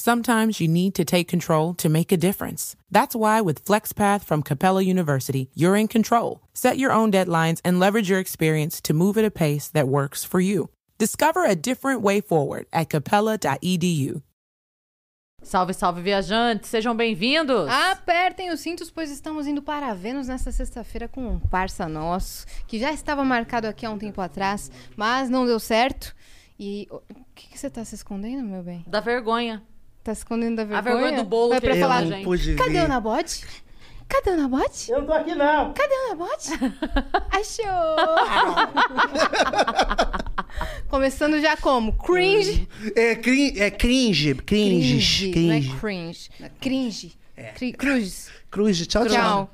Sometimes you need to take control to make a difference. That's why, with FlexPath from Capella University, you're in control. Set your own deadlines and leverage your experience to move at a pace that works for you. Discover a different way forward at E capella.edu. Salve, salve, viajantes! Sejam bem-vindos! Ah, Apertem os cintos, pois estamos indo para Vênus nesta sexta-feira com um parça nosso, que já estava marcado aqui há um tempo atrás, mas não deu certo. E o que, que você tá se escondendo, meu bem? Da vergonha. Tá se escondendo da A vergonha? vergonha do bolo Vai que pra ele falar, deu, gente. pude Cadê vir. o Nabote? Cadê o Nabote? Eu não tô aqui, não. Cadê o Nabote? Achou! Começando já como? Cringe. É, crin é cringe, cringes, cringe. Não é cringe. Cringe. Cri- Cruz. Cruz, tchau, tchau. Tchau.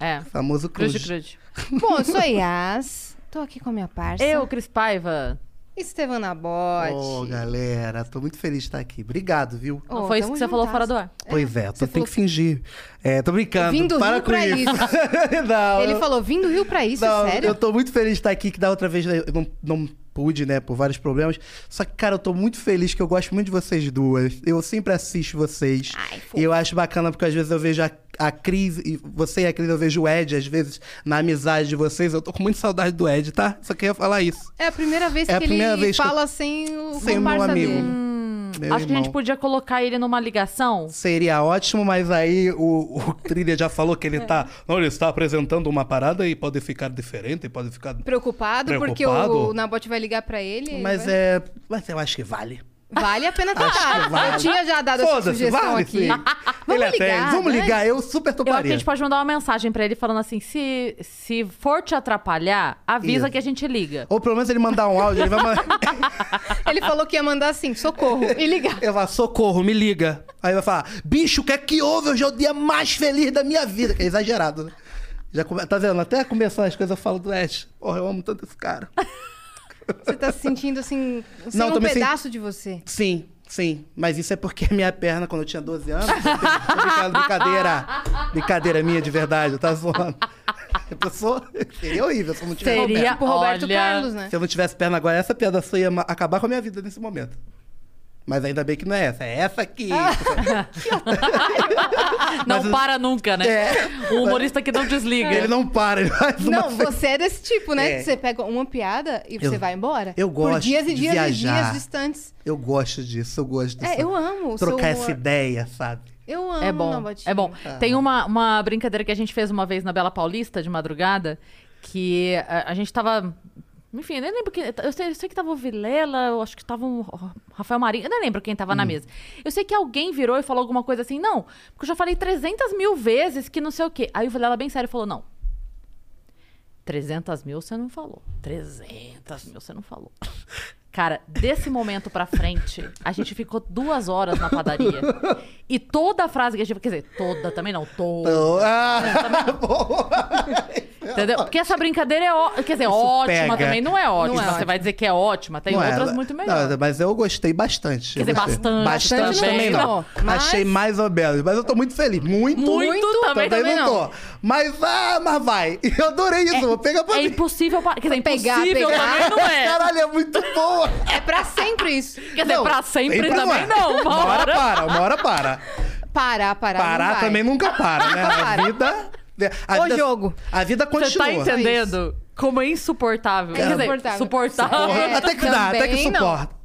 É. Famoso cruz. Cruz de cruz. Bom, sou a Yas. Tô aqui com a minha parça. Eu, Cris Paiva. Estevan Nabote. Ô, galera, tô muito feliz de estar aqui. Obrigado, viu? Ô, Não foi isso tamo que você falou juntas. fora do ar. Pois é, tô, você tem falou- que fingir. É, tô brincando. Vim do para Rio com pra isso. não, Ele eu- falou, vim do Rio pra isso, é não, sério? Eu tô muito feliz de estar aqui, que da outra vez né, eu não, não pude, né, por vários problemas. Só que, cara, eu tô muito feliz, que eu gosto muito de vocês duas. Eu sempre assisto vocês. Ai, fofo. e eu acho bacana, porque às vezes eu vejo a, a Cris, e você e a Cris, eu vejo o Ed, às vezes, na amizade de vocês. Eu tô com muita saudade do Ed, tá? Só queria falar isso. É a primeira vez É a que primeira ele vez que eu- fala sem o Sem o meu comparsa amigo. dele. Meu Acho que a gente irmão. podia colocar ele numa ligação. Seria ótimo, mas aí o, o Trilha já falou que ele tá. Não, ele está apresentando uma parada e pode ficar diferente, pode ficar. Preocupado, porque Preocupado? o Nabote vai ligar pra ele. ele Mas vai- é. Mas eu acho que vale. Vale a pena tentar. vale. Eu tinha já dado essa Foda-se, sugestão vale aqui. sim. Ele é Vamos até. ligar, Vamos né? ligar, eu super Eu acho que a toparia. gente pode mandar uma mensagem pra ele falando assim: se, se for te atrapalhar, avisa Isso. que a gente liga. Ou pelo menos ele mandar um áudio, ele vai mandar. Ele falou que ia mandar assim, socorro, e ligar. Eu falo, socorro, me liga. Aí vai falar, bicho, o que é que houve? Hoje é o dia mais feliz da minha vida. Que é exagerado, né? Já come... Tá vendo? Até começando as coisas eu falo do Ed. Porra, eu amo tanto esse cara. Você tá se sentindo assim, sem Não, um tô me sen- pedaço de você. Sim, sim. Mas isso é porque minha perna, quando eu tinha 12 anos. Tô brincando, brincadeira. Brincadeira minha, de verdade. Eu tava zoando. Eu sou... Seria horrível se eu não tivesse. Seria. Roberto, pro Tipo Roberto olha- Carlos, né? Se eu não tivesse perna agora, essa piada sua ia ma- acabar com a minha vida nesse momento. Mas ainda bem que não é essa, é essa aqui. Ah. não mas- para nunca, né? É. O humorista que não desliga. Ele não para, ele faz uma Não, você é desse tipo, né? É. Você pega uma piada e Eu- você vai embora. eu Por gosto dias e de dias e dias viajar. distantes. Eu gosto disso, eu gosto disso. É, eu amo o seu Trocar humor. essa ideia, sabe? Eu amo É bom. Nabotinho. É bom. Tem uma, uma brincadeira que a gente fez uma vez na Bela Paulista, de madrugada, que a, a gente tava. Enfim, eu nem lembro que. Eu sei, eu sei que tava o Vilela, eu acho que tava o Rafael Marinho, eu nem lembro quem tava na mesa. Eu sei que alguém virou e falou alguma coisa assim, não, porque eu já falei 300 mil vezes que não sei o quê. Aí o Vilela, bem sério, falou: não. 300 mil você não falou. 300 mil você não falou. Cara, desse momento pra frente, a gente ficou duas horas na padaria. E toda a frase que a gente. Quer dizer, toda também não, toda. Então, ah, Entendeu? Porque essa brincadeira é. ó- Quer dizer, ótima pega. também. Não é ótima. Não é você ótima. vai dizer que é ótima. Tem Não é, outras ela- muito melhores. não, mas eu gostei bastante. Quer dizer, eu gostei. bastante também também não, não. mas- Achei mais ou menos, mas eu tô muito feliz. Muito, Muito também, também não tô. Mas, ah, mas vai. Eu adorei isso, vou pegar pra é mim. impossível. pa- Quer dizer, Pegar, impossível pegar. também não é. Caralho, é muito boa. É pra sempre isso. Quer dizer, Não, pra sempre sempre também é. não. Uma Uma hora hora. para, uma hora para. Parar, parar. não Parar vai. também nunca para, né? A vida... é, A O vida, jogo. A vida continua. Você tá entendendo como é insuportável. Quer dizer, insuportável. suportável. É, até que dá, até que também não. suporta.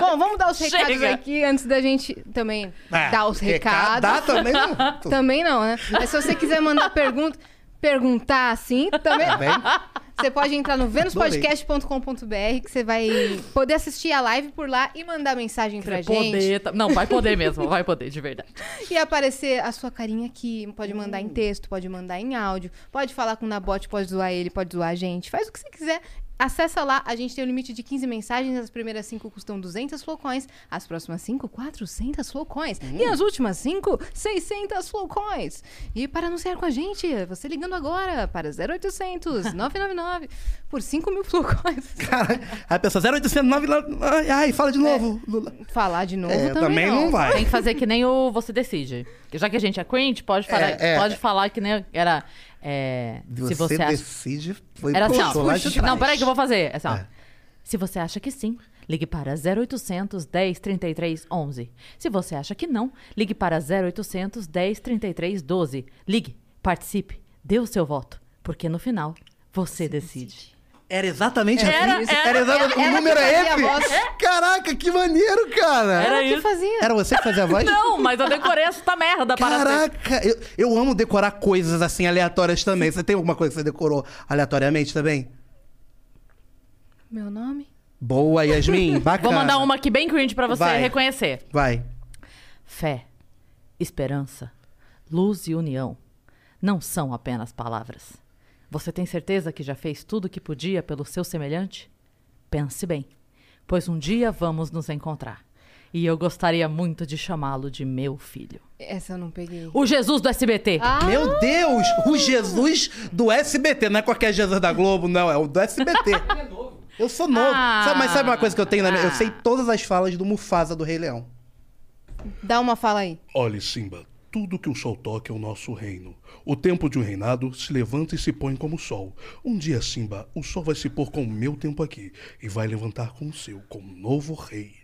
Bom, vamos dar os recados Chega. aqui antes da gente também É, dar os recados. recado- Dá também não. Também não, né? Mas se você quiser mandar pergunta, perguntar assim, também. Também. Você pode entrar no venuspodcast.com.br que você vai poder assistir a live por lá e mandar mensagem pra gente. Poder. ta- Não, vai poder mesmo. Vai poder, de verdade. E aparecer a sua carinha aqui. Pode mandar em texto, pode mandar em áudio, pode falar com o Nabote, pode zoar ele, pode zoar a gente. Faz o que você quiser. Acessa lá, a gente tem o limite de 15 mensagens. As primeiras 5 custam 200 flowcoins, as próximas 5, 400 flowcoins. E as últimas 5, 600 flowcoins. E para anunciar com a gente, você ligando agora para 0800 999 por 5 mil flowcoins. Cara, a pessoa 0809 lá. ai, Ai, fala de É. novo. Lula. Falar de novo É, também, não. Tem vai. que fazer que nem o Você Decide. Já que a gente é cringe, pode falar, É, é. pode falar que nem era. é, se Você, você acha. decide, foi Era assim, puxou lá de ó. Não, trás. peraí que eu vou fazer. É assim, ó. É. Se você acha que sim, Ligue para 0800 10 33 11. Se você acha que não, ligue para 0800 10 33 12. Ligue, participe, dê o seu voto, porque no final você decide. Era exatamente assim. É. era, exatamente. era o número que é fazia a esse? Caraca, que maneiro, cara. Era O que isso. fazia? Era você que fazia a voz? Não, mas eu decorei essa merda para sempre. Caraca, eu, eu amo decorar coisas assim aleatórias também. Você tem alguma coisa que você decorou aleatoriamente também? Meu nome? Boa, Yasmin. Bacana. Vou mandar uma aqui bem cringe pra você Vai. reconhecer. Vai. Fé, esperança, luz e união não são apenas palavras. Você tem certeza que já fez tudo o que podia pelo seu semelhante? Pense bem, pois um dia vamos nos encontrar. E eu gostaria muito de chamá-lo de meu filho. Essa eu não peguei. O Jesus do SBT. Meu Deus, o Jesus do SBT. Não é qualquer Jesus da Globo, não. É o do SBT. Eu sou novo. Ah. Sabe- mas sabe uma coisa que eu tenho na minha... Eu Ah. sei todas as falas do Mufasa do Rei Leão. Dá uma fala aí. Olhe, Simba, tudo que o sol toca é o nosso reino. O tempo de um reinado se levanta e se põe como o sol. Um dia, Simba, o sol vai se pôr com o meu tempo aqui e vai levantar com o seu, com um novo rei.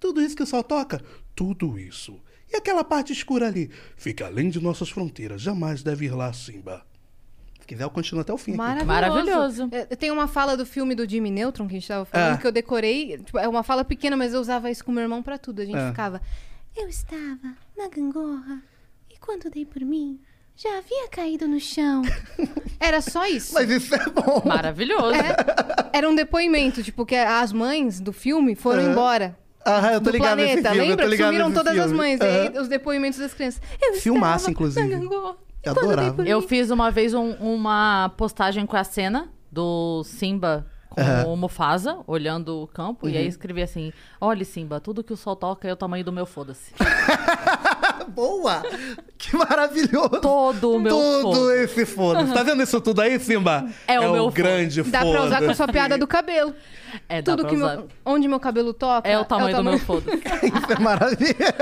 Tudo isso que o sol toca? Tudo isso. E aquela parte escura ali? Fica além de nossas fronteiras, jamais deve ir lá, Simba. Se quiser, eu continuo até o fim. aqui. Maravilhoso. Maravilhoso. É, Eu- Eu tenho uma fala do filme do Jimmy Neutron que a gente tava falando, Ah. que eu decorei. Tipo, é uma fala pequena, mas eu usava isso com meu irmão pra tudo. A gente Ah. ficava. Eu estava na gangorra e quando dei por mim, já havia caído no chão. Era só isso. Mas isso é bom. Maravilhoso. É, era um depoimento, tipo, que as mães do filme foram embora. Aham, Ah, eu Ah. tô do ligado nesse planeta, filme, eu lembra? tô ligado Sumiram nesse todas as filme. mães. é E aí, Aham. os depoimentos das crianças. Eu Filmaço, estava inclusive. Na gangorra. e Eu quando dei adorava. por Eu mim- fiz uma vez um- uma postagem com a cena do Simba com o Mufasa, olhando o campo, e aí escrevi assim: Olha, Simba, tudo que o sol toca é o tamanho do meu foda-se. Boa! Que maravilhoso! Todo o meu Todo foda. esse foda-se. Tá vendo isso tudo aí, Simba? É o um meu grande foda Dá pra usar com a sua piada do cabelo. É, dá Tudo pra que usar. meu, onde meu cabelo toca. É o tamanho do meu foda-se. Isso é maravilhoso.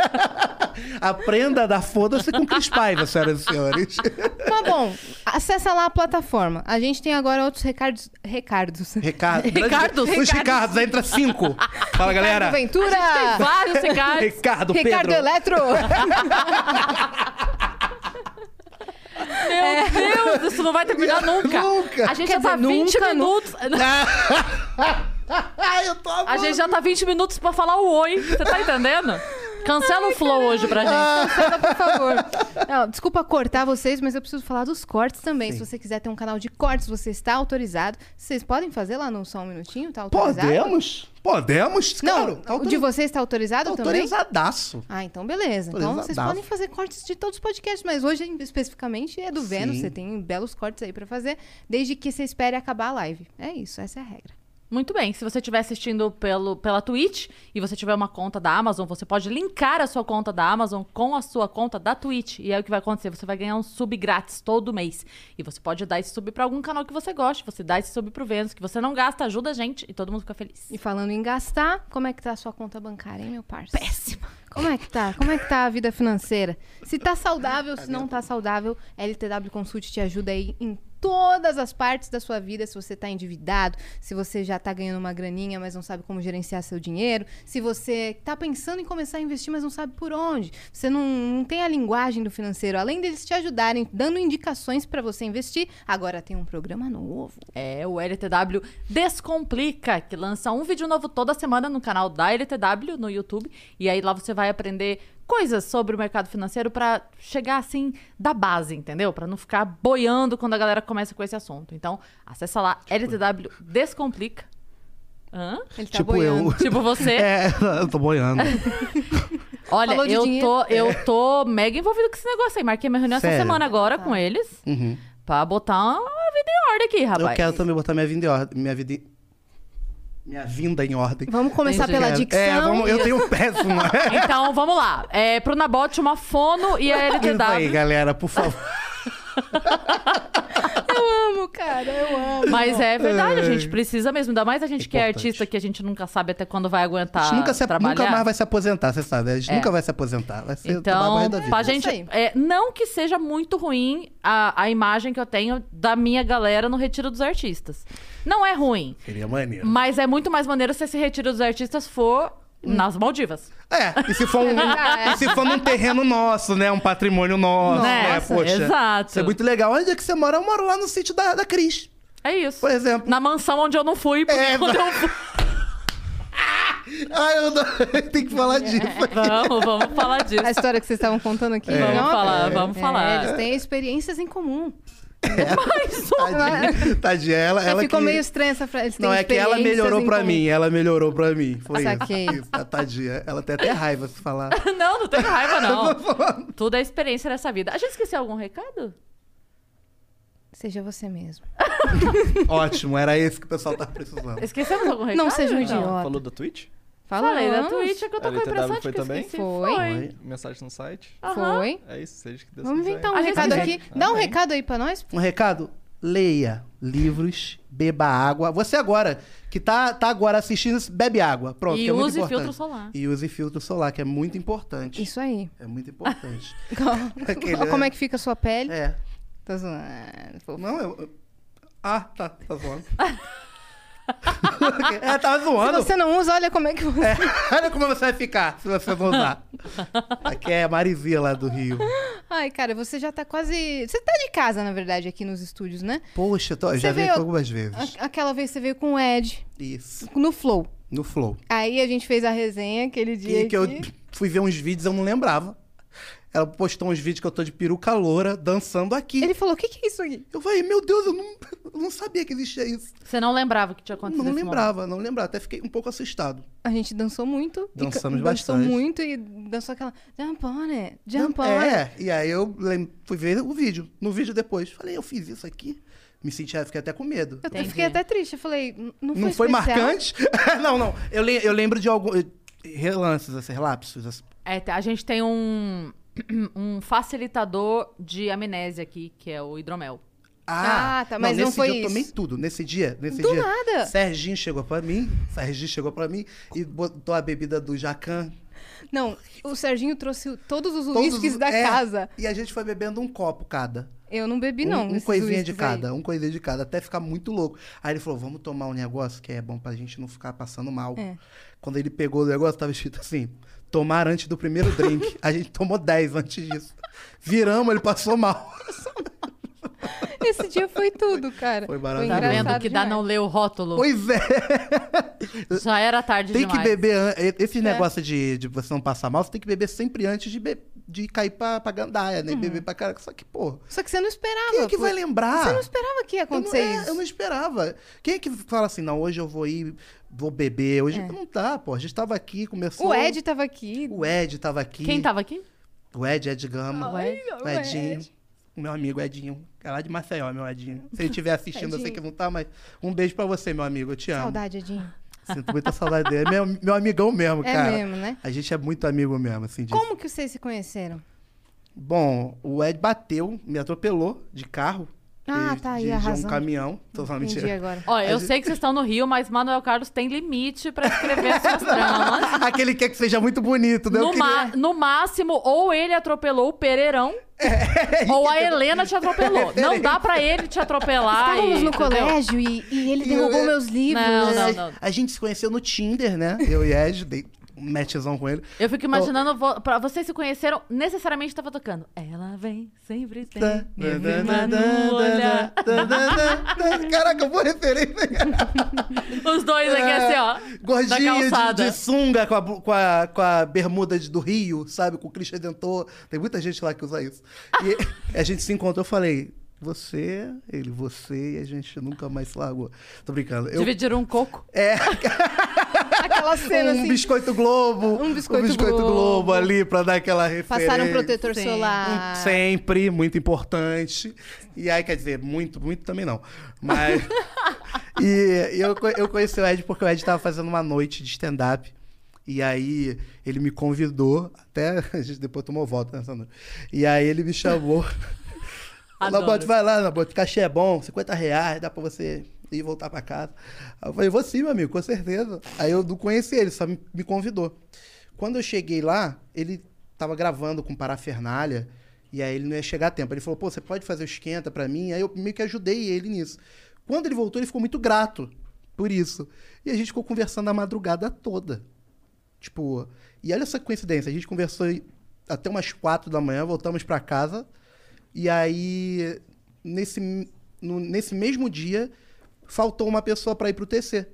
Aprenda a dar foda-se com Cris Paiva, senhoras e senhores. Mas Tá bom, acessa lá a plataforma. A gente tem agora outros recados. Recados. Ricardo. né? Ricardo, Os Ricardo. Ricardos, aí entra cinco. Fala, galera. Ricardo Ventura! Vários recados. Ricardo, Ricardo Pedro. Eletro! Meu Deus, isso não vai terminar É. nunca. Nunca. A gente Quer já tá dizer, 20 nunca, nu- minutos. Ai, eu tô A gente já tá 20 minutos pra falar o oi. Você tá entendendo? Cancela o flow hoje pra gente. Cancela, por favor. Não, desculpa cortar vocês, mas eu preciso falar dos cortes também. Se você quiser ter um canal de cortes, você está autorizado. Vocês podem fazer lá no Só um Minutinho? Tá autorizado? Podemos? Podemos? Não, claro. Tá o de vocês está autorizado também? autorizadaço. Ah, então beleza. Então vocês Autorizadaço. podem fazer cortes de todos os podcasts, mas hoje especificamente é do Vênus. Você tem belos cortes aí pra fazer, desde que você espere acabar a live. É isso, essa é a regra. Muito bem, se você estiver assistindo pelo, pela Twitch e você tiver uma conta da Amazon, você pode linkar a sua conta da Amazon com a sua conta da Twitch. E aí o que vai acontecer? Você vai ganhar um sub grátis todo mês. E você pode dar esse sub pra algum canal que você goste, você dá esse sub pro Vênus, que você não gasta, ajuda a gente e todo mundo fica feliz. E falando em gastar, como é que tá a sua conta bancária, hein, meu parça? Péssima. Como é que tá? Como é que tá a vida financeira? Se tá saudável, se não tá saudável, a LTW Consult te ajuda aí em todas as partes da sua vida, se você tá endividado, se você já tá ganhando uma graninha, mas não sabe como gerenciar seu dinheiro, se você tá pensando em começar a investir, mas não sabe por onde, você não, não tem a linguagem do financeiro, além deles te ajudarem dando indicações para você investir, agora tem um programa novo. É o LTW Descomplica, que lança um vídeo novo toda semana no canal da LTW no YouTube. E aí lá você vai aprender coisas sobre o mercado financeiro pra chegar assim da base, entendeu? Pra não ficar boiando quando a galera começa com esse assunto. Então, acessa lá LTW Descomplica. Hã? Ele tá Tipo boiando. eu. Tipo você. É, eu tô boiando. Olha, Falou de eu dinheiro. tô, eu tô mega envolvido com esse negócio aí. Marquei minha reunião Sério? essa semana agora com eles. Pra botar uma vida em ordem aqui, rapaz. Eu quero também botar minha vinda em ordem. Minha vida em... Minha vinda em ordem. Vamos começar Entendi. pela É, dicção. É, vamos, eu tenho péssima. Então, vamos lá. É, pro Nabote, uma fono e a Isso aí, LTW. galera, por favor. Eu amo, cara, eu amo. Mas é verdade, a gente precisa mesmo. Ainda mais a gente que é Importante. artista que a gente nunca sabe até quando vai A aguentar. gente nunca, se, trabalhar. nunca mais vai se aposentar, você sabe. A gente nunca vai se aposentar. Vai ser trabalho Então, mais da vida. pra Isso gente. aí. é, não que seja muito ruim a, a imagem que eu tenho da minha galera no Retiro dos Artistas. Não é ruim. Seria maneiro. Mas é muito mais maneiro se esse Retiro dos Artistas for Hum. nas Maldivas. É, e se for, um, verdade. e se for num terreno nosso, né? Um patrimônio nosso, né? Nossa, Poxa. exato. Isso é muito legal. Onde é que você mora? Eu moro lá no sítio da, da Cris, É isso. por exemplo. Na mansão onde eu não fui, porque É, quando vai- eu fui. Ah, eu, não... tenho que falar disso. Vamos, vamos falar disso. A história que vocês estavam contando É. aqui. Vamos não? falar, vamos É, falar. eles têm experiências em comum. Tadinha, tadinha. Ela, Você ela ficou que- meio estranha essa frase. eles Não, têm é que ela experiências melhorou em pra comum. mim. Ela melhorou pra mim. Foi Saquei. isso. isso. Tadinha. Ela tem até raiva de falar. Não, não tem raiva, não. Tudo é experiência nessa vida. A gente esqueceu algum recado? Seja você mesmo. Ótimo, era esse que o pessoal tava precisando. Esquecemos algum recado? Não seja então. um Não. idiota. Falou da Twitch? Fala Falei da antes. Twitch, é que eu tô A com a impressão LTW de foi que eu também? esqueci. Foi. Oi. Mensagem no site? Aham. Foi. É isso, seja o que Deus Vamos quiser. inventar um A gente recado tá aqui. bem. Dá um Tá bem. recado aí pra nós. Um recado? Leia livros, beba água. Você agora, que tá, tá agora assistindo, bebe água. Pronto, E que é muito use importante. filtro solar. E use filtro solar, que é muito importante. Isso aí. É muito importante. Aquele, Olha Como é que fica a sua pele? É. Tô zoando. fofo. Não, eu... eu- Ah, tá. Tá zoando. é, tava Se zoando. você não usa, olha como é que você... É, olha como você vai ficar se você não usar. Aqui é a Marizia lá do Rio. Ai, cara, você já tá quase... Você tá de casa, na verdade, aqui nos estúdios, né? Poxa, eu tô- eu Você já vi veio- aqui algumas vezes. A- Aquela vez você veio com o Ed, Isso. no Flow. No Flow. Aí a gente fez a resenha aquele dia E que eu aqui. fui ver uns vídeos, eu não lembrava. Ela postou uns vídeos que eu tô de peruca loura dançando aqui. Ele falou, o que que é isso aqui? Eu falei, meu Deus, eu não, eu não sabia que existia isso. Você não lembrava o que tinha acontecido Não nesse lembrava, não lembrava. Até fiquei um pouco assustado. A gente dançou muito. e ca- Dançamos dançou bastante. muito e dançou aquela... Jump on it, jump on it. É, e aí eu lem- fui ver o vídeo. No vídeo depois. Falei, eu fiz isso aqui. Me senti, ah, fiquei até com medo. Eu até Entendi. fiquei até triste. Eu falei, "N- não foi Não foi especial?" marcante? não, não. Eu, le- eu lembro de alguns relances, assim, relapsos. assim. momento. É, a gente tem um, um facilitador de amnésia aqui, que é o hidromel. Ah, Ah, tá, mas não nesse foi dia eu isso. tomei tudo. Nesse dia, nesse Do dia. nada. Serginho chegou pra mim, Serginho chegou pra mim e botou a bebida do Jacan. Não, o Serginho trouxe todos os todos uísques os- da é, casa. E a gente foi bebendo um copo cada. Eu não bebi, um, não. um esses coisinha de uísques aí. cada, um coisinha de cada, até ficar muito louco. Aí ele falou: vamos tomar um negócio que é bom pra gente não ficar passando mal. É. Quando ele pegou o negócio, tava escrito assim: tomar antes do primeiro drink. a gente tomou 10 antes disso. Viramos, ele passou mal. Esse dia foi tudo, cara. Foi maravilhoso. Tá engraçado vendo que dá não demais. ler o rótulo? pois é. Já era tarde Tem que demais. beber. an- e- Esse É. negócio de, de você não passar mal, você tem que beber sempre antes de, be- de cair pra, pra gandaia, né? Beber pra caraca. Só que, pô, Só que você não esperava. quem é que Uhum. Ah, pô. vai lembrar? Você não esperava que ia Eu não- acontecer é, isso. eu não esperava. Quem é que fala assim, não, hoje eu vou ir, vou beber, hoje não tá, pô. A gente tava aqui, começou. É. O Ed tá tava aqui. O Ed tava aqui. Quem tava aqui? O Ed, Ed Gama. O Ed. o Edinho. O meu amigo Edinho. É lá de Maceió, meu Edinho. Se ele estiver assistindo, eu sei Edinho. que não tá, mas um beijo pra você, meu amigo. Eu te amo. Saudade, Edinho. Sinto muita saudade dele. Meu, meu amigão mesmo, É cara. mesmo, né? A gente é muito amigo mesmo, assim. disso. Como que vocês se conheceram? Bom, o Ed bateu, me atropelou de carro. Ah, de, tá aí de, a de um razão. caminhão. Tô falando Entendi mentira. agora. Ó, eu gente- sei que vocês estão no Rio, mas Manuel Carlos tem limite pra escrever as suas tramas. Aquele quer que seja muito bonito, né? Eu No, queria- ma- no máximo, ou ele atropelou o Pereirão, É ou a Helena te atropelou. Não dá pra ele te atropelar. Estávamos e- no entendeu? colégio e, e ele E derrubou eu- meus livros. Não, não, A- não. A gente se conheceu no Tinder, né? Eu e Ed, dei um matchzão com ele. Eu fico imaginando, vo- pra vocês se conheceram, necessariamente tava tocando. Ela vem, sempre tem. Tá. minha irmã no olhar. Caraca, boa referência. Os dois aqui assim, ó. tá. É, Gordinho da de, calçada. de sunga com a, bu- com, a, com a bermuda de- do Rio, sabe? Com o Cristo Redentor. Tem muita gente lá que usa isso. E a gente se encontrou, eu falei... Você, ele, você e a gente nunca mais se largou. Tô brincando. Eu, É, Dividiram um coco. Aquela cena um assim. biscoito globo. Um biscoito globo. Globo. ali pra dar aquela referência. Um, Passaram um protetor Sim. solar. Sempre, muito importante. E aí, quer dizer, muito, muito também não. Mas. e eu, co- eu conheci o Ed porque o Ed tava fazendo uma noite de stand-up. E aí ele me convidou, até a gente depois tomou volta nessa noite. E aí ele me chamou. Adoro. Nabote, vai lá, Nabote, cachê é bom, 50 reais, dá pra você ir e voltar pra casa. Aí eu falei, vou sim, meu amigo, com certeza. Aí eu não conheci ele, só me, me convidou. Quando eu cheguei lá, ele tava gravando com parafernália, e aí ele não ia chegar a tempo. Ele falou, pô, você pode fazer o esquenta pra mim? Aí eu meio que ajudei ele nisso. Quando ele voltou, ele ficou muito grato por isso. E a gente ficou conversando a madrugada toda. Tipo, e olha essa coincidência, a gente conversou até umas quatro da manhã, voltamos pra casa, e aí nesse, no- nesse mesmo dia faltou uma pessoa pra ir pro TC.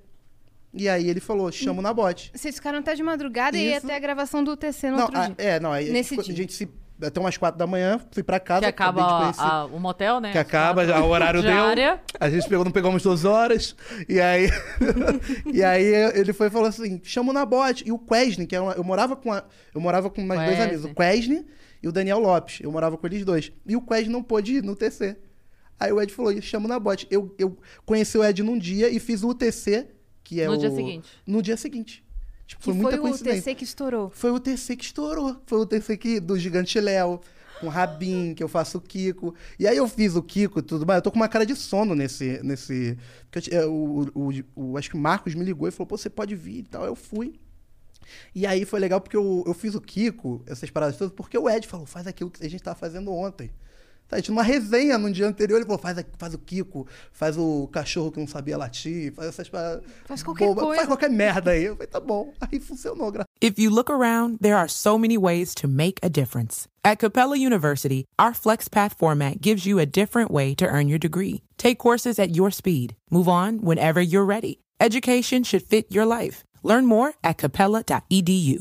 E aí ele falou, chama o Nabote. Vocês ficaram até de madrugada e ia Isso. até a gravação do TC no Não, outro a- dia. é, não, aí Nesse a gente, dia. a gente se até umas quatro da manhã, fui pra casa, Que acaba acabei de a- conhecer- a- o motel, né? que acaba, já, o horário deu. Diária. A gente pegou, não pegamos duas horas. E aí. e aí ele foi e falou assim: chama o Nabote. E o Quesne, que era uma- eu morava com a- eu morava com mais dois Quesne. amigos, o Quesne e o Daniel Lopes. Eu morava com eles dois. E o Quesne não pôde ir no TC. Aí o Ed falou: chama o Nabote. Eu, eu conheci o Ed num dia e fiz o UTC, que é No o. dia seguinte. No dia seguinte. Tipo, Que foi muita foi o coincidência. TC que estourou. Foi o TC que estourou. Foi o TC que, do Gigante Léo, com o Rabin, que eu faço o Kiko. E aí eu fiz o Kiko e tudo mais. Eu tô com uma cara de sono nesse. nesse porque eu- é, o, o, o- o- acho que o Marcos me ligou e falou: pô, você pode vir e tal. Eu fui. E aí foi legal porque eu, eu fiz o Kiko, essas paradas todas, porque o Ed falou: faz aquilo que a gente tava fazendo ontem. Tá, a gente numa resenha no dia anterior, ele falou: faz, a- faz o Kiko, faz o cachorro que não sabia latir, faz essas paradas. Faz qualquer boba- coisa. Faz qualquer merda aí. Eu falei: tá bom. Aí funcionou, graças If you look around, there are so many ways to make a difference. At Capella University, our FlexPath format gives you a different way to earn your degree. Take courses at your speed. Move on whenever you're ready. Education should fit your life. Learn more at capella.edu.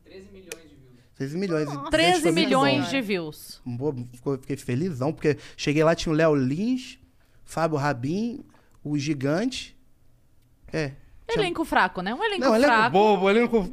13 milhões de views. 13 milhões. 13 Gente, foi muito milhões bom. de views. Pô, ficou- fiquei felizão, porque cheguei lá, tinha o Léo Lins, Fábio Rabin, o Gigante. É. Tinha- Elenco fraco, né? Um elenco Não, ele é fraco. bobo, ele é com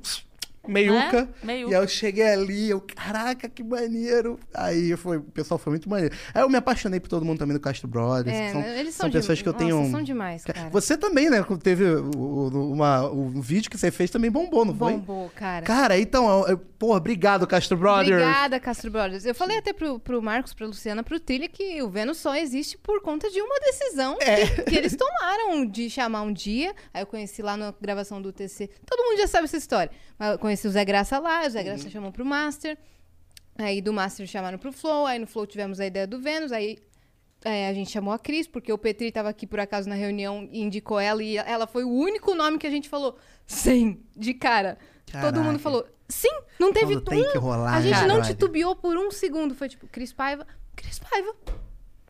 meiuca. Né? Meiuca. E aí eu cheguei ali, eu, caraca, que maneiro. Aí foi, o pessoal foi muito maneiro. Aí eu me apaixonei por todo mundo também do Castro Brothers. É, que são, né? eles são são, de- pessoas que eu Nossa, tenho. são demais, cara. Você também, né? quando Teve o- o- uma- um vídeo que você fez também bombou, não foi? Bombou, cara. Cara, então, eu- eu- porra, obrigado, Castro Brothers. Obrigada, Castro Brothers. Eu falei até pro, pro Marcos, pra Luciana, pro Trilha que o Vênus só existe por conta de uma decisão É. que, que eles tomaram de chamar um dia. Aí eu conheci lá na gravação do TC. Todo mundo já sabe essa história. Mas eu conheci o Zé Graça lá, o Zé Graça Uhum. chamou pro Master. Aí do Master chamaram pro Flow, aí no Flow tivemos a ideia do Vênus, aí é, a gente chamou a Cris, porque o Petri tava aqui por acaso na reunião e indicou ela, e ela foi o único nome que a gente falou, sim, de cara. Todo Caraca. mundo falou, sim, não teve Quando tem um- que rolar, A gente né, não brother? titubeou por um segundo, foi tipo, Cris Paiva, Cris Paiva.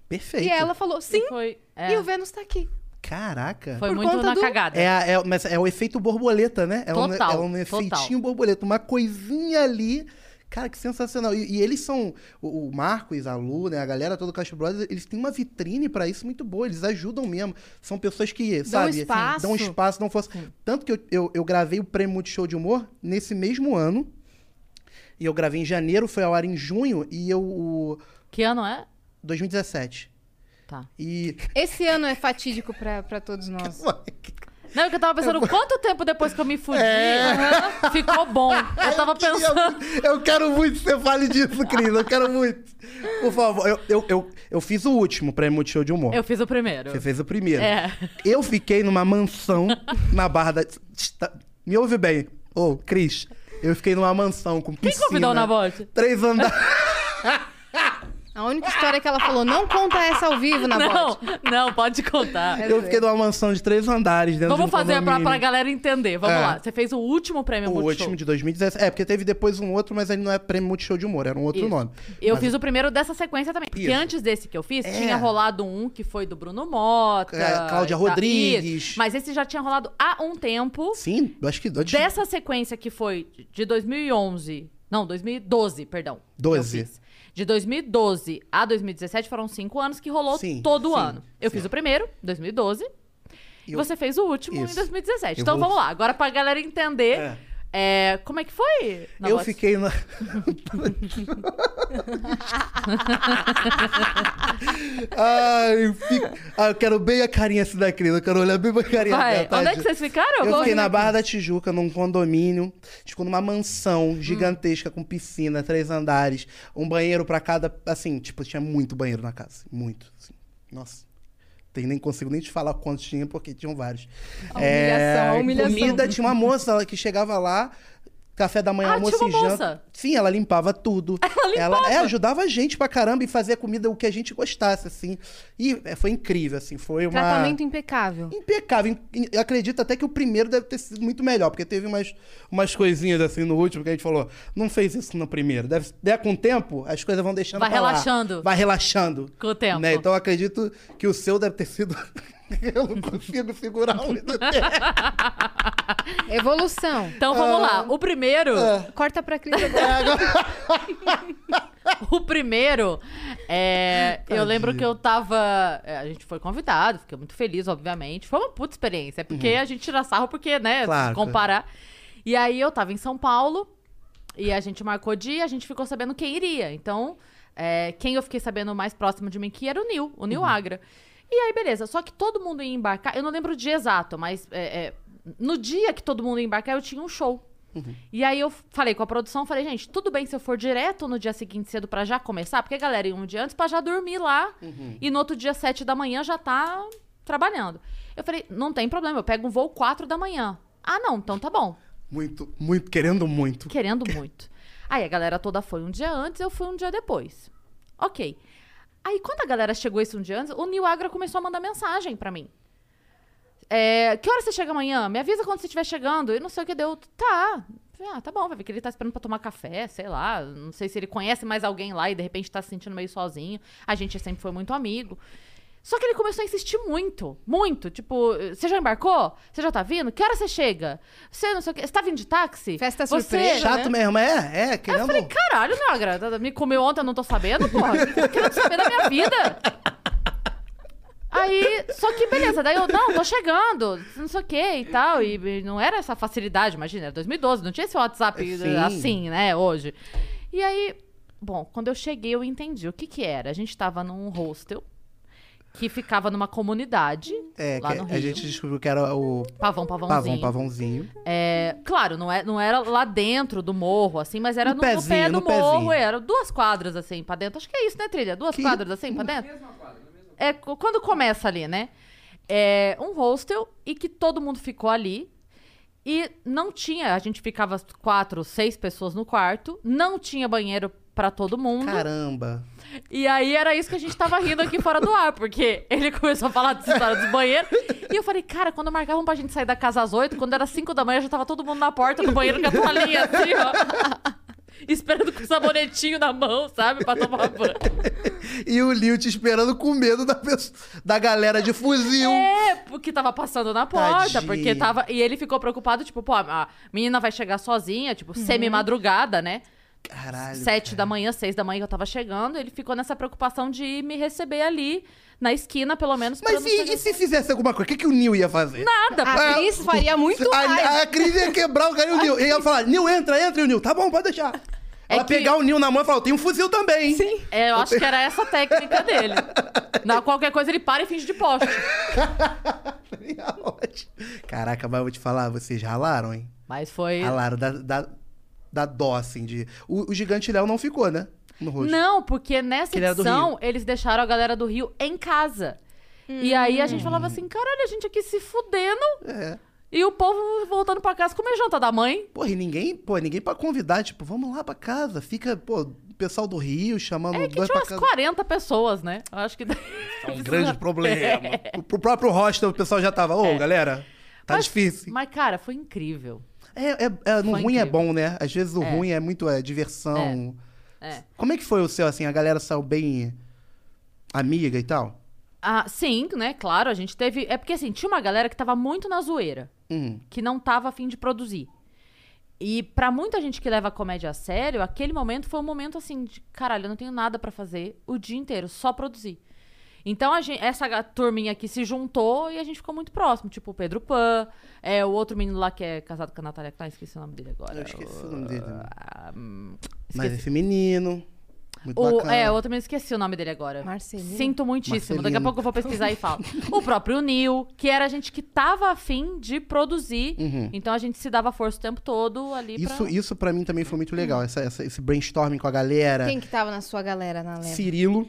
Perfeito. E ela falou, sim, Foi, é, e o Vênus tá aqui. Caraca. foi por muito conta na do- cagada. É, a- é- mas é o efeito borboleta, né? É Total, um, é um total. efeitinho borboleta, uma coisinha ali. Cara, que sensacional. E, e eles são, o, o Marcos, a Lu, né, a galera toda do Castro Brothers, eles têm uma vitrine pra isso muito boa, eles ajudam mesmo. São pessoas que, sabe, assim, espaço. dão espaço, dão força. Tanto que eu, eu, eu gravei o Prêmio Multishow de Humor nesse mesmo ano, e eu gravei em janeiro, foi ao ar em junho, e eu... o- Que ano é? 2017. Tá. E... Esse ano é fatídico pra, pra todos nós. Não, porque eu tava pensando quanto tempo depois que eu me fudi É. ficou bom. Eu tava queria pensando. muito- Eu quero muito que você fale disso, Cris. Eu quero muito. Por favor, eu, eu, eu, eu fiz o último prêmio Multishow de humor. Eu fiz o primeiro. Você fez o primeiro. É. Eu fiquei numa mansão na Barra da. Está- Me ouve bem. Ô, Cris, eu fiquei numa mansão com piscina. convidou o Nabote? Três andares. A única história que ela falou, não conta essa ao vivo na Não, bote. não, pode contar. Então, É Eu fiquei numa mansão de três andares dentro Vamos de um fazer pra, condomínio. pra galera entender. Vamos É. lá. Você fez o último prêmio O Multishow. último de 2017. É, porque teve depois um outro, mas ele não é prêmio Multishow de humor, era um outro Isso. nome. Eu Mas- fiz o primeiro dessa sequência também. Porque Isso. antes desse que eu fiz, É. tinha rolado um que foi do Bruno Mota. É, Cláudia e tal. Rodrigues. Isso. Mas esse já tinha rolado há um tempo. Sim, assim, eu acho que. antes- Dessa sequência que foi de 2011. Não, 2012, perdão. que eu 12. fiz. De 2012 a 2017 foram cinco anos que rolou Sim, todo sim, ano. Eu sim. fiz o primeiro, 2012. E Eu- você fez o último em Isso. 2017. Eu então vou- vamos lá, agora pra galera entender é, como é que foi. na eu voz. fiquei na. Ai, eu fi- Ah, eu quero bem a carinha assim da Cris. Eu quero olhar bem pra carinha Vai, dela. onde é tadinha. que vocês ficaram? é Eu Qual- fiquei na Barra da Tijuca, num condomínio, tipo numa mansão gigantesca com piscina, três andares, um banheiro pra cada, assim, tipo, tinha muito banheiro na casa, muito, assim. Nossa. Tem, nem consigo nem te falar quantos tinha, porque tinham vários. É, A humilhação, a humilhação. Comida, tinha uma moça ela que chegava lá, café da manhã, Ah, almoço tinha e uma janta. moça? Sim, ela limpava tudo. Ela, é, ajudava a gente pra caramba e fazia comida o que a gente gostasse, assim. E é, foi incrível, assim, foi uma... Tratamento impecável. Impecável. In- Eu acredito até que o primeiro deve ter sido muito melhor, porque teve umas, umas coisinhas assim no último que a gente falou. Não fez isso no primeiro. Deve, der com o tempo, as coisas vão deixando. Vai pra lá. relaxando. Vai relaxando. Com o tempo. Né? Então eu acredito que o seu deve ter sido. eu não consigo segurar um minuto. Evolução. Então ah, vamos lá. O primeiro, é. Corta pra Cris agora. o primeiro, é, eu lembro que eu tava, é, a gente foi convidado, fiquei muito feliz, obviamente. Foi uma puta experiência, é porque a gente tira sarro porque, né, Claro, se claro. comparar. E aí eu tava em São Paulo e a gente marcou dia, a gente ficou sabendo quem iria. Então, é, quem eu fiquei sabendo mais próximo de mim que era o Nil, o Uhum. Nil Agra. E aí, beleza. Só que todo mundo ia embarcar. Eu não lembro o dia exato, mas é, é, no dia que todo mundo ia embarcar, eu tinha um show. Uhum. E aí eu falei com a produção, falei, gente, tudo bem se eu for direto no dia seguinte cedo pra já começar? Porque a galera ia um dia antes pra já dormir lá. Uhum. E no outro dia, sete da manhã, já tá trabalhando. Eu falei, não tem problema, eu pego um voo quatro da manhã. Ah, não, então tá bom. muito, muito, querendo muito. Querendo muito. Aí a galera toda foi um dia antes, eu fui um dia depois. Ok. Aí quando a galera chegou esse um dia antes, o Nil Agra começou a mandar mensagem pra mim. É, que hora você chega amanhã? Me avisa quando você estiver chegando. E não sei o que deu. Tá. Falei, Ah, tá bom, vai ver que ele tá esperando pra tomar café, sei lá. Não sei se ele conhece mais alguém lá e de repente tá se sentindo meio sozinho. A gente sempre foi muito amigo. Só que ele começou a insistir muito, muito. Tipo, você já embarcou? Você já tá vindo? Que hora você chega? Você não sei o que. Você tá vindo de táxi? Festa Você- né? surpresa, né? Chato mesmo, é? É, Aí eu querendo. falei, caralho, Nagra, tá- me comeu ontem, eu não tô sabendo, porra. Tô querendo saber da minha vida. Aí, só que beleza, daí eu, não, tô chegando, não sei o que e tal. E e não era essa facilidade, imagina, era 2012, não tinha esse WhatsApp É, Sim. assim, né, hoje. E aí, bom, quando eu cheguei, eu entendi o que que era. A gente tava num hostel que ficava numa comunidade É, lá que no Rio. a gente descobriu que era o Pavão, pavãozinho. pavão, pavãozinho. É, claro, não, é, não era lá dentro do morro, assim, mas era no, No no pezinho, pé do no morro, é, pezinho. era duas quadras assim pra dentro. Acho que é isso, né, Trilha? Duas Que- quadras assim pra dentro? É, co- quando começa ali, né? É um hostel e que todo mundo ficou ali. E não tinha, a gente ficava quatro, seis pessoas no quarto, não tinha banheiro pra todo mundo. Caramba. E aí era isso que a gente tava rindo aqui fora do ar, porque ele começou a falar dessa história dos banheiros. E eu falei, cara, quando marcavam pra gente sair da casa às oito, quando era cinco da manhã, já tava todo mundo na porta do banheiro com a toalhinha assim, ó. Esperando com o sabonetinho na mão, sabe? Pra tomar banho. E o Liu te esperando com medo da, pessoa, da galera de fuzil. É, porque tava passando na porta, Tadinho. porque tava. E ele ficou preocupado, tipo, pô, a menina vai chegar sozinha, tipo, Uhum. semi-madrugada, né? Caralho. sete da manhã, seis da manhã que eu tava chegando, ele ficou nessa preocupação de ir me receber ali na esquina, pelo menos. pra eu Mas não e, Ah, chegar- e se fizesse alguma coisa? O que, que o Neil ia fazer? Nada, A Cris faria muito mais. A, a Cris ia quebrar o cara e o Neil. Ele ia falar, Neil, entra, entra. E o Neil, tá bom, pode deixar. É Ela que- pegar o Neil na mão e falar, tem um fuzil também. Sim. É, eu acho que era essa a técnica dele. Na qualquer coisa ele para e finge de poste. Caraca, mas eu vou te falar, vocês ralaram, hein? Mas foi. Ralaram da, da, da dó, assim, de... O, o gigante Léo não ficou, né? No rosto. Não, porque nessa Que ele era do edição eles deixaram a galera do Rio em casa. E aí a gente falava assim: caralho, a gente aqui se fudendo É. e o povo voltando pra casa comer janta da mãe. Porra, e ninguém, pô, ninguém pra convidar, tipo, vamos lá pra casa. Fica, pô, o pessoal do Rio chamando É que tinha dois pra umas casa. 40 pessoas, né? Eu acho que. É um grande problema. O Pro próprio hostel, o pessoal já tava, ô, galera, tá É. Mas- difícil. Mas, cara, foi incrível. É, é- é, no Foi ruim é incrível. bom, né? Às vezes o ruim é muito é, diversão. É. Como é que foi o seu, assim? A galera saiu bem amiga e tal? Ah, sim, né? Claro, a gente teve. É porque assim, tinha uma galera que tava muito na zoeira, Hum. que não tava afim de produzir. E pra muita gente que leva a comédia a sério, aquele momento foi um momento assim de caralho, eu não tenho nada pra fazer o dia inteiro, só produzir. Então a gente, essa ga- turminha aqui se juntou e a gente ficou muito próximo, tipo o Pedro Pan, é o outro menino lá que é casado com a Natália Klein, esqueci o nome dele agora. Eu esqueci o nome dele. Ah, hum, Mas é esqueci. feminino. Muito O, bacana. é, o outro menino esqueci o nome dele agora. Marcelino? Sinto muitíssimo. Daqui a Marcelino. pouco eu vou pesquisar e falo. O próprio Neil, que era gente que tava afim de produzir. Então a gente se dava força o tempo todo ali Uhum. Isso, pra... Hum. isso pra mim também foi muito legal. Essa, essa- esse brainstorming com a galera. Quem que tava na sua galera na leva? Cirilo.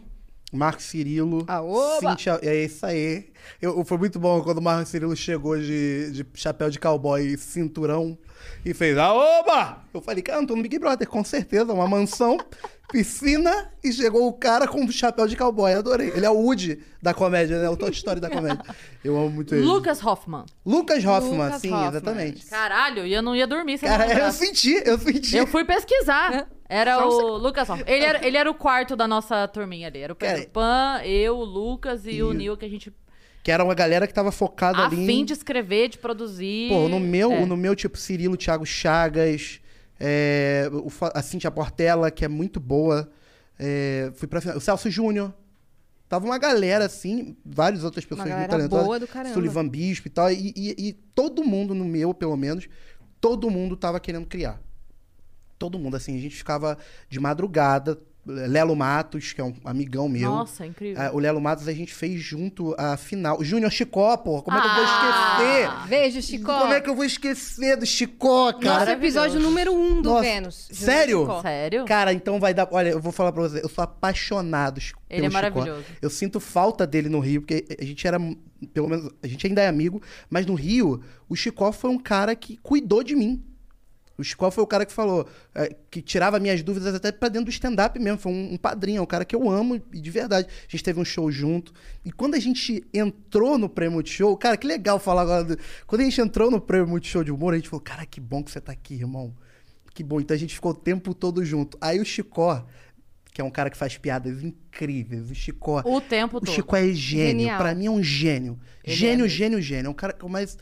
Marco Cirilo. Aoba! Cíntia, é isso aí. Eu, eu- foi muito bom quando o Marco Cirilo chegou de, de chapéu de cowboy e cinturão e fez Aoba! Eu falei, cara, eu tô no Big Brother, com certeza, uma mansão, piscina e chegou o cara com o chapéu de cowboy. Adorei. Ele é o Woody da comédia, né? O Toy Story da comédia. Eu amo muito ele. Lucas Hoffman. Lucas Hoffman, Lucas sim, Hoffman. exatamente. Caralho, e eu não ia dormir sem Cara, eu lembrar. senti, eu senti. Eu fui pesquisar. Era o Lucas Hoffman. Ele era, ele era o quarto da nossa turminha ali. Era o Pedro Cara, Pan, eu, o Lucas e o e- Neil, que a gente... Que era uma galera que tava focada A ali. em- fim de escrever, de produzir. Pô, no meu, É. no meu tipo, Cirilo, Thiago Chagas, é, o, Fa- a Cintia Portela, que é muito boa. É, fui pra final. O Celso Júnior. Tava uma galera, assim, várias outras pessoas muito galera talentosas. boa do caramba. Sullivan Bispo e tal. E, e- e todo mundo, no meu, pelo menos, todo mundo tava querendo criar. Todo mundo, assim, a gente ficava de madrugada. Lelo Matos, que é um amigão meu. Nossa, incrível. Ah, o Lelo Matos a gente fez junto a final. Júnior Chicó, porra, como é que eu vou Ah! esquecer? Beijo, Chico. Como é que eu vou esquecer do Chicó, Nosso cara? é episódio número um do Nossa, Vênus. Júnior sério? Chicó. Sério? Cara, então vai dar. Olha, eu vou falar pra você, eu sou apaixonado chi- Ele pelo é Chicó. maravilhoso. Eu sinto falta dele no Rio, porque a gente era. Pelo menos, a gente ainda é amigo, mas no Rio, o Chicó foi um cara que cuidou de mim. O Chicó foi o cara que falou, eh, que tirava minhas dúvidas até pra dentro do stand-up mesmo. Foi um, um padrinho, é um cara que eu amo e de verdade. A gente teve um show junto. E quando a gente entrou no Prêmio Multishow, cara, que legal falar agora. do- Quando a gente entrou no Prêmio Multishow de humor, a gente falou, cara, que bom que você tá aqui, irmão. Que bom. Então a gente ficou o tempo todo junto. Aí o Chicó, que é um cara que faz piadas incríveis, o Chicó. O tempo O todo. Chico é gênio. Genial. Pra mim é um gênio. Ele gênio, é mesmo. gênio, gênio. É um cara que eu mais.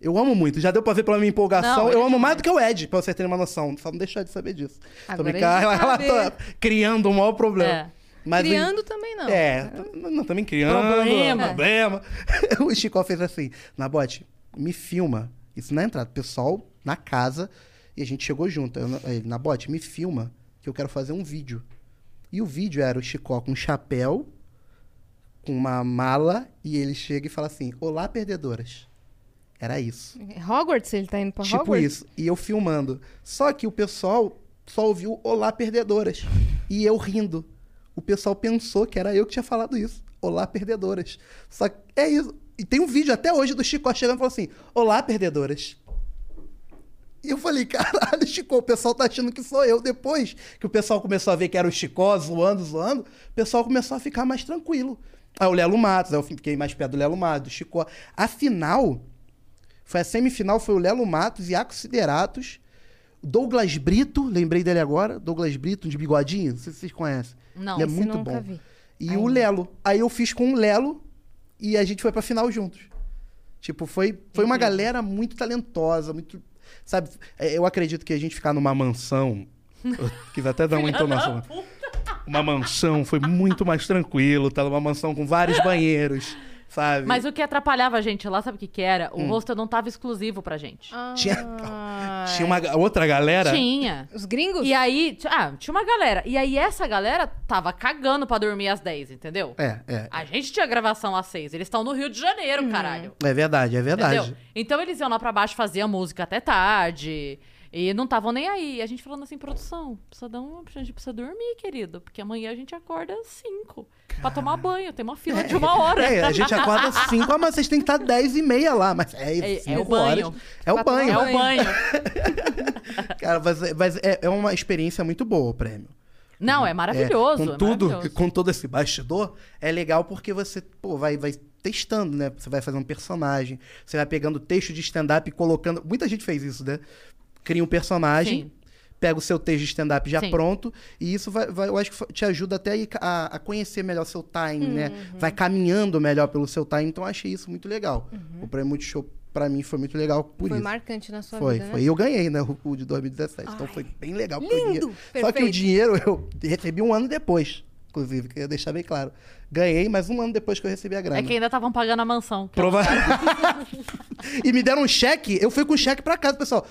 Eu amo muito. Já deu pra ver pela minha empolgação. Não, ele eu é amo mais do que o Ed, pra você ter uma noção. Só não deixar de saber disso. Agora Tô a brincando. gente Ela sabe. tá criando o maior problema. É. Mas o- Criando também não. É, t- não, também criando. Problema. problema. o Chico fez assim: Nabote, me filma. Isso na entrada. Pessoal na casa. E a gente chegou junto. Eu, na- ele, Nabote, me filma que eu quero fazer um vídeo. E o vídeo era o Chicó com um chapéu, com uma mala, e ele chega e fala assim: Olá, perdedoras. Era isso. Hogwarts, ele tá indo pra Tipo Hogwarts? isso. E eu filmando. Só que o pessoal só ouviu Olá Perdedoras. E eu rindo. O pessoal pensou que era eu que tinha falado isso. Olá Perdedoras. Só que é isso. E tem um vídeo até hoje do Chico chegando e falando assim: Olá Perdedoras. E eu falei, caralho, Chico, o pessoal tá achando que sou eu. Depois que o pessoal começou a ver que era o Chicó zoando, zoando, o pessoal começou a ficar mais tranquilo. Aí o Lelo Matos, aí eu fiquei mais perto do Lelo Matos, do Chicó. Afinal, foi a semifinal, foi o Lelo Matos, Iaco Sideratos, Douglas Brito, lembrei dele agora, Douglas Brito, de bigodinho, não sei se vocês conhecem. Não, Ele é esse muito nunca bom. vi. E Ainda. o Lelo. Aí eu fiz com o Lelo e a gente foi pra final juntos. Tipo, foi, foi uma galera muito talentosa, muito. Sabe, é, eu acredito que a gente ficar numa mansão. que vai até dar uma entonação. Uma mansão foi muito mais tranquilo, tá numa mansão com vários banheiros, sabe? Mas o que atrapalhava a gente lá, sabe o que que era? Hum. O rosto não tava exclusivo pra gente. Ah, Tinha, tinha uma ga- outra galera. é. Tinha. é. Os gringos? E aí, t- ah, tinha uma galera. E aí essa galera tava cagando pra dormir às 10, entendeu? É, é. A gente tinha gravação às 6, eles estão no Rio de Janeiro, caralho. É verdade, é verdade. Entendeu? Então eles iam lá pra baixo, faziam música até tarde. E não estavam nem aí. E A gente falando assim, produção, precisa dar uma, a gente precisa dormir, querido. Porque amanhã a gente acorda às 5 pra tomar banho. Tem uma fila de uma hora. É, a gente acorda às 5, ah, mas vocês têm que estar 10 e meia lá. Mas é, É- é cinco o banho. horas. É o Pra tomar banho. É o banho. Cara, mas, é- mas é, é uma experiência muito boa o prêmio. Não, é maravilhoso. É, com é tudo, maravilhoso. com todo esse bastidor, é legal porque você, pô, vai, vai testando, né? Você vai fazer um personagem, você vai pegando texto de stand-up e colocando. Muita gente fez isso, né? Cria um personagem. Sim. Pega o seu texto de stand-up já Sim. pronto, e isso vai, vai- eu acho que fa- te ajuda até a, ir ca- a- a conhecer melhor Uhum. Uhum. seu time, né? Vai caminhando melhor pelo seu time, então eu achei isso muito legal. O Prêmio Multishow pra mim foi muito legal por Foi é isso. marcante na sua Foi, vida, foi. né? E eu ganhei, né, o, o de 2017. Então foi bem legal. porque eu Lindo! ganhei. Só que o Perfeito. dinheiro eu recebi um ano depois, inclusive, queria deixar bem claro. Ganhei, mas um ano depois que eu recebi a grana. É que ainda estavam pagando a mansão. que Prova- e me deram um cheque, eu fui com o cheque pra casa, pessoal.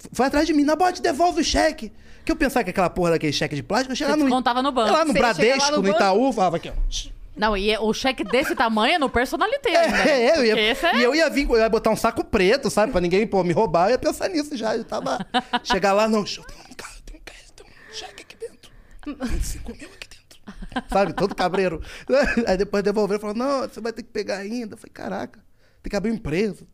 F- Foi atrás de mim, na bote, devolve o cheque. Que eu pensava que aquela porra daquele cheque de plástico, eu chegava Você no. descontava no banco. Sei lá, no Você ia chegar lá Bradesco, no no, banco. Itaú, falava aqui, ó. Não, e é, o cheque desse tamanho é no personalité. É, eu ia, Esse é... E eu ia vir, eu ia botar um saco preto, sabe? Pra ninguém pô, me roubar, eu ia pensar nisso já. Eu tava. Chegar lá, não, deixa eu- tem um cara, tem um cara, tem um cheque aqui dentro. 25 mil aqui dentro. Sabe? Todo cabreiro. Aí depois devolveram e falaram, não, você vai ter que pegar ainda. Eu falei, caraca, tem que abrir uma empresa.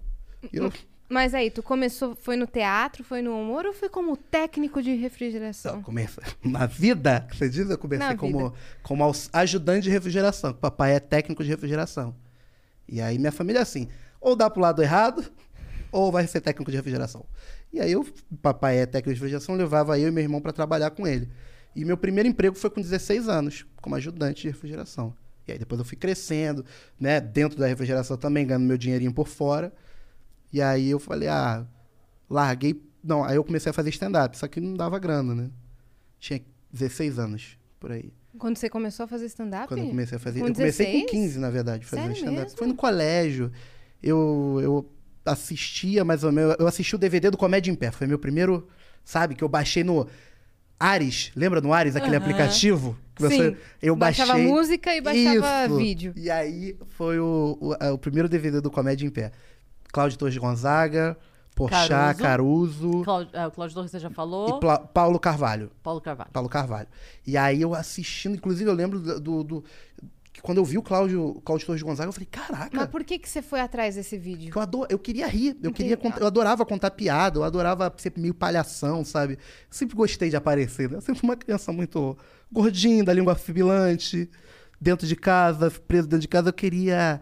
E eu, Mas aí, tu começou, foi no teatro, foi no humor ou foi como técnico de refrigeração? Não, começa. Na vida, que você diz, eu comecei Na como, vida. como aus- ajudante de refrigeração. que Papai é técnico de refrigeração. E aí minha família é assim, ou dá pro lado errado, ou vai ser técnico de refrigeração. E aí eu, papai é técnico de refrigeração, levava eu e meu irmão para trabalhar com ele. E meu primeiro emprego foi com 16 anos, como ajudante de refrigeração. E aí depois eu fui crescendo, né, dentro da refrigeração também, ganhando meu dinheirinho por fora. E aí eu falei, ah, larguei. Não, aí eu comecei a fazer stand-up, só que não dava grana, né? Tinha 16 anos por aí. Quando você começou a fazer stand-up? Quando eu comecei a fazer. Com eu comecei 16? com né? 15, na verdade, fazendo Sério stand-up. mesmo? Foi no colégio. Eu, eu assistia mais ou menos. Eu assisti o DVD do Comédia em Pé. Foi meu primeiro, sabe, que eu baixei no. Ares, lembra no Ares, aquele aplicativo? Que Sim. eu Baixava baixei. música e baixava Isso. vídeo. E aí foi o, o, a- o primeiro DVD do Comédia em Pé. Cláudio Torres Gonzaga, Porchat, Caruso, Cláudio, é, o Cláudio Torres você já falou. e Pla- Paulo Carvalho. Paulo Carvalho. Paulo Carvalho. E aí eu assistindo, inclusive eu lembro do. do- do- que quando eu vi o Cláudio, Cláudio Torres Gonzaga, eu falei, caraca, Mas por que, que você foi atrás desse vídeo? que eu, ador, eu queria rir, eu, queria cont- eu adorava contar piada, eu adorava ser meio palhação, sabe? Sempre gostei de aparecer, né? Eu sempre fui uma criança muito gordinha, da língua sibilante, dentro de casa, preso dentro de casa, eu queria...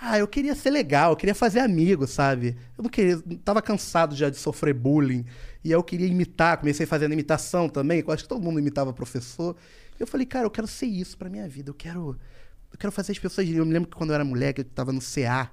Ah, eu queria ser legal, eu queria fazer amigo, sabe? Eu não queria, eu tava cansado já de sofrer bullying, e aí eu queria imitar, comecei fazendo imitação também, que eu acho que todo mundo imitava professor. Eu falei, cara, eu quero ser isso pra minha vida, eu quero... Eu quero fazer as pessoas rirem. Eu me lembro que quando eu era moleque, eu tava no CA,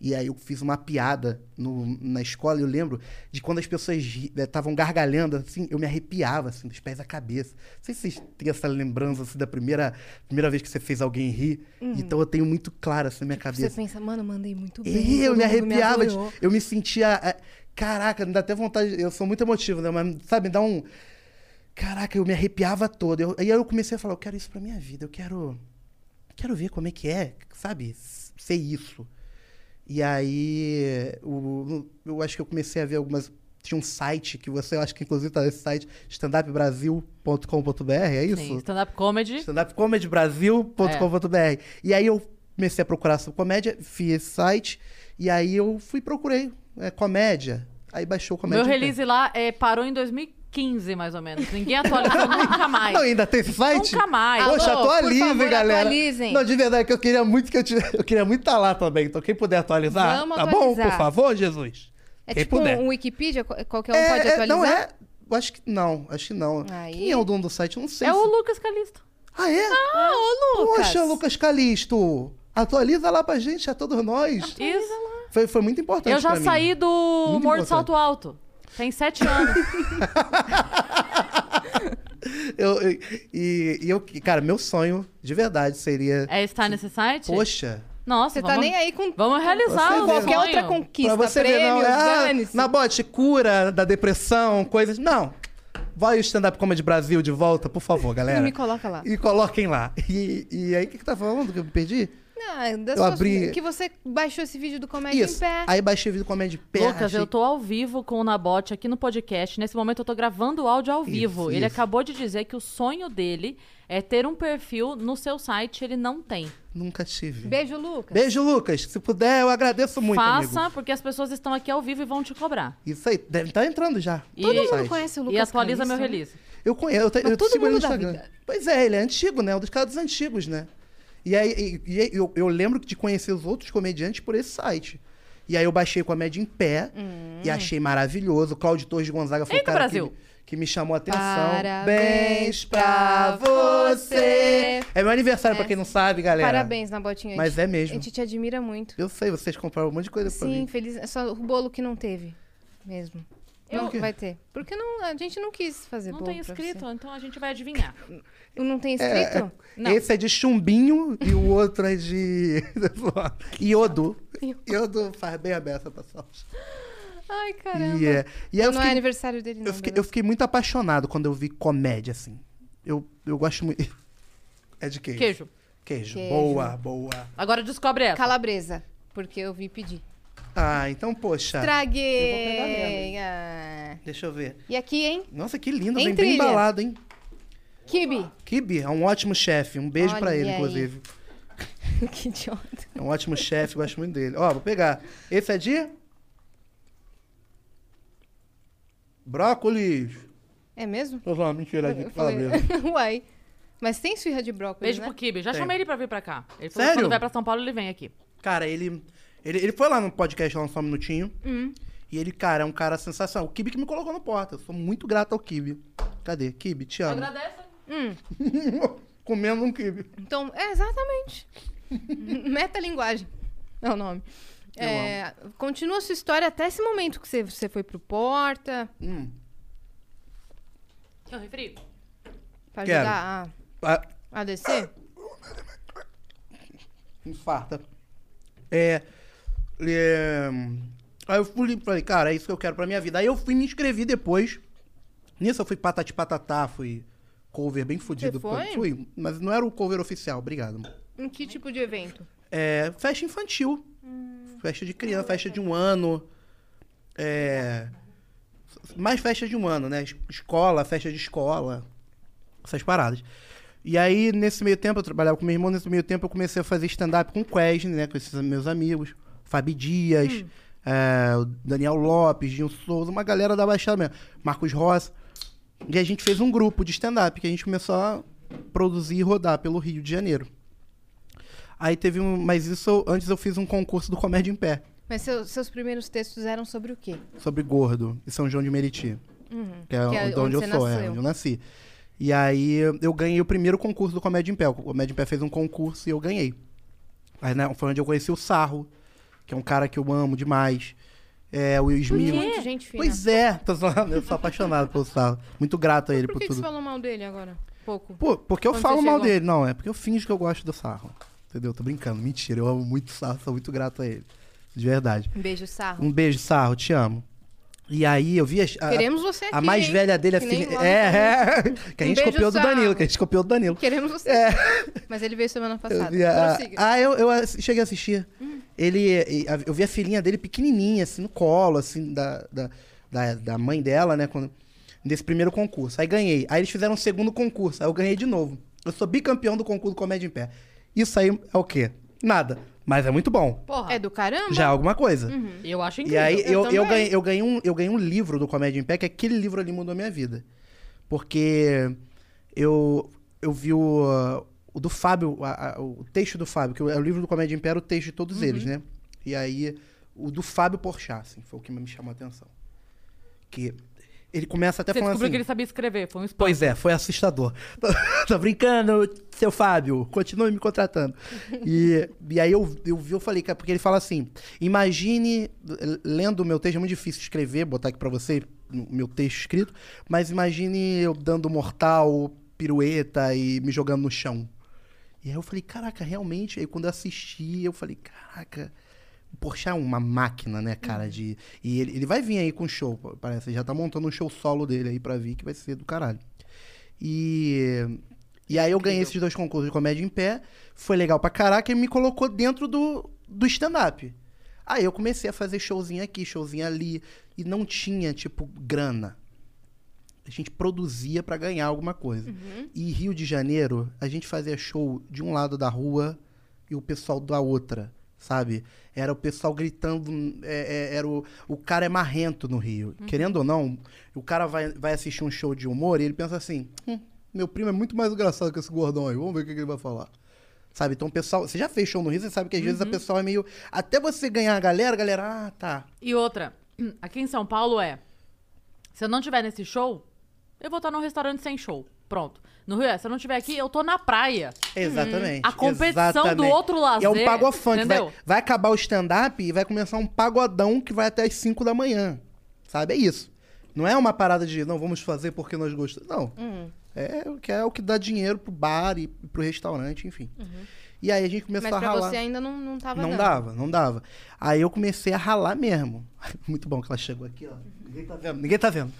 e aí eu fiz uma piada no- na escola, eu lembro de quando as pessoas estavam gargalhando, assim, eu me arrepiava, assim, dos pés à cabeça. Não sei se vocês têm essa lembrança, assim, da primeira, primeira vez que você fez alguém rir. Então eu tenho muito claro, assim, na minha Tipo, Você cabeça. pensa, mano, mandei muito bem. E eu todo mundo me arrepiava, de- adorou. eu me sentia. é, Caraca, me dá até vontade. Eu sou muito emotivo, né? Mas, sabe, me dá um. Caraca, eu me arrepiava todo. Eu, e aí eu comecei a falar, eu quero isso pra minha vida, eu quero. Quero ver como é que é, sabe? s- Ser isso. E aí. o- eu acho que eu comecei a ver algumas. Tinha um site que você, eu acho que inclusive tá nesse site, standupbrasil.com.br, é isso? Sim, stand-up comedy. standupcomedybrasil.com.br. É. E aí eu comecei a procurar sobre comédia, fiz esse site, e aí eu fui procurei é, comédia. Aí baixou comédia. Meu release lá é, parou em 2015, mais ou menos. Ninguém atualizou nunca é mais. Não, ainda tem esse site? Nunca mais. Poxa, Alô, por atualizem, favor, galera. atualizem. Não, de verdade, que eu queria muito que eu tivesse. Eu queria muito estar lá também. Então, quem puder atualizar, Vamos tá bom, atualizar. por favor, Jesus. É quem tipo puder. um Wikipedia, qual- qualquer um É, pode é, atualizar. Não é. eu Acho que não, acho que não. Aí. Quem é o dono do site? Eu não sei. É se- o Lucas Calisto. Ah, é? Ah, ô, Lucas! Poxa, Lucas Calisto. Atualiza lá pra gente, a todos nós. Isso. Foi, foi muito importante. Eu já é pra mim. saí do Muito Morro do importante. Salto Alto. Tem sete anos. Eu, eu- e, e eu, cara, meu sonho de verdade seria. é estar nesse site? Poxa. Nossa, Você vamos, tá nem aí com vamos realizar Você o vê. qualquer sonho. outra conquista, pra você ver, não. prêmios, É, ah, dane-se. na bote, cura da depressão, coisas. Não. Vai o Stand Up Comedy Brasil de volta, por favor, galera. Me coloca lá. E coloquem lá. E, e aí, o que, que tá falando que eu me perdi? Ah, das Eu suas- abri- Que você baixou esse vídeo do Comédia em Isso. Pé. Aí baixei o vídeo comédia de pé. Lucas, eu tô ao vivo com o Nabote aqui no podcast. Nesse momento eu tô gravando o áudio ao vivo. Ele isso. acabou de dizer que o sonho dele é ter um perfil no seu site, ele não tem. Nunca tive. Beijo, Lucas. Beijo, Lucas. Se puder, eu agradeço muito, Faça, amigo. porque as pessoas estão aqui ao vivo e vão te cobrar. Isso aí, deve estar entrando já. E- Todo Todo mundo mundo site. conhece o e Lucas atualiza Calisto, meu né? release. Eu conheço, eu, te, Mas eu todo sigo ele no mundo dá Instagram. vida. Pois é, ele é antigo, né? Um dos caras antigos, né? E aí e- e aí eu, eu lembro de conhecer os outros comediantes por esse site. Hum. E aí eu baixei com a média em pé e achei maravilhoso. O Cláudio Torres de Gonzaga foi Eita, o cara que Brasil! me, que me chamou a atenção. Parabéns pra você. É meu aniversário, pra quem não sabe, galera. Parabéns na botinha. Mas a gente- é mesmo. A gente te admira muito. Eu sei, vocês compraram um monte de coisa pra Sim, mim. feliz. É só o bolo que não teve mesmo. Eu- Não vai ter. Porque não, a gente não quis fazer Não bolo. tem pra escrito, então a gente vai adivinhar. você. Não tem É, escrito? é. Não. Esse é de chumbinho e o outro é de. Iodo. Iodo faz bem a beça pra salsa. Ai, caramba. E, é. e aí Não eu é né? fiquei, aniversário dele, não. eu, fiquei, eu fiquei muito apaixonado quando eu vi comédia, assim. Eu, eu gosto muito. É de queijo. Queijo. Queijo. Queijo. Boa, boa. Agora descobre essa. Calabresa. Porque eu vi pedir. Ah, então, poxa. Eu vou pegar Traguei. mesmo. Ah. Deixa eu ver. E aqui, hein? Nossa, que lindo. Em Vem bem trilha. embalado, hein? Kibe. Kibi é um ótimo chefe. Um beijo pra Olha ele, aí. inclusive. que idiota. É um ótimo chefe, gosto muito dele. Ó, vou pegar. Esse é de. Brócolis. É mesmo? Tô falando mentira Eu falei- Uai. Mas tem suíra de brócolis, Beijo né? pro Kibe. Já Tem. chamei ele pra vir pra cá. Ele falou Sério? que quando vai pra São Paulo, ele vem aqui. Cara, ele, ele. Ele foi lá no podcast lá só um minutinho. E ele, cara, é um cara sensacional. O Kibi que me colocou na porta. Eu sou muito grato ao Kibi. Cadê? Kibi, te amo. Agradece. Comendo um Kibi. Então, é exatamente. Metalinguagem é o nome. É, continua sua história até esse momento que você, você foi pro Porta Hum. Quer um refri? pra Quero. ajudar Ah, a, a descer. infarta. É, é, Aí eu fui e falei, cara, é isso que eu quero pra minha vida. Aí eu fui e me inscrevi depois. Nisso eu fui patati patatá, fui cover bem fudido. foi? Fui, mas não era o cover oficial, obrigado. Em que tipo de evento? É, festa infantil. Festa de criança, festa de um ano. É, mais festa de um ano, né? Es- Escola, festa de escola. Essas paradas. E aí, nesse meio tempo, eu trabalhava com meu irmão. Nesse meio tempo, eu comecei a fazer stand-up com o Quesne, né? Com esses meus amigos. Fabi Dias, é, o Daniel Lopes, Dinho Souza, uma galera da Baixada mesmo. Marcos Ross. E a gente fez um grupo de stand-up que a gente começou a produzir e rodar pelo Rio de Janeiro. Aí teve um. Mas isso eu- antes eu fiz um concurso do Comédia em Pé, Mas seu- seus primeiros textos eram sobre o quê? sobre gordo, em São João de Meriti. Que é, Que é de onde onde, você eu sou, é nasceu. onde eu nasci. E aí eu ganhei o primeiro concurso do Comédia em Pé. O Comédia em Pé fez um concurso e eu ganhei. Aí né, foi onde eu conheci o Sarro, que é um cara que eu amo demais. É, o Esmiro. Muito gente fina. Pois é, tô zoando, eu sou apaixonado pelo Sarro. Muito grato a ele Por por que, que você tipo tudo. falou mal dele agora? Pouco. Pô, porque eu Quando falo você mal chegou? dele, não, é porque eu finjo que eu gosto do sarro. Entendeu? Tô brincando, mentira, eu amo muito o sarro, sou muito grato a ele. De verdade. Um beijo, sarro. Um beijo, sarro, te amo. E aí eu vi a, a, Queremos você aqui. a mais hein? velha dele, a Que nem filha. lá no É, é. Que a Um gente beijo, copiou do Sarro. Danilo, que a gente copiou do Danilo. Queremos você. Mas ele veio semana É. Eu passada. vi a- Prossiga. ah, eu, eu assi- cheguei a assistir. Ele, e- a- eu vi a filhinha dele pequenininha, assim, no colo, assim, da, da, da, da mãe dela, né? Quando, desse primeiro concurso. Aí ganhei. Aí eles fizeram um segundo concurso. Aí eu ganhei de novo. Eu sou bicampeão do concurso Comédia em Pé. Isso aí é o quê? Nada. Mas é muito bom. Porra. É do caramba? Já é alguma coisa. Eu acho E incrível. aí eu, eu, Eu também. ganhei, eu, ganhei um, eu ganhei um livro do Comédia em Pé, que aquele livro ali mudou a minha vida. Porque eu, eu vi o, ah, o do Fábio, a- a- o texto do Fábio, que é o livro do Comédia em Pé era o texto de todos eles, Uhum. né? E aí o do Fábio Porchat, assim, foi o que me chamou a atenção. Que ele começa até Você falando descobriu assim... que ele sabia escrever. Foi um spoiler. Pois é, foi assustador. Tô brincando, seu Fábio, continue me contratando. E, e aí eu, eu vi, eu falei, cara, porque ele fala assim: imagine, lendo o meu texto, é muito difícil escrever, botar aqui pra você o meu texto escrito, mas imagine eu dando mortal, pirueta e me jogando no chão. E aí eu falei, caraca, realmente. Aí quando eu assisti, eu falei, caraca. O Porchat é uma máquina, né, cara? De... E ele, ele vai vir aí com show, pa- parece. Ele já tá montando um show solo dele aí pra vir, que vai ser do caralho. E. E aí eu ganhei esses dois concursos de comédia em pé. Foi legal pra caraca e me colocou dentro do, do stand-up. Aí eu comecei a fazer showzinho aqui, showzinho ali. E não tinha, tipo, grana. A gente produzia pra ganhar alguma coisa. E Rio de Janeiro, a gente fazia show de um lado da rua e o pessoal da outra, sabe? Era o pessoal gritando, é, é, era o, o cara é marrento no Rio. Querendo ou não, o cara vai, vai assistir um show de humor e ele pensa assim, "Hum, meu primo é muito mais engraçado que esse gordão aí, vamos ver o que que ele vai falar. Sabe? Então o pessoal. Você já fez show no Rio, você sabe que às vezes a pessoa é meio. Até você ganhar a galera, a galera, ah, tá. E outra, aqui em São Paulo é. Se eu não tiver nesse show, Eu vou estar num restaurante sem show. Pronto. No Rio, é, se eu não estiver aqui, eu tô na praia. Exatamente. Hum, A competição do exatamente. outro lazer, É um pagofunk. entendeu? Vai, vai acabar o stand-up e vai começar um pagodão que vai até as 5 da manhã. Sabe? É isso. Não é uma parada de, não, vamos fazer porque nós gostamos. Não. Hum. É, o que é o que dá dinheiro pro bar e pro restaurante, enfim. Uhum. E aí a gente começou Mas a pra ralar. você ainda não, não tava Não dando. dava, não dava. Aí eu comecei a ralar mesmo. Muito bom que ela chegou aqui, ó. Ninguém tá vendo, ninguém tá vendo.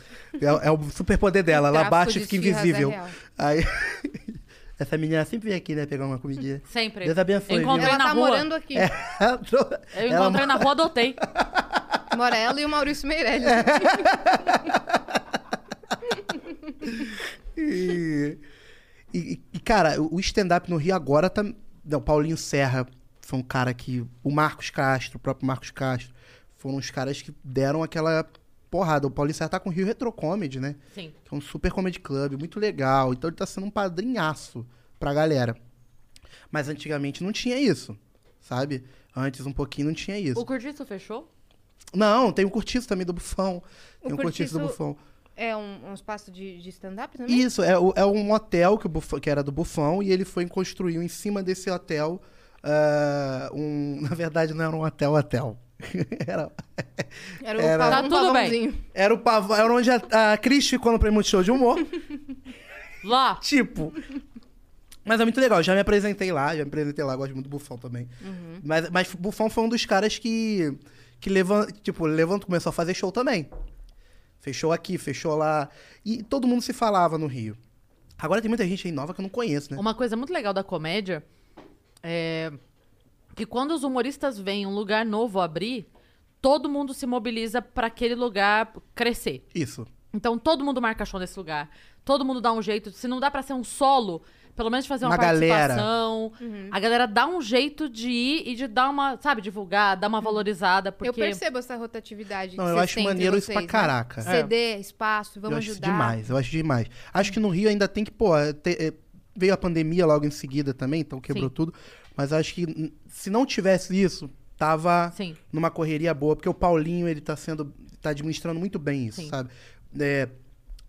É, é o superpoder dela, ela Gráfico bate e de fica esfirras é invisível. real. Aí. Essa menina sempre vem aqui, né, pegar uma comidinha. Sempre. Deus abençoe, Eu encontrei viu? Ela na tá rua. morando aqui. É. Ela trou- Eu ela- encontrei na rua, adotei. Mora ela e o Maurício Meirelles. É. E, e- e, cara, o stand-up no Rio agora tá. Não, Paulinho Serra foi um cara que. O Marcos Castro, o próprio Marcos Castro, foram os caras que deram aquela porrada. O Paulinho Serra tá com o Rio Retro Comedy, né? Sim. Que é um super comedy club, muito legal. Então ele tá sendo um padrinhaço pra galera. Mas antigamente não tinha isso, sabe? Antes um pouquinho não tinha isso. O Curtiço fechou? Não, tem o Curtiço também do Bufão. O Tem o Curtiço do Curtiço- Bufão. É um, um espaço de, de stand-up também? Isso, é, o- é um hotel que, o Bufão- que era do Bufão e ele foi e construiu em cima desse hotel ah, um. Na verdade, não era um hotel hotel. era, Era o Era- pavão, Tá tudo bem. pavãozinho. era o pavão. Era onde a, a Cris ficou no prêmio de show de humor. Lá. tipo. Mas é muito legal, já me apresentei lá, já me apresentei lá, gosto muito do Bufão também. Uhum. Mas, mas Bufão foi um dos caras que. que levanta, tipo, levanta, começou a fazer show também. Fechou aqui, fechou lá. E todo mundo se falava no Rio. Agora tem muita gente aí nova que eu não conheço, né? Uma coisa muito legal da comédia é que quando os humoristas vêm um lugar novo abrir, todo mundo se mobiliza pra aquele lugar crescer. Isso. Então todo mundo marca show nesse lugar. Todo mundo dá um jeito. Se não dá pra ser um solo, pelo menos de fazer uma, Uma galera. participação. A galera dá um jeito de ir e de dar uma, sabe, divulgar, dar uma valorizada. Porque Eu percebo essa rotatividade Não, que eu vocês acho têm entre maneiro isso pra vocês, né? caraca. É, Ceder, espaço, vamos eu acho ajudar. demais, eu acho demais. Acho que no Rio ainda tem que, pô, te- eh, veio a pandemia logo em seguida também, então quebrou Sim. tudo. Mas acho que n- se não tivesse isso, tava Sim. numa correria boa, porque o Paulinho, ele tá sendo. tá administrando muito bem isso, Sim. sabe? É,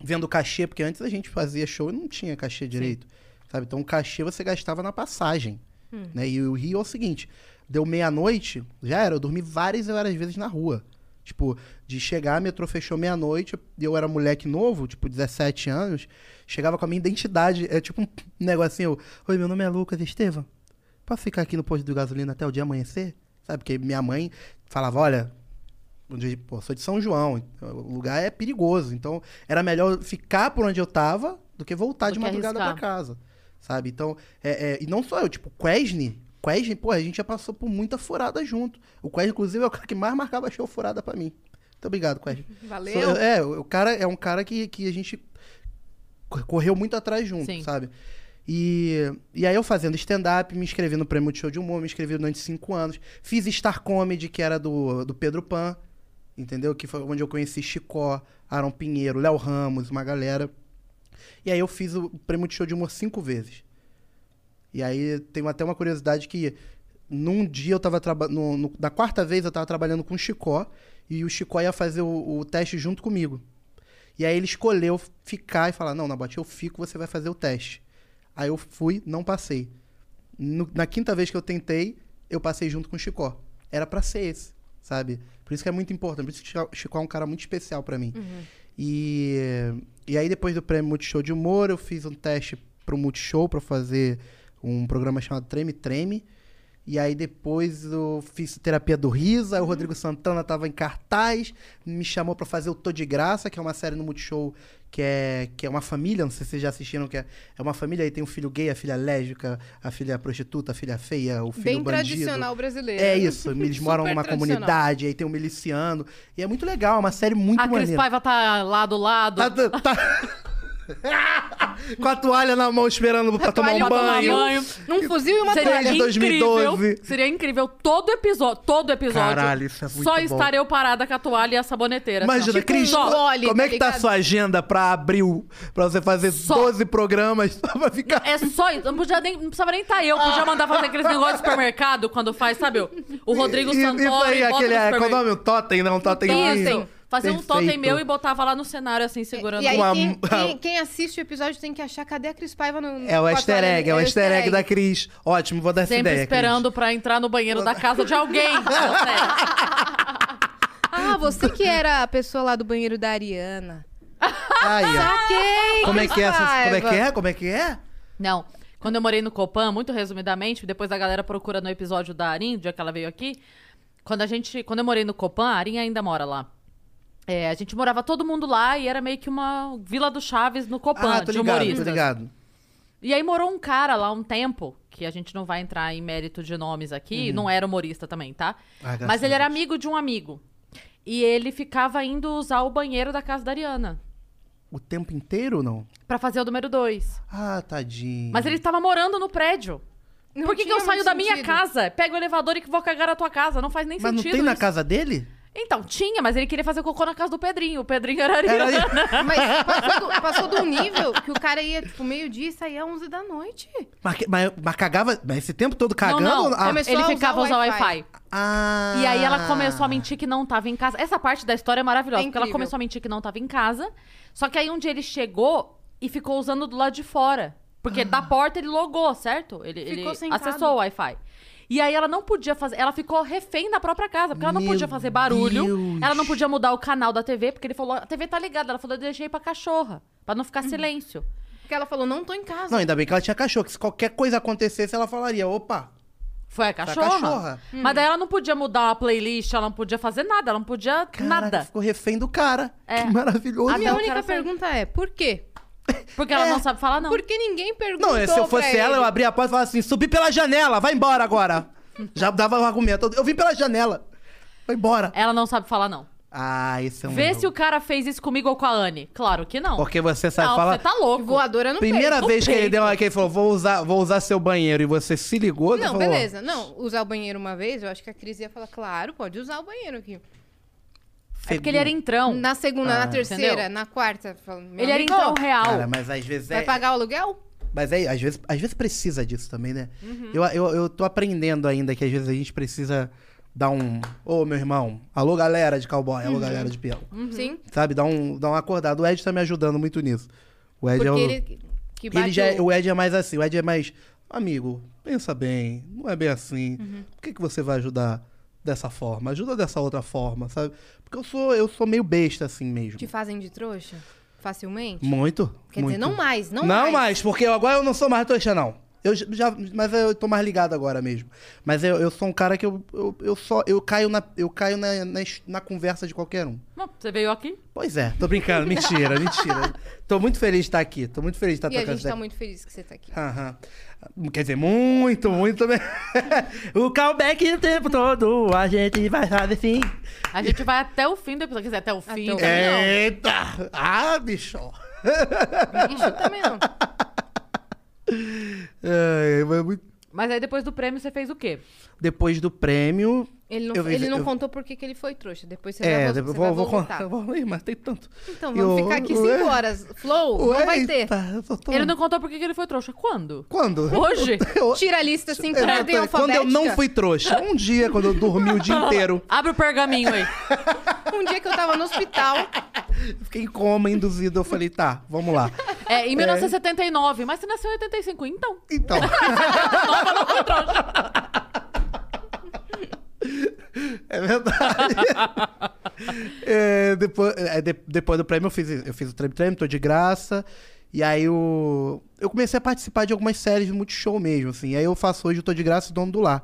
vendo cachê, porque antes a gente fazia show e não tinha cachê direito. Sabe? Então o cachê você gastava na passagem. Né? E o Rio é o seguinte: deu meia-noite, já era, eu dormi várias e várias vezes na rua. Tipo, de chegar, metrô fechou meia-noite, eu era moleque novo, tipo, 17 anos, chegava com a minha identidade, é tipo um negocinho, eu, oi, meu nome é Lucas Estevam, posso ficar aqui no posto de gasolina até o dia amanhecer? Sabe, porque minha mãe falava, olha, onde, pô, sou de São João, o lugar é perigoso, então era melhor eu ficar por onde eu tava do que voltar Do de que madrugada arriscar. pra casa, sabe? Então, é, é, e não só eu, tipo, Quesne, Quesne, pô, a gente já passou por muita furada junto. O Quesne, inclusive, é o cara que mais marcava show furada pra mim. Muito obrigado, Quesne. Valeu. Sou- é, o cara é um cara que, que a gente cor- correu muito atrás junto, Sim. sabe? E, e aí eu fazendo stand-up, me inscrevi no Prêmio de Show de Humor, me inscrevi durante cinco anos. Fiz Star Comedy, que era do, do Pedro Pan, entendeu? Que foi onde eu conheci Chicó, Aaron Pinheiro, Léo Ramos, uma galera. E aí eu fiz o Prêmio de Show de Humor cinco vezes. E aí tem até uma curiosidade que num dia eu tava trabalhando. Na quarta vez eu tava trabalhando com o Chicó e o Chicó ia fazer o, o teste junto comigo. E aí ele escolheu ficar e falar: Não, Nabote, eu fico, você vai fazer o teste. Aí eu fui, não passei. No- na quinta vez que eu tentei, eu passei junto com o Chicó. Era pra ser esse, sabe? Por isso que é muito importante. Por isso que o Chicó- Chicó é um cara muito especial pra mim. Uhum. E, e aí, depois do prêmio Multishow de Humor, eu fiz um teste pro Multishow pra fazer um programa chamado Treme Treme. E aí depois eu fiz terapia do riso, Uhum. aí o Rodrigo Santana tava em cartaz, me chamou pra fazer o Tô de Graça, que é uma série no Multishow que é, que é uma família, não sei se vocês já assistiram, que é, é uma família, aí tem o filho gay, a filha lésbica, a filha prostituta, a filha feia, o filho Bem bandido. tradicional brasileiro. É isso, assim, eles moram Super numa tradicional. comunidade, aí tem um miliciano, e é muito legal, é uma série muito a Cris maneira. Paiva tá lá do lado. Tá, tá- tá- Com a toalha na mão esperando pra tomar toalha um pra tomar banho. banho. Um Tipo, fuzil e uma Seria Desde incrível, 2012. seria incrível todo episódio, todo episódio. Caralho, isso é muito Só bom. estar eu parada com a toalha e a saboneteira. assim, ó. Imagina, Cris, só, gole, como tá é que tá a ligado? sua agenda pra abril? Pra você fazer Só. 12 programas só pra ficar... É só isso. Não, podia nem, não precisava nem estar eu. Podia mandar fazer aqueles negócios de supermercado quando faz, sabe? O, o Rodrigo E- Santoro. Isso aí, bota aquele... no É, qual o supermercado. nome? O Totem, não? Totem. Totem. Isso. Fazia um totem Perfeito. meu e botava lá no cenário, assim, segurando. E aí, Uma- quem, quem- quem assiste o episódio tem que achar cadê a Cris Paiva no. no É o quatro easter horas- egg, é o easter egg da Cris. Ótimo, vou dar essa Sempre ideia. Cris. esperando pra entrar no banheiro da casa de alguém. José. Ah, você que era a pessoa lá do banheiro da Ariana. Aí, ó. Saquei! Como é que é essa? Como é que Paiva. é? Como é que é? Não. Quando eu morei no Copan, muito resumidamente, depois a galera procura no episódio da Arin, o dia que ela veio aqui. Quando a gente. Quando eu morei no Copan, a Arin ainda mora lá. É, a gente morava todo mundo lá e era meio que uma vila do Chaves no Copan, Ah, tô de ligado, tô humoristas. ligado. E aí morou um cara lá um tempo, que a gente não vai entrar em mérito de nomes aqui, não era humorista também, tá? Uhum. Ah, graças Mas ele a era Deus. amigo de um amigo. E ele ficava indo usar o banheiro da casa da Ariana O tempo inteiro ou não? pra fazer o número 2. Ah, tadinho. Mas ele tava morando no prédio. Não Por que, que tinha eu saio muito da minha sentido. casa, pego o elevador e que vou cagar na tua casa? Não faz nem Mas não sentido tem na isso. casa dele? Então, tinha, mas ele queria fazer cocô na casa do Pedrinho. O Pedrinho era Ariana. Era ali. Mas passou do, passou do nível que o cara ia, tipo, meio-dia e saía às 11 da noite. Mas, mas- mas cagava mas esse tempo todo cagando? não, não. Ah, Começou ele a usar ficava o usando Wi-Fi. Wi-Fi. ah. E aí ela começou a mentir que não tava em casa. Essa parte da história é maravilhosa, É porque ela incrível. começou a mentir que não tava em casa. Só que aí um dia ele chegou e ficou usando do lado de fora. Porque Ah. da porta ele logou, certo? Ele, ele Ficou sentado. acessou o Wi-Fi. E aí ela não podia fazer. Ela ficou refém da própria casa, porque ela não Meu podia fazer barulho. Deus. Ela não podia mudar o canal da TV, porque ele falou: a TV tá ligada. Ela falou: eu deixei pra cachorra, pra não Uhum. ficar silêncio. Porque ela falou, não tô em casa. Não, ainda bem que ela tinha cachorro, que se qualquer coisa acontecesse, ela falaria: opa, Foi a a cachorra. cachorra. Mas daí ela não podia mudar a playlist, ela não podia fazer nada, ela não podia caraca, nada. ficou refém do cara. É. Que maravilhoso. Ah, A minha não, única cara, foi- pergunta é, por quê? Porque ela É. não sabe falar, não. Porque ninguém perguntou Não, é, se eu pra fosse ele. ela, eu abria a porta e falava assim: subi pela janela, vai embora agora. Já dava o argumento. Eu vim pela janela. Vai embora. Ela não sabe falar não. Ah, esse é um. É. Vê erro. se o cara fez isso comigo ou com a Anne. Claro que não. Porque você sabe não, falar. você tá louco. Voadora não Primeira peito, vez que no ele peito. deu uma que ele falou: vou usar, vou usar seu banheiro e você se ligou. Não, falou, beleza. Não, usar o banheiro uma vez, eu acho que a Cris ia falar, claro, pode usar o banheiro aqui. É porque ele era entrão. Na segunda, Ah. na terceira, Entendeu? na quarta. fala, meu Ele era amigo, entrão real. Cara, mas às vezes Vai é. pagar o aluguel? Mas é, às vezes, às vezes precisa disso também, né? Uhum. Eu, eu, eu tô aprendendo ainda que às vezes a gente precisa dar um. Ô, meu irmão, alô galera de cowboy, Uhum. alô galera de peão. Sim. Sabe? Dar um, dar um acordado. O Ed tá me ajudando muito nisso. O Ed Porque é o. ele... Que bate ele já, é- o... o Ed é mais assim, o Ed é mais. Amigo, pensa bem, não é bem assim. Uhum. Por que, que você vai ajudar dessa forma? Ajuda dessa outra forma, sabe? Porque eu sou, eu sou meio besta assim mesmo. Te fazem de trouxa? Facilmente? Muito. Quer muito. dizer, não mais, não, Não, mais. porque eu- agora eu não sou mais trouxa, não. Eu j- já, mas eu tô mais ligado agora mesmo. Mas eu, eu sou um cara que eu, eu, eu só eu caio na eu caio na, na, es- na conversa de qualquer um. Bom, Você veio aqui? Pois é, tô brincando, mentira, mentira. Tô muito feliz de estar aqui, tô muito feliz de estar E a tocando gente isso tá daqui. muito feliz que você tá aqui. Aham. Quer dizer, muito, muito também. o callback o tempo todo, a gente vai fazer sim. A gente vai até o fim do episódio. Quer dizer, até o fim. o fim. também não. É, Eita! Ah, bicho! Bicho, também não. É, mas muito- Mas aí depois do prêmio você fez o quê? Depois do prêmio, Ele não, Eu vi- ele não eu- contou por que que ele foi trouxa. Depois você É, vai, vo- depois você vai vou, vou voltar. contar. Vou, Ih, mas tem tanto. Então, E o- vamos ficar aqui o- cinco é- horas. Flow, não vai ter. Eita, eu tô- tô- Ele não contou por que que ele foi trouxa. Quando? Quando? Hoje? Tira a lista, assim, Eu- ordem eu- Quando eu não fui trouxa. Um dia, quando eu dormi o dia inteiro, Abre o pergaminho aí. alfabética. Um dia que eu tava no hospital, eu fiquei em coma induzido. Eu falei, tá, vamos lá. É, em 1979. Mas você nasceu em 85, então. Então. É verdade. É, depois, é, de- depois do prêmio eu fiz, eu fiz o Trem Trem, tô de graça. E aí eu, eu comecei a participar de algumas séries de Multishow mesmo, assim. Aí eu faço hoje o Tô de Graça e Dono do Lar.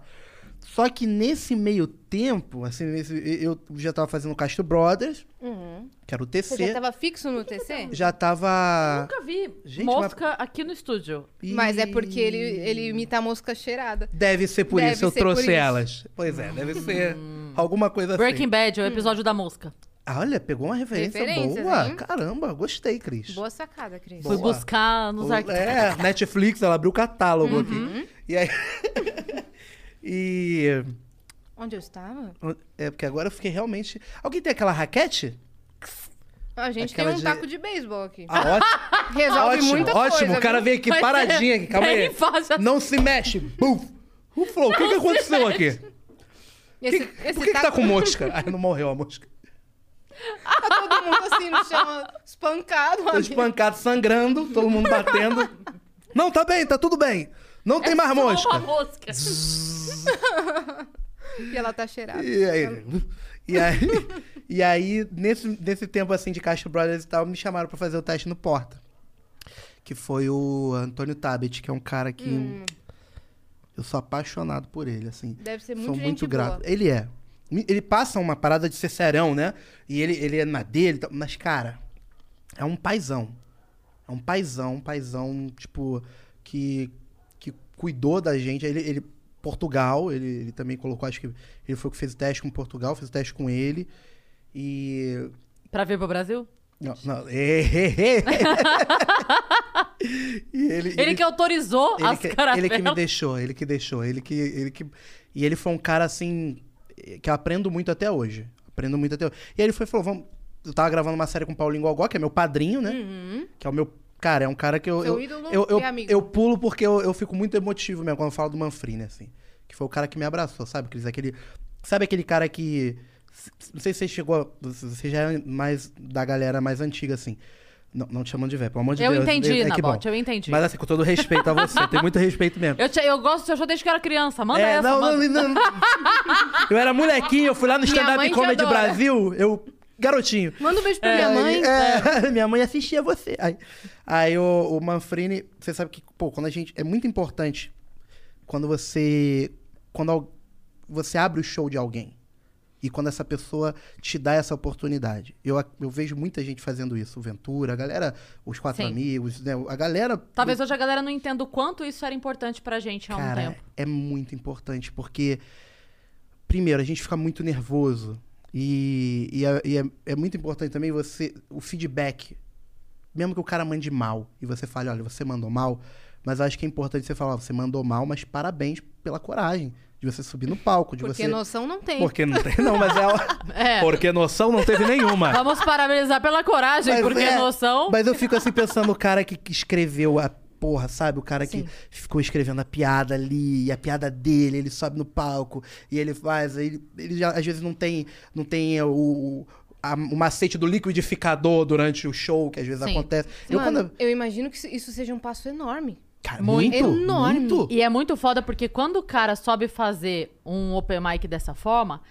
Só que nesse meio tempo, assim, nesse- eu já tava fazendo o Castro Brothers, Uhum. que era o você TC. já tava fixo no TC? Já tava... Nunca vi Ah. Gente, Assim. mosca aqui no estúdio. Mas é porque ele, ele imita a mosca cheirada. Deve ser por Deve isso, eu ser trouxe por isso. Hum. elas. Pois é, deve ser alguma coisa Breaking assim. Bad, o episódio da mosca. Ah, olha, pegou uma referência Referências, boa. hein? Caramba, gostei, Cris. Boa sacada, Cris. Fui Boa. buscar nos arquivos. É, Netflix, ela abriu o Uhum. catálogo aqui. E aí... e... Onde eu estava? É, porque agora eu fiquei realmente... Alguém tem aquela raquete? A gente Aquela tem um de- taco de beisebol aqui. Ah, ótimo, Resolve ótimo, muita coisa. ótimo. O cara viu? veio aqui Mas é paradinho aqui, calma bem aí. fácil. Não se mexe. Buf. O Flow, o que, que aconteceu aqui? Esse, Que- esse tá Por que, tá que taco... tá com mosca? Aí não morreu a mosca. Tá todo mundo assim no chão, espancado. Tô amigo. espancado, sangrando, todo mundo batendo. Não, tá bem, tá tudo bem. Não tem mais É Uma mosca. mosca. E ela tá cheirada. E aí, e aí, e aí nesse, nesse tempo assim de Caixa Brothers e tal, me chamaram pra fazer o teste no Porta. Que foi o Antônio Tabet, que é um cara que. Eu sou apaixonado por ele, assim. Deve ser muito Sou gente muito boa. grato. Ele é. Ele passa uma parada de ser serão, né? E ele, ele é na dele, e tal, mas, cara, é um paizão. É um paizão, um paizão, tipo, que, que cuidou da gente. Ele, ele- Portugal, ele, ele também colocou, acho que ele foi o que fez o teste com Portugal, fez o teste com ele. E. Pra vir pro Brasil? Não, não. e ele, Ele, que autorizou ele as que, caravelas. ele que me deixou, ele que deixou, ele que, ele que. E ele foi um cara assim. que eu aprendo muito até hoje. Aprendo muito até hoje. E aí ele foi e falou: vamos. Eu tava gravando uma série com o Paulinho Gogó, que é meu padrinho, né? Uhum. Que é o meu. Cara, é um cara que eu. Seu eu, ídolo eu, eu, e amigo. eu pulo porque eu, eu fico muito emotivo mesmo quando eu falo do Manfrini, assim. Que foi o cara que me abraçou, sabe, Cris? Aquele. Sabe aquele cara que. Não sei se você chegou. a- Você já é mais da galera mais antiga, assim. Não, não te chamando de velho, pelo amor de Eu Deus. entendi, é, que bom. Nabote, eu entendi. Mas assim, com todo respeito a você, tem muito respeito mesmo. Eu, te- eu gosto do seu show desde que eu era criança. Manda É, essa, não, manda. não, não. Eu era molequinho, eu fui lá no Minha Stand mãe te Up Comedy adora. Brasil, eu. Garotinho. Manda um beijo pra é, minha Aí, mãe. é, minha mãe assistia você. Aí, aí o, o Manfrini, você sabe que, pô, quando a gente. É muito importante quando você. Quando al- você abre o show de alguém. E quando essa pessoa te dá essa oportunidade. Eu, ac- eu vejo muita gente fazendo isso. O Ventura, a galera, os Sim. quatro Tá amigos, né? A galera. Talvez hoje a galera não entenda o quanto isso era importante pra gente há um Cara, tempo. é muito importante, porque, primeiro, a gente fica muito nervoso. E, e é, e é- é muito importante também você. O feedback. Mesmo que o cara mande mal e você fale, olha, você mandou mal, mas eu acho que é importante você falar, "Ó, você mandou mal, mas parabéns pela coragem de você subir no palco, de Porque você. noção não tem. Porque não tem. Não, mas é. a- É. Porque noção não teve nenhuma. Vamos parabenizar pela coragem, é. mas porque é- noção. Mas eu fico assim pensando, o cara que que escreveu a porra, sabe? O cara que ficou escrevendo a piada ali, e a piada dele, ele sobe no palco e ele faz. aí Ele, ele já, às vezes não tem, não tem o. o a- o macete do liquidificador durante o show, que às vezes Sim. acontece. Eu, Mano, quando... eu imagino que isso- isso seja um passo enorme. Cara, Muito. muito, Enorme. muito. E é muito foda porque quando o cara sobe fazer um open mic dessa forma,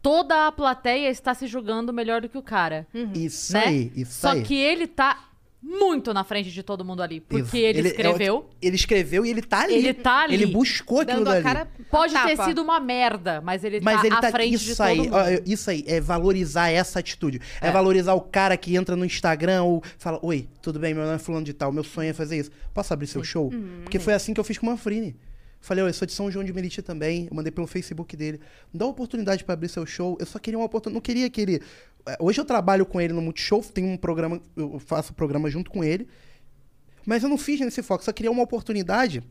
toda a plateia está se julgando melhor do que o cara. Isso né? aí, isso Só aí. que ele tá muito na frente de todo mundo ali. Porque Isso. ele, é o- escreveu. ele escreveu e ele tá ali. Ele tá ali. Ele buscou aquilo Dando a dali. cara. Pode a ter tapa. sido uma merda, mas ele Mas tá ele à tá frente isso de todo aí, mundo. ó, isso aí é valorizar essa atitude. É. valorizar o cara que entra no Instagram ou fala: "Oi, tudo bem? Meu nome é fulano de tal, meu sonho é fazer isso. Posso abrir seu show?" Uhum, Porque foi assim que eu fiz com o Manfrini. Falei: "Oi, eu sou de São João de Meriti também". Eu mandei pelo Facebook dele. Me dá uma oportunidade pra abrir seu show. Eu só queria uma oportunidade, não queria que ele Eh, Hoje eu trabalho com ele no Multishow, tem um programa, eu faço o programa junto com ele. Mas eu não fiz nesse foco, só queria uma oportunidade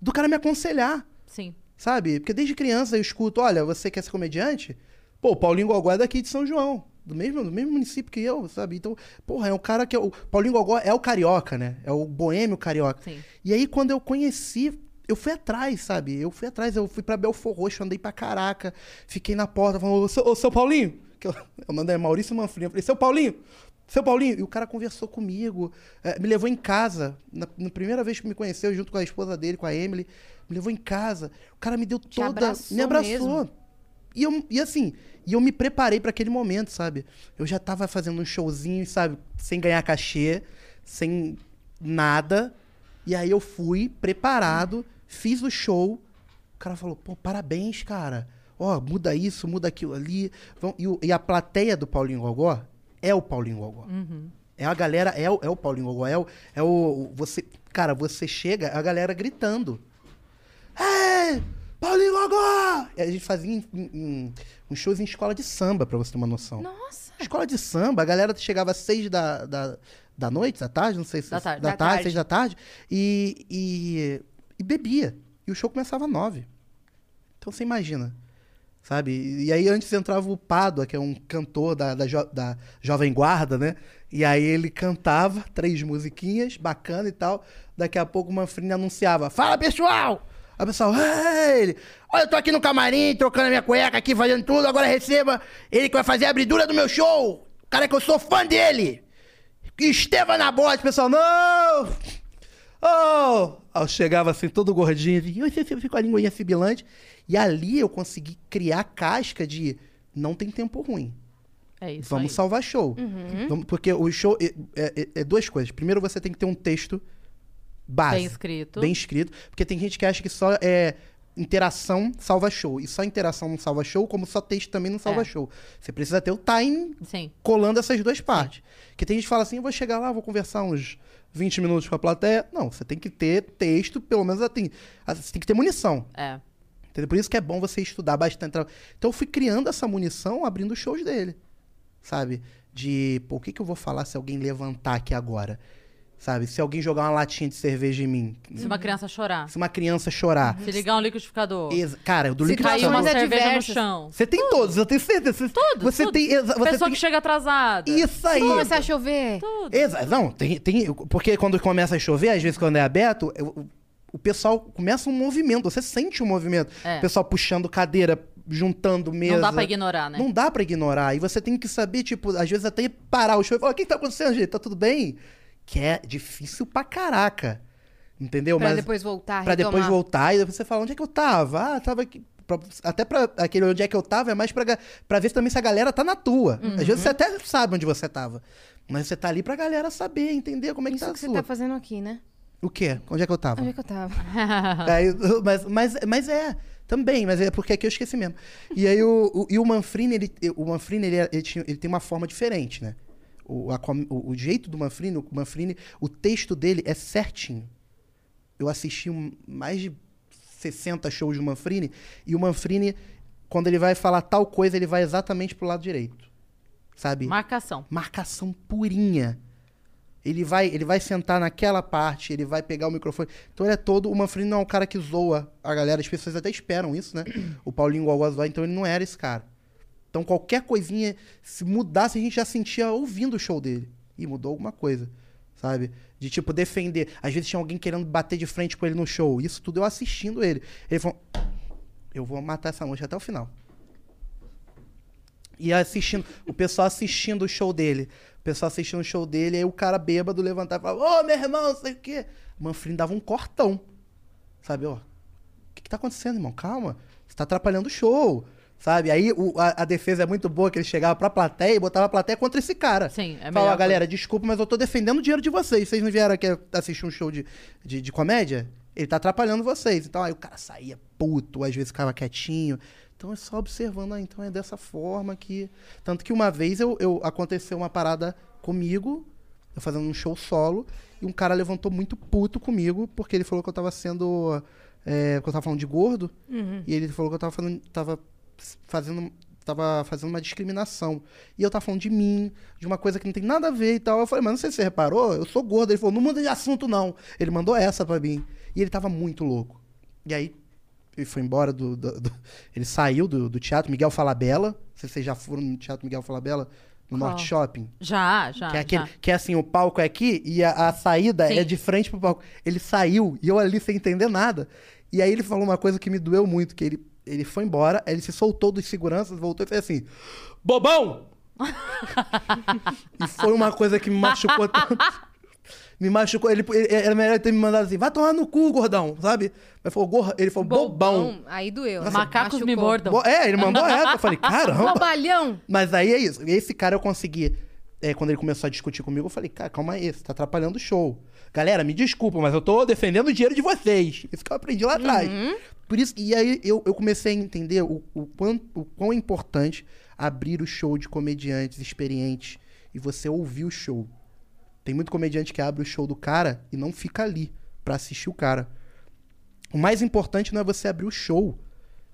do cara me aconselhar. Sim. Sabe? Porque desde criança eu escuto, olha, você quer ser comediante? Pô, o Paulinho Gogó é daqui de São João. Do mesmo, do mesmo município que eu, sabe? Então, porra, é um cara que... é O Paulinho Gogó é o carioca, né? É o boêmio carioca. Sim. E aí, quando eu conheci, eu fui atrás, sabe? Eu fui atrás, eu fui pra Belfor Roxo, andei pra caraca. Fiquei na porta, falando, ô, seu, ô, seu Paulinho... Que eu, eu mandei Maurício Manfrim. Eu falei, seu Paulinho... Seu Paulinho, e o cara conversou comigo, eh, me levou em casa, na, na primeira vez que me conheceu, junto com a esposa dele, com a Emily, me levou em casa. O cara me deu toda. abraçou me abraçou. mesmo. E, eu, e assim, e eu me preparei pra aquele momento, sabe? Eu já tava fazendo um showzinho, sabe? Sem ganhar cachê, sem nada. E aí eu fui preparado, fiz o show. O cara falou, pô, parabéns, cara. Ó, muda isso, muda aquilo ali. Vão- E, o- e a plateia do Paulinho Gogó é o Paulinho Gogó. É a galera, é o, é o Paulinho Gogó, é o, é o- Você, cara, você chega, é a galera gritando. Ei, Paulinho Gogó! E A gente fazia em- em- em- uns shows em escola de samba, pra você ter uma noção. Nossa. Escola de samba, a galera chegava às seis da, da, da noite, da tarde, não sei se. Da tarde. Da, Da tarde, tarde. seis da tarde. E, e, e bebia. E o show começava às nove. Então você imagina. Sabe? E aí antes entrava o Pádua, que é um cantor da, da, jo- da Jovem Guarda, né? E aí ele cantava três musiquinhas, bacana e tal. Daqui a pouco o Manfrini anunciava: Fala pessoal! Aí o pessoal, "Ah, ele, olha, eu tô aqui no camarim, trocando a minha cueca aqui, fazendo tudo, agora receba ele que vai fazer a abridura do meu show. O cara é que eu sou fã dele. Estevam na bote, pessoal, não! Oh! Aí eu chegava assim, todo gordinho, assim, eu sempre fico com a linguinha sibilante. E ali eu consegui criar a casca de não tem tempo ruim. É isso. Vamos aí. Uhum. salvar show. Vamos- porque o show é, é- é duas coisas. Primeiro, você tem que ter um texto base. Bem escrito. Bem escrito. Porque tem gente que acha que só é interação salva show. E só interação não salva show, como só texto também não salva É. show. Você precisa ter o time Sim. colando essas duas partes. Porque tem gente que fala assim, eu vou chegar lá, vou conversar uns 20 minutos com a plateia. Não, você tem que ter texto, pelo menos assim. Você tem que ter munição. É. Entendeu? Por isso que é bom você estudar bastante. tra- Então eu fui criando essa munição abrindo os shows dele. Sabe? De, pô, o que, que eu vou falar se alguém levantar aqui agora? Sabe? Se alguém jogar uma latinha de cerveja em mim. Se uma criança chorar. Se uma criança chorar. Se ligar um liquidificador. Exa- Cara, do Se líquido. Cair uma Situações cerveja adversas. no chão. Você tem todos, eu tenho certeza. Você- Tudo, Você tudo. tem. exa- Você Pessoa tem que chega atrasada. isso aí. Começar a chover. Tudo. Exa- não, tem, tem. Porque quando começa a chover, às vezes quando é aberto, eu- o- o pessoal começa um movimento, você sente um movimento. É. O pessoal puxando cadeira, juntando mesa. Não dá pra ignorar, né? Não dá pra ignorar. E você tem que saber, tipo, às vezes até parar o show e falar: o que, que tá acontecendo, gente? Tá tudo bem? Que é difícil pra caraca. Entendeu? Pra Mas depois voltar, pra depois retomar. voltar e depois você fala: onde é que eu tava? Ah, tava aqui. Pra- Até pra aquele onde é que eu tava é mais pra, ga- pra ver também se a galera tá na tua. Uhum. Às vezes você até sabe onde você tava. Mas você tá ali pra galera saber, entender como é que Isso tá a que você sua. Tá tá fazendo aqui, né? O quê? Onde é que eu tava? Onde é que eu tava? Aí, mas, mas, mas é, também, mas é porque aqui eu esqueci mesmo. E aí o, o, e o Manfrini, ele, o Manfrini ele, ele, tinha- ele tem uma forma diferente, né? O, a com- o- o jeito do Manfrini, o Manfrini, o texto dele é certinho. Eu assisti um- mais de 60 shows do Manfrini, e o Manfrini, quando ele vai falar tal coisa, ele vai exatamente pro lado direito. Sabe? Marcação. marcação purinha. Ele vai, ele vai sentar naquela parte, ele vai pegar o microfone. Então ele é todo. O Manfrini não é um cara que zoa a galera. As pessoas até esperam isso, né? O Paulinho Gogó zoa, então ele não era esse cara. Então qualquer coisinha, se mudasse, a gente já sentia ouvindo o show dele. E mudou alguma coisa, sabe? De tipo, defender. Às vezes tinha alguém querendo bater de frente com ele no show. Isso tudo eu assistindo ele. Ele falou: Eu vou matar essa mancha até o final. E assistindo, o pessoal assistindo o show dele. O pessoal assistindo o show dele, aí o cara bêbado levantava e falava, ô meu irmão, não sei o quê. O Manfrim dava um cortão. Sabe, ó. O que, que tá acontecendo, irmão? Calma. Você tá atrapalhando o show. Sabe? Aí o- a, a defesa é muito boa, que ele chegava pra plateia e botava a plateia contra esse cara. Sim, é melhor Falava, galera, desculpa, mas eu tô defendendo o dinheiro de vocês. Vocês não vieram aqui assistir um show de, de, de comédia? Ele tá atrapalhando vocês. Então aí o cara saía puto, às vezes ficava quietinho. Então é só observando, ah, então é dessa forma que. Tanto que uma vez eu, eu- aconteceu uma parada comigo, eu fazendo um show solo, e um cara levantou muito puto comigo, porque ele falou que eu tava sendo. é, porque eu tava falando de gordo, e ele falou que eu tava falando. Tava fazendo. Tava fazendo uma discriminação. E eu tava falando de mim, de uma coisa que não tem nada a ver e tal. Eu falei, mas não sei se você reparou, eu sou gordo. Ele falou, não muda de assunto, não. Ele mandou essa pra mim. E ele tava muito louco. E aí, ele foi embora do. do- do- ele saiu do, do teatro Miguel Falabella. Não sei se vocês já foram no teatro Miguel Falabella, no Qual? Norte Shopping. Já, já. Que é, já. aquele, que é assim, o palco é aqui e a, a saída Tá, Sim. é de frente pro palco. Ele saiu e eu ali sem entender nada. E aí ele falou uma coisa que me doeu muito, que ele, ele foi embora, aí ele se soltou dos seguranças, voltou e fez assim, bobão! e foi uma coisa que me machucou tanto. Me machucou. Ele, ele- era melhor ele ter me mandado assim, vai tomar no cu, gordão, sabe? Mas falou, gorra, ele falou, bobão. Bom, aí doeu. né? Macacos me Machucou. mordam. Bo- É, ele mandou essa. Eu falei, caramba. Bobalhão! Mas aí é isso. Esse cara eu consegui. é, quando ele começou a discutir comigo, eu falei, cara, calma aí, você tá atrapalhando o show. Galera, me desculpa, mas eu tô defendendo o dinheiro de vocês. Isso que eu aprendi lá atrás. Por isso, e aí eu, eu comecei a entender o, o, quão, o quão é importante abrir o show de comediantes experientes e você ouvir o show. Tem muito comediante que abre o show do cara e não fica ali pra assistir o cara. O mais importante não é você abrir o show.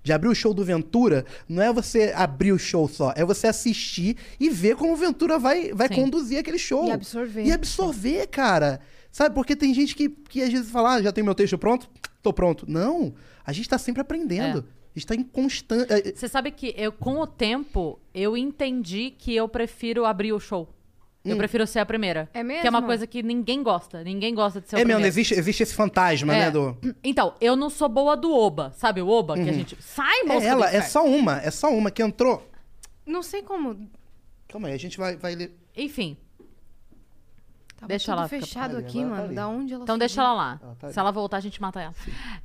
De abrir o show do Ventura, não é você abrir o show só, é você assistir e ver como o Ventura vai, vai Sim. conduzir aquele show. E absorver. E absorver, cara. Sabe, porque tem gente que, que às vezes fala, ah, já tem meu texto pronto? Tô pronto. Não, a gente tá sempre É. aprendendo. A gente tá em constante... é, é, Você sabe que eu, com o tempo, eu entendi que eu prefiro abrir o show. Hum. Eu prefiro ser a primeira. É mesmo? Que é uma coisa que ninguém gosta. Ninguém gosta de ser o É primeiro. mesmo, existe, existe esse fantasma, É. né? Do... Então, eu não sou boa do Oba, sabe? O Oba, que a gente. Sai, moça! É do ela, é inferno. só uma, é só uma que entrou. Não sei como. Tá Calma aí, a gente vai, vai ler. Enfim, Tava Deixa tudo ela, fica fechado parada. aqui, Agora tá mano. ali. Da onde ela então deixa surgiu? ela lá. Ela tá ali. Se ela voltar, a gente mata ela.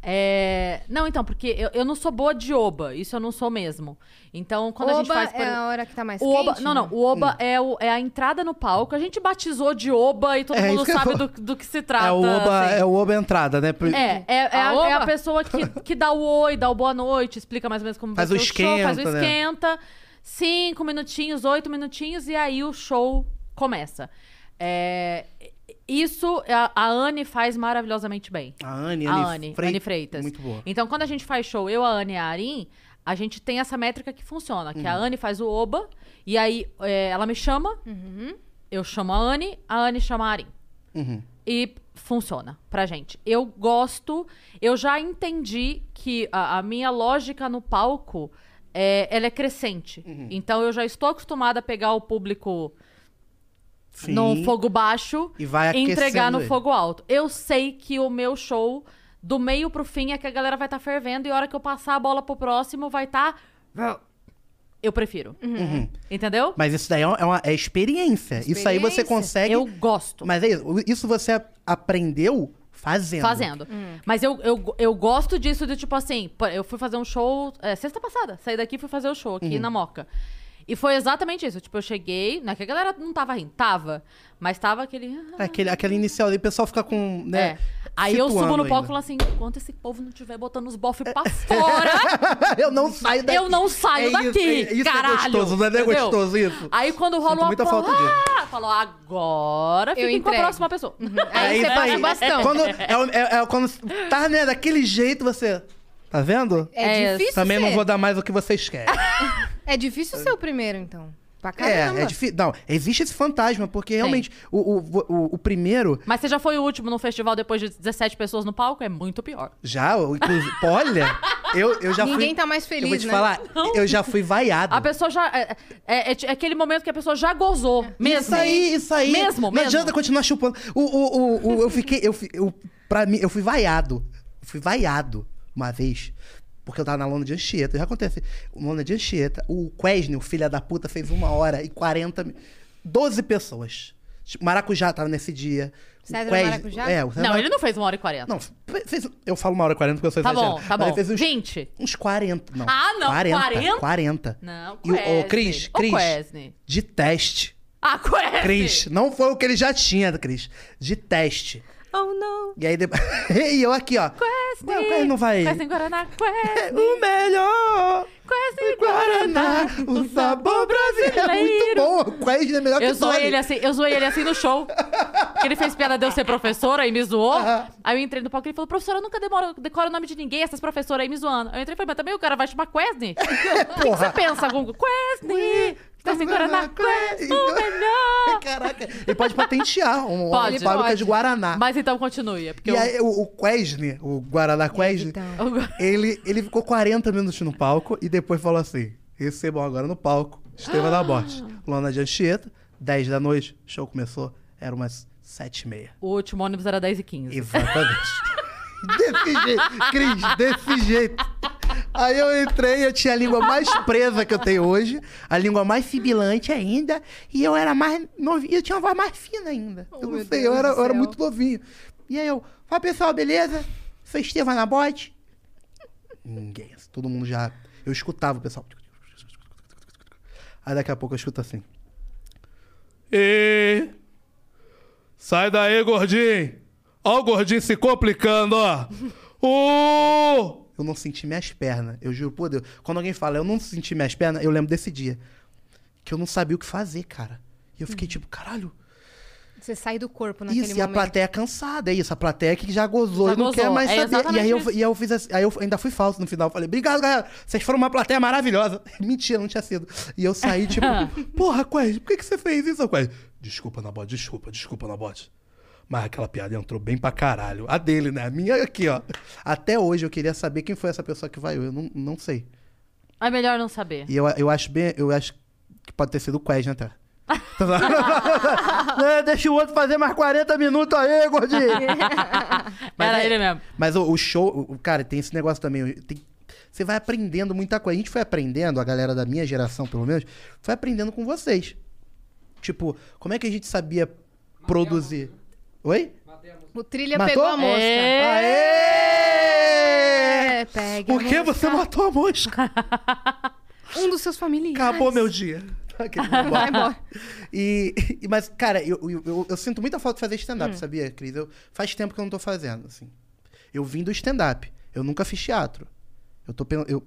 É, Não, então, porque eu, eu não sou boa de Oba. Isso eu não sou mesmo. Então, quando a gente Oba faz. por- é a hora que tá mais O Oba, quente? não, não. O Hum. Oba é, o- é a entrada no palco. A gente batizou de Oba e todo É, mundo isso que eu sabe vou- do, do que se trata. é, o oba, assim. é o Oba entrada, né? Pri- É, é, é A a, é a Oba? pessoa que, que dá o oi, dá o boa noite, explica mais ou menos como Faz vai o ser show, faz o esquenta, né? esquenta. Cinco minutinhos, oito minutinhos, e aí o show começa. É, isso a, a Anne faz maravilhosamente bem. A Anne, A Anne, Freitas. Anne Freitas. Muito boa. Então, quando a gente faz show, eu, a Anne e a Arin, a gente tem essa métrica que funciona. Que a Uhum. Anne faz o oba, e aí é, ela me chama, eu chamo a Anne, a Anne chama a Arin. Uhum. E funciona pra gente. Eu gosto, eu já entendi que a, a minha lógica no palco, é, ela é crescente. Uhum. Então, eu já estou acostumada a pegar o público Sim. num fogo baixo E vai entregar aquecendo no ele. fogo alto. Eu sei que o meu show, do meio pro fim, é que a galera vai estar fervendo e a hora que eu passar a bola pro próximo, vai estar. Eu prefiro. Entendeu? Uhum. Mas isso daí é uma é experiência. Isso aí você Experiência. consegue. Eu gosto. Mas é isso, isso você a- aprendeu fazendo. Fazendo. Mas eu, eu, eu gosto disso de tipo assim, pô, eu fui fazer um show é, sexta passada, saí daqui e fui fazer o show aqui Uhum. na Moca. E foi exatamente isso. Tipo, eu cheguei. Não é que a galera não tava rindo, tava. Mas tava aquele. ah, É Aquele, aquele inicial ali, o pessoal fica com. Né, É. Aí eu subo situando no palco e ainda. falo assim: enquanto esse povo não tiver botando os bofes pra fora, eu não saio daqui. "Ah, eu não saio É isso, daqui. é- isso caralho. é gostoso, não é né, Entendeu? gostoso isso? Aí quando rola Sinto uma muita porra, falta disso. ah, falou, agora fiquem com a entrego. próxima pessoa. Aí É isso você passa o bastão. Quando, é, o- é- é quando tá né, daquele jeito você. Tá vendo? É É, difícil. Também ser. não vou dar mais o que vocês querem. É difícil ser o primeiro, então. Pra caramba. é, é difícil. Não, existe esse fantasma, porque realmente o, o, o, o primeiro Mas você já foi o último num festival depois de 17 pessoas no palco? É muito pior. já. o- inclusive, olha, eu, eu já fui. Ninguém tá mais Eu vou feliz, te né? falar, eu já fui vaiado. A pessoa já. É, é- é ti- é aquele momento que a pessoa já gozou. Mesmo. Isso aí, isso aí. Mesmo, Não mesmo. adianta continuar chupando. O, o, o, o- eu fiquei. Eu, fi- eu, pra mim, eu fui vaiado. Eu fui vaiado uma vez. Porque eu tava na lona de Anchieta. Já acontece. Lona de Anchieta. O Quesne, o filho da puta, fez uma hora e 40 mi- 12 pessoas. Tipo, Maracujá tava nesse dia. O César Quesne- Maracujá? É, o César Não, Mara- ele não fez uma hora e 40. Não, fez- eu falo uma hora e 40 porque eu sou Tá bom, exagerado. tá Mas bom. ele Fez um uns, Gente. uns 40. Não, Ah, não, 40. 40? 40. Não, E o- o Quesne. Cris, O Cris, Quesne. de teste. Ah, Quesne. Cris, não foi o que ele já tinha, Cris. De teste. Oh, não. E aí depois. e eu aqui, ó. Quesne. Ué, o Quesne não vai. É, Quesne Guaraná. Quesne. O melhor! Quesne Guaraná, é Guaraná. o sabor brasileiro. É muito brasileiro. bom. O Quest é melhor Eu que o zoei Dolly. ele assim, eu zoei ele assim no show. Porque ele fez piada de eu ser professora e me zoou. Aí eu entrei no palco e ele falou: professora, eu nunca demoro, decoro o nome de ninguém, essas professoras aí me zoando. Aí eu entrei e falei, mas também o cara vai chamar Quesne? O que que você pensa, Gungo? Quesne! Tá sem Guaraná? Quesne, o melhor! Caraca, ele pode patentear um, uma Pode, fábrica pode. de Guaraná. Mas então continue, é porque Ah. E eu. aí, o, o Quesne, o Guaraná Quesne, Então, ele, ele ficou 40 minutos no palco e depois falou assim: recebam agora no palco, Estevam da Borte, Ah. Lona de Anchieta, 10 da noite, show começou, era umas 7 e meia. O último ônibus era 10 e 15. Exatamente. desse jeito, Cris, desse jeito. Aí eu entrei, eu tinha a língua mais presa que eu tenho hoje, a língua mais sibilante ainda, e eu era mais novinho, eu tinha uma voz mais fina ainda. eu não Oh, meu sei, Deus eu era, do eu era céu. muito novinho. E aí eu, fala pessoal, beleza? Sou Estevam na bote. Ninguém, todo mundo já. Eu escutava o pessoal. Aí daqui a pouco eu escuto assim. E... Sai daí, gordinho. Ó o gordinho se complicando, ó. Uh! Eu não senti minhas pernas. Eu juro por Deus. Quando alguém fala, eu não senti minhas pernas, eu lembro desse dia. Que eu não sabia o que fazer, cara. E eu fiquei tipo, caralho. Você sai do corpo naquele Isso, e a momento. plateia é cansada, é isso. A plateia que já gozou Já e não gozou, quer mais é saber. E aí, eu, exatamente e eu fiz assim, aí eu ainda fui falso no final. Falei, obrigado, galera. Vocês foram uma plateia maravilhosa. Mentira, não tinha sido. E eu saí, tipo, porra, Quest, por que, que você fez isso, Quest? Desculpa, Nabote, desculpa, desculpa, Nabote. Mas aquela piada entrou bem pra caralho. A dele, né? A minha aqui, ó. Até hoje eu queria saber quem foi essa pessoa que vaiou. Eu não, não sei. É melhor não saber. E eu, eu acho bem. Eu acho que pode ter sido o Quest, né, até. É, Deixa o outro fazer mais 40 minutos aí, gordinho. Era ele mesmo. Mas o, o show, o- o- cara, tem esse negócio também. tem- você vai aprendendo muita coisa. A gente foi aprendendo, a galera da minha geração, pelo menos, foi aprendendo com vocês. Tipo, como é que a gente sabia produzir? Oi? O trilha Matou? pegou a mosca. É. Aê! É, pega. Por que a você mosca. matou a mosca? Um dos seus familiares. Acabou meu dia. Vai embora. E, e- mas, cara, eu, eu, eu- eu sinto muita falta de fazer Hum. stand-up, sabia, Cris? Eu, faz tempo que eu não tô fazendo, assim. Eu vim do stand-up. Eu nunca fiz teatro. Eu tô, pen- eu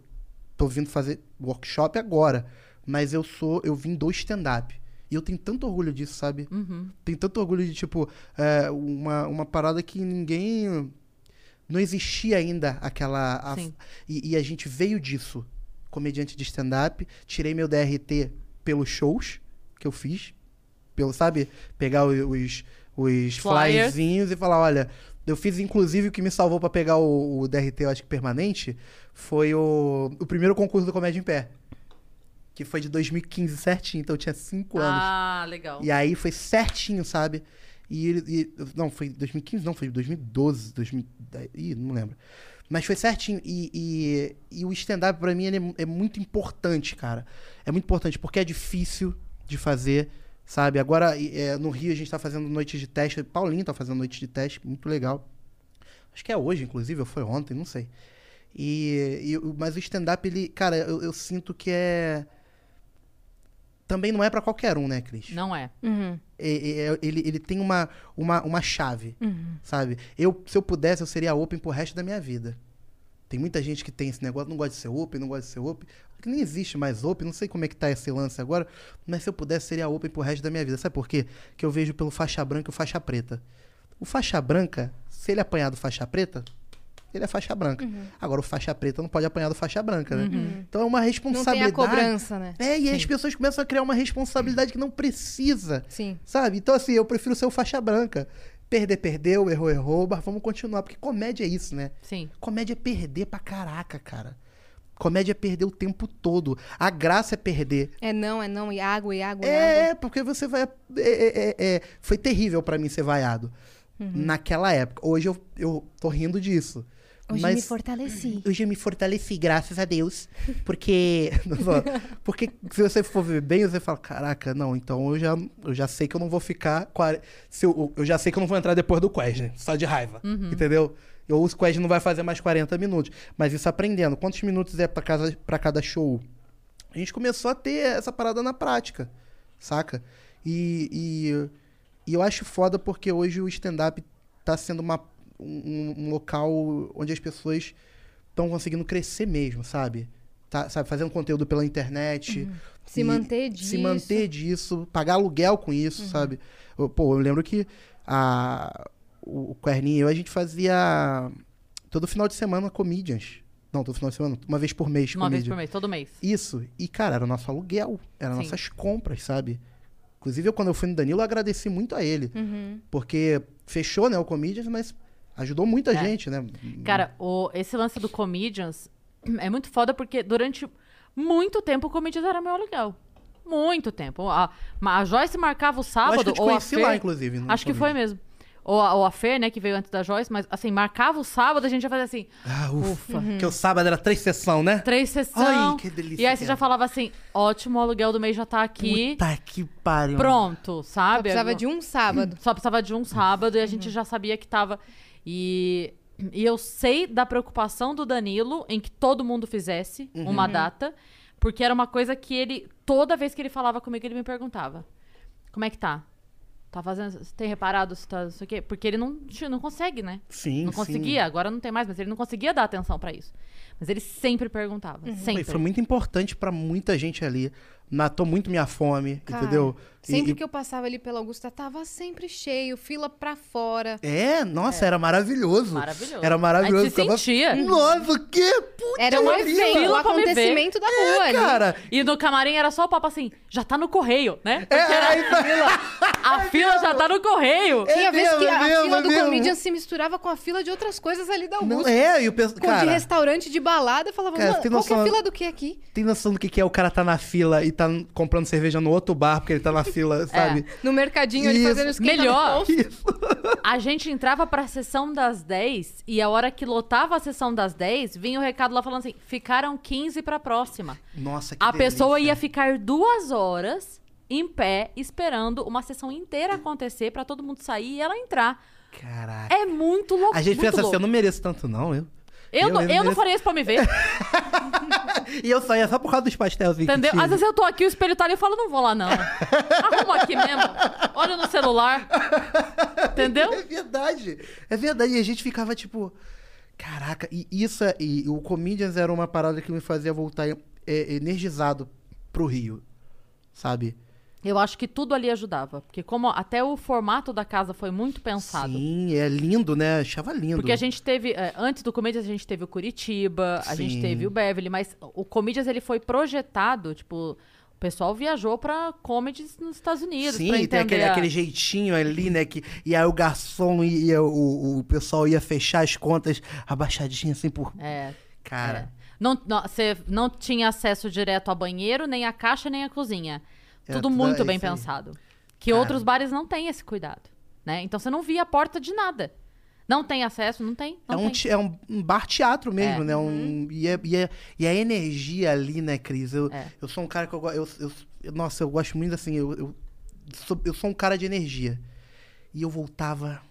tô vindo fazer workshop agora. Mas eu sou. Eu vim do stand-up. E eu tenho tanto orgulho disso, sabe? Uhum. Tenho tanto orgulho de, tipo, é, uma, uma parada que ninguém. Não existia ainda aquela. a- Sim. e, e a gente veio disso. Comediante de stand-up. Tirei meu DRT pelos shows que eu fiz. Pelo, sabe? Pegar o- os, Flyers. os flyerzinhos e falar: olha, eu fiz inclusive o que me salvou pra pegar o, o DRT, eu acho que permanente, foi o, o primeiro concurso do Comédia em Pé. Que foi de 2015 certinho, então eu tinha 5 anos. Ah, legal. E aí foi certinho, sabe? E, ele- e- não, foi 2015, não, foi 2012, 2010, ih, não lembro. Mas foi certinho. E, e- e o stand-up, pra mim, ele é, é muito importante, cara. É muito importante, porque é difícil de fazer, sabe? Agora, e- é, no Rio, a gente tá fazendo noites de teste. Paulinho tá fazendo noites de teste, muito legal. Acho que é hoje, inclusive, ou foi ontem, não sei. E, e o- mas o stand-up, ele, cara, eu, eu sinto que é. Também não é pra qualquer um, né, Cris? Não é. Uhum. É, é, ele, ele tem uma, uma, uma chave, Uhum. sabe? Eu, se eu pudesse, eu seria open pro resto da minha vida. Tem muita gente que tem esse negócio, não gosta de ser open, não gosta de ser open. Que nem existe mais open, não sei como é que tá esse lance agora, mas se eu pudesse, seria open pro resto da minha vida. Sabe por quê? Que eu vejo pelo faixa branca e o faixa preta. O faixa branca, se ele apanhar do faixa preta, ele é faixa branca. Agora, o faixa preta não pode apanhar do faixa branca, né? Então é uma Uhum. Não tem responsabilidade. a cobrança, né? É, e aí as pessoas começam a criar uma responsabilidade que não precisa. Sim. Sabe? Então, assim, eu prefiro ser o faixa branca. Perder, perdeu, errou, errou, mas vamos continuar. Porque comédia é isso, né? Sim. Comédia é perder pra caraca, cara. Comédia é perder o tempo todo. A graça é perder. É não, é não, e água, e água, e né? água. É, porque você vai. é, é, é, é. Foi terrível pra mim ser vaiado Uhum. naquela época. Hoje eu, eu tô rindo disso. Hoje mas... me fortaleci. Hoje eu me fortaleci, graças a Deus. Porque. Não tô- porque se você for ver bem, você fala: caraca, não, então eu já, eu já sei que eu não vou ficar. quare- Se eu, eu já sei que eu não vou entrar depois do Quest, né? Só de raiva. Entendeu? Ou os Quest não vai fazer mais 40 minutos. Mas isso aprendendo. Quantos minutos é pra, casa, pra cada show? A gente começou a ter essa parada na prática, saca? E, e, e eu acho foda porque hoje o stand-up tá sendo uma, um, um local onde as pessoas estão conseguindo crescer mesmo, sabe? Tá, sabe, fazendo conteúdo pela internet. Se e- manter disso. Se manter disso, pagar aluguel com isso, sabe? Eu- Pô, eu lembro que a, o, o Querninho e eu, a gente fazia todo final de semana comedians. Não, todo final de semana, uma vez por mês. Uma vez comedian. por mês, todo mês. Isso. E, cara, era o nosso aluguel, eram Sim. nossas compras, sabe? Inclusive, eu, quando eu fui no Danilo, eu agradeci muito a ele. Uhum. Porque fechou, né, o Comedians, mas ajudou muita É. gente, né? Cara, o, esse lance do Comedians é muito foda porque durante muito tempo o Comedians era meu legal. Muito tempo. A, ma- a Joyce marcava o eu sábado. acho que eu te ou a conheci Fer- lá, inclusive. no Acho que foi Comedians. mesmo. Ou a, ou a Fer, né, que veio antes da Joyce, mas assim, marcava o sábado, a gente já fazia assim, Ah, ufa. Ufa. Que o sábado era três sessão, né? três sessões. que delícia E aí que você é. já falava assim, ótimo, o aluguel do mês já tá aqui. Puta que pariu. Pronto, Só sabe? precisava de um sábado. Só precisava de um sábado e a Uhum. gente já sabia que tava. E, e eu sei da preocupação do Danilo em que todo mundo fizesse Uhum. uma data, porque era uma coisa que ele, toda vez que ele falava comigo, ele me perguntava: Como é que tá? Tá fazendo. Você tem reparado se tá. Não sei o quê? Porque ele não, não consegue, né? Sim, Não sim. conseguia, agora não tem mais, mas ele não conseguia dar atenção pra isso. Mas ele sempre perguntava. Foi, Sempre. Uhum. foi muito importante pra muita gente ali. Matou muito minha fome, Cara, entendeu? E- Sempre e- que eu passava ali pela Augusta, tava sempre cheio, fila pra fora. É, nossa, era maravilhoso. Maravilhoso. Era maravilhoso. Uhum. A gente se ficava- sentia. Nossa, o quê? Puta Era um Maria. evento, um Fila pra me ver. acontecimento da rua ali. É, Cara, E no camarim era só o papo assim, já tá no correio, né? É, aí vai- A fila já tá no correio. É Tinha vez que mesmo, a é fila do mesmo. comedian se misturava com a fila de outras coisas ali da Não, Augusta. é, e o pessoal. Com de Cara, restaurante de balada e falava, Cara, mano, tem qual que é a noção- fila do que aqui? Tem noção do que que é o cara tá na fila e tá comprando cerveja no outro bar porque ele tá na É. fila, sabe? No mercadinho, ele Isso. fazendo esquenta Melhor. no posto. A gente entrava pra sessão das 10 e a hora que lotava a sessão das 10, vinha o recado lá falando assim: ficaram 15 pra próxima. Nossa, que A delícia. pessoa ia ficar duas horas em pé esperando uma sessão inteira acontecer pra todo mundo sair e ela entrar. Caraca. É muito louco. A gente muito pensa assim, louco. eu não mereço tanto não, eu. eu, não, um eu não eu mereço- faria isso pra me ver. E eu saía só por causa dos pastelzinhos. que Entendeu? tinha. Às vezes eu tô aqui, o espelho tá ali, eu falo, não vou lá, não. Arruma aqui mesmo. Olha no celular. Entendeu? É verdade. É verdade. E a gente ficava tipo. Caraca, e isso. é- E o Comedians era uma parada que me fazia voltar é, energizado pro Rio. Sabe? Eu acho que tudo ali ajudava. Porque como até o formato da casa foi muito pensado. Sim, é lindo, né? Achava lindo. Porque a gente teve, eh, antes do Comedians, a gente teve o Curitiba, a gente Sim. teve o Beverly, mas o Comedians ele foi projetado, tipo, o pessoal viajou pra comedies nos Estados Unidos. Sim, pra e tem entender aquele, a- aquele jeitinho ali, né? Que, e aí o garçom e e o, o pessoal ia fechar as contas abaixadinho assim por. É, Cara. não, não, você não tinha acesso direto a banheiro, nem a caixa, nem a cozinha. É, tudo tudo- muito é bem isso aí. pensado. Que Cara. outros bares não têm esse cuidado, né? Então você não via a porta de nada. Não tem acesso, não tem. É Não um, tem. te- é um um bar-teatro mesmo, É. né? Um, e, é- e é- e a energia ali, né, Cris? Eu, É. eu sou um cara que eu, go- eu, eu- eu- Nossa, eu gosto muito assim. Eu, eu, sou, eu sou um cara de energia. E eu voltava,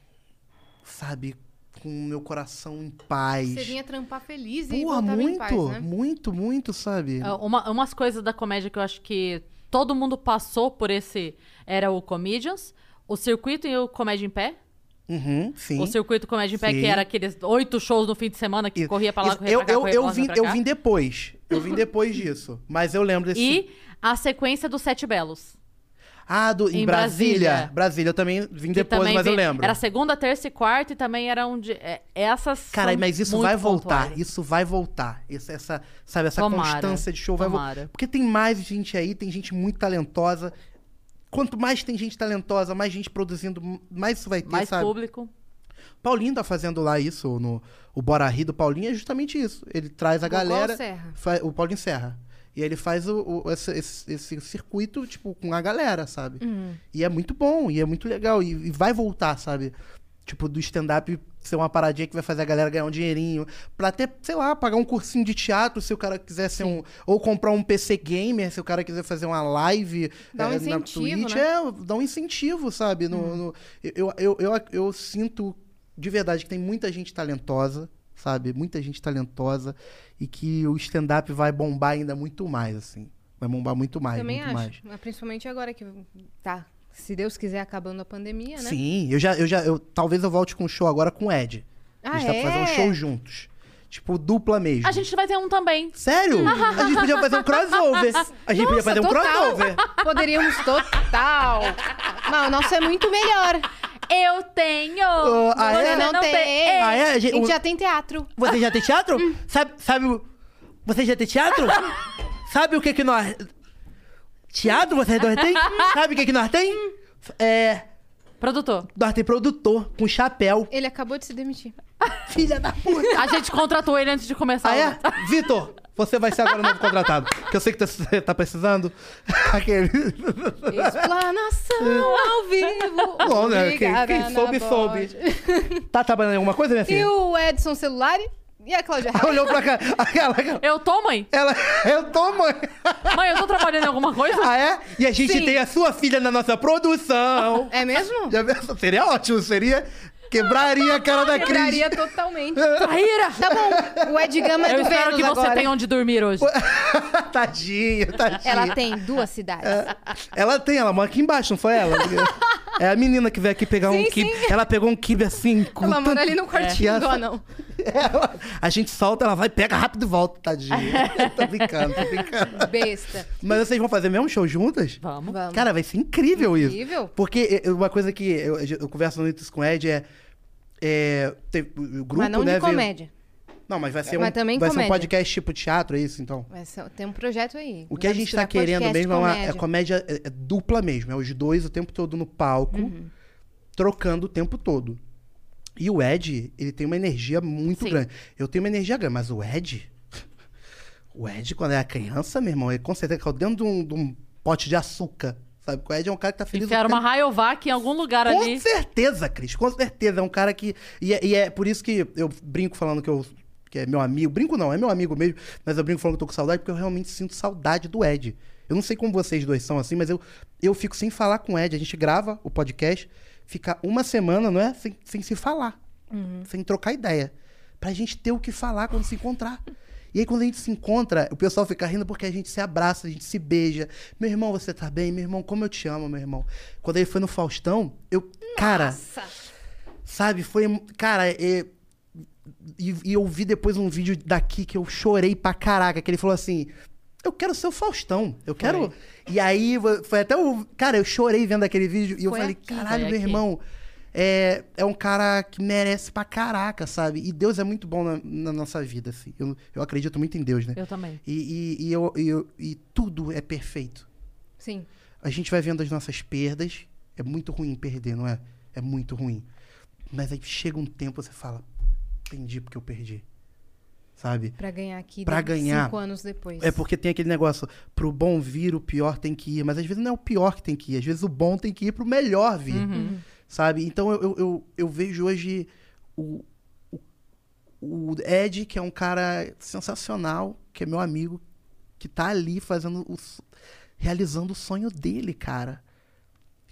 sabe, com o meu coração em paz. Você vinha trampar feliz e Porra, voltava muito, em paz, né? muito, muito, sabe? Ah, Uma, umas coisas da comédia que eu acho que todo mundo passou por esse era o Comedians, o Circuito e o Comédia em Pé. Uhum, sim. O Circuito Comédia em Pé, que Sim. era aqueles oito shows no fim de semana que Isso, corria pra lá, isso. corria eu, pra cá, eu, corria pra eu, lá, vim, corria pra eu cá. vim depois. Eu vim depois disso. Mas eu lembro desse. E a sequência do Sete Belos. Ah, do, em, em Brasília. Brasília. Brasília. eu também vim que depois, também mas eu vem- lembro. Era segunda, terça e quarta, e também era um de. é, essas. Cara, são mas isso muito vai voltar. pontuais. Isso vai voltar. Esse- essa, sabe, essa Tomara, constância de show vai tomara. voltar. Porque tem mais gente aí, tem gente muito talentosa. Quanto mais tem gente talentosa, mais gente produzindo, m- mais isso vai ter, Mais sabe? público. Paulinho tá fazendo lá isso, no, o Bora Rir do Paulinho, é justamente isso. Ele traz a Gogol galera. Serra. fa- o Paulinho Serra. E aí ele faz o, o- esse, esse- esse circuito, tipo, com a galera, sabe? Uhum. E é muito bom, e é muito legal. E, e vai voltar, sabe? Tipo, do stand-up ser uma paradinha que vai fazer a galera ganhar um dinheirinho. Pra até, sei lá, pagar um cursinho de teatro se o cara quiser ser um. Ou comprar um PC gamer se o cara quiser fazer uma live eh, Dá um incentivo, na Twitch. né? Uhum. É, dá um incentivo, sabe? No, no- eu, eu, eu, eu sinto de verdade que tem muita gente talentosa, sabe? Muita gente talentosa e que o stand-up vai bombar ainda muito mais, assim. Vai bombar muito mais, Também muito acho. mais. Mas Principalmente agora que tá, se Deus quiser, acabando a pandemia, né? Sim, eu já, eu já, eu, talvez eu volte com um show agora com o Ed. a Ah, gente tá é? pra fazer um show juntos. Tipo, dupla mesmo. A gente vai ter um também. Sério? A gente podia fazer um crossover. A gente Nossa, podia fazer um total. crossover. Poderíamos total. Não, o nosso é muito melhor. É? Eu tenho! Ah, ah, você é? não, tem! Ah, é? A A gente- gente, o- já tem teatro. Você já tem teatro? sabe, sabe o. Você já tem teatro? sabe o que que nós. Teatro vocês dois têm? Sabe o que que nós tem? É. Produtor, Nós tem produtor com chapéu. Ele acabou de se demitir. Filha da puta. a gente contratou ele antes de começar. Ah, o- é? Vitor, você vai ser agora o novo contratado. Que eu sei que tá- você tá precisando. Aquele. Explanação ao vivo. Bom, né? Quem- Obrigada, quem Ana soube, Borges. soube. Tá trabalhando em alguma coisa, minha E filha? o Edson Celulari e a Cláudia Raia. Olhou pra cá. Aquela. Eu tô, mãe? Ela. Eu tô, mãe. Mãe, eu tô trabalhando em alguma coisa? Ah, é? E a gente Sim. tem a sua filha na nossa produção. É mesmo? Já tá pensou? Seria ótimo, seria. Quebraria a cara da Cris. Quebraria totalmente. Traíra! Tá bom, o Ed Gama é Eu Tá do espero Vênus que você agora. tenha um onde dormir hoje. tadinho, tadinho. Ela tem duas cidades. É, Ela tem, ela mora aqui embaixo, não foi ela? É a menina que veio aqui pegar Sim, um kibe. sim. Ela pegou um kibe assim. Com Ela tanto- mora ali no quartinho É. do anão. Ela- a gente solta, ela vai, pega rápido e volta, tadinha. tô brincando, tô brincando. Besta. Mas vocês vão fazer mesmo show juntas? Vamos. Vamos. Cara, vai ser incrível, isso. Incrível. Porque eh, uma coisa que eu, eu converso muito isso com o Ed é. é, teve- o grupo, Mas não né, de veio- comédia. Não, mas vai ser, Mas um, também vai ser um comédia. podcast tipo teatro, é isso, então? Mas são- tem um projeto aí. O que a Vai gente tá misturar querendo podcast, mesmo é, uma, é comédia. comédia é, é dupla mesmo. É os dois o tempo todo no palco, Uhum. trocando o tempo todo. E o Ed, ele tem uma energia muito Sim. grande. Eu tenho uma energia grande, mas o Ed... O Ed, quando era criança, meu irmão, ele com certeza caiu dentro de um, de um pote de açúcar. Sabe? O Ed é um cara que tá feliz. Enfiaram o uma Rayovac em algum lugar Com ali. certeza, Cris, com certeza. É um cara que. E é, e é por isso que eu brinco falando que eu. Que é meu amigo. Brinco não, é meu amigo mesmo, mas eu brinco falando que eu tô com saudade, porque eu realmente sinto saudade do Ed. Eu não sei como vocês dois são assim, mas eu, eu fico sem falar com o Ed. A gente grava o podcast, fica uma semana, não é? Sem, sem se falar. Sem trocar ideia. Pra gente ter o que falar quando se encontrar. E aí, quando a gente se encontra, o pessoal fica rindo porque a gente se abraça, a gente se beija. Meu irmão, você tá bem? Meu irmão, como eu te amo, meu irmão. Quando ele foi no Faustão, eu. Cara, sabe? Foi. Cara, é, e, e eu vi depois um vídeo daqui que eu chorei pra caraca, que ele falou assim. Eu quero ser o Faustão. Eu quero. E aí, foi até o. Cara, eu chorei vendo aquele vídeo e eu Foi falei, aqui, caralho, foi aqui. meu irmão, Então, é, é um cara que merece pra caraca, sabe? E Deus é muito bom na, na nossa vida, assim. Eu, eu acredito muito em Deus, né? Eu também. E, e, e eu, e eu- e tudo é perfeito. Sim. A gente vai vendo as nossas perdas. É muito ruim perder, não é? É muito ruim. Mas aí chega um tempo você fala, entendi porque eu perdi. Sabe? Pra ganhar aqui Pra de- ganhar. cinco anos depois. É porque tem aquele negócio, pro bom vir, o pior tem que ir. Mas às vezes não é o pior que tem que ir, às vezes o bom tem que ir pro melhor vir. Sabe? Então eu, eu, eu, eu vejo hoje o, o, o Ed, que é um cara sensacional, que é meu amigo, que tá ali fazendo o, s- realizando o sonho dele, cara.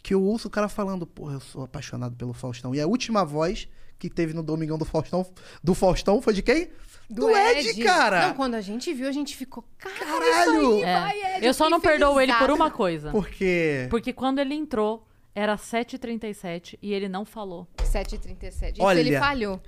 Que eu ouço o cara falando, porra, eu sou apaixonado pelo Faustão. E a última voz que teve no Domingão do Faustão, do Faustão foi de quem? Do, Ed, cara! Não, quando a gente viu, a gente ficou. Caralho! Caralho! É. vai, Ed, eu só fiquei não perdoo ele por felizada. uma coisa. Porque. Porque quando ele entrou, era 7h37 e ele não falou. 7h37. Isso Olha. ele falhou.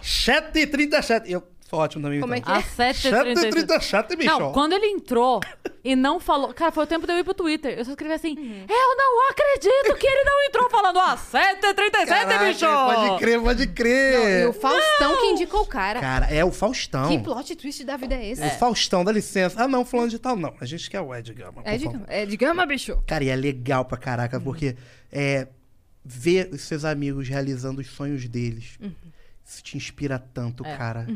7h37. Eu sou ótimo também. Como é então. que é? Às 7h37. 7h37, bicho. Não, quando ele entrou e não falou. Cara, foi o tempo de eu ir pro Twitter. Eu só escrevi assim: Eu não acredito que ele não entrou falando, ó, 7h37, é, Caraca, bicho! Pode crer, pode E crer. o Faustão que indicou o cara. Cara, é o Faustão. Que plot twist da vida é esse? O Faustão, dá licença. Ah, não, fulano de tal, não. A gente quer o Ed Gama. por É de, favor. é de gama, Uhum. bicho. Cara, e é legal pra caraca, porque é, ver os seus amigos realizando os sonhos deles. Uhum. Isso te inspira tanto, cara.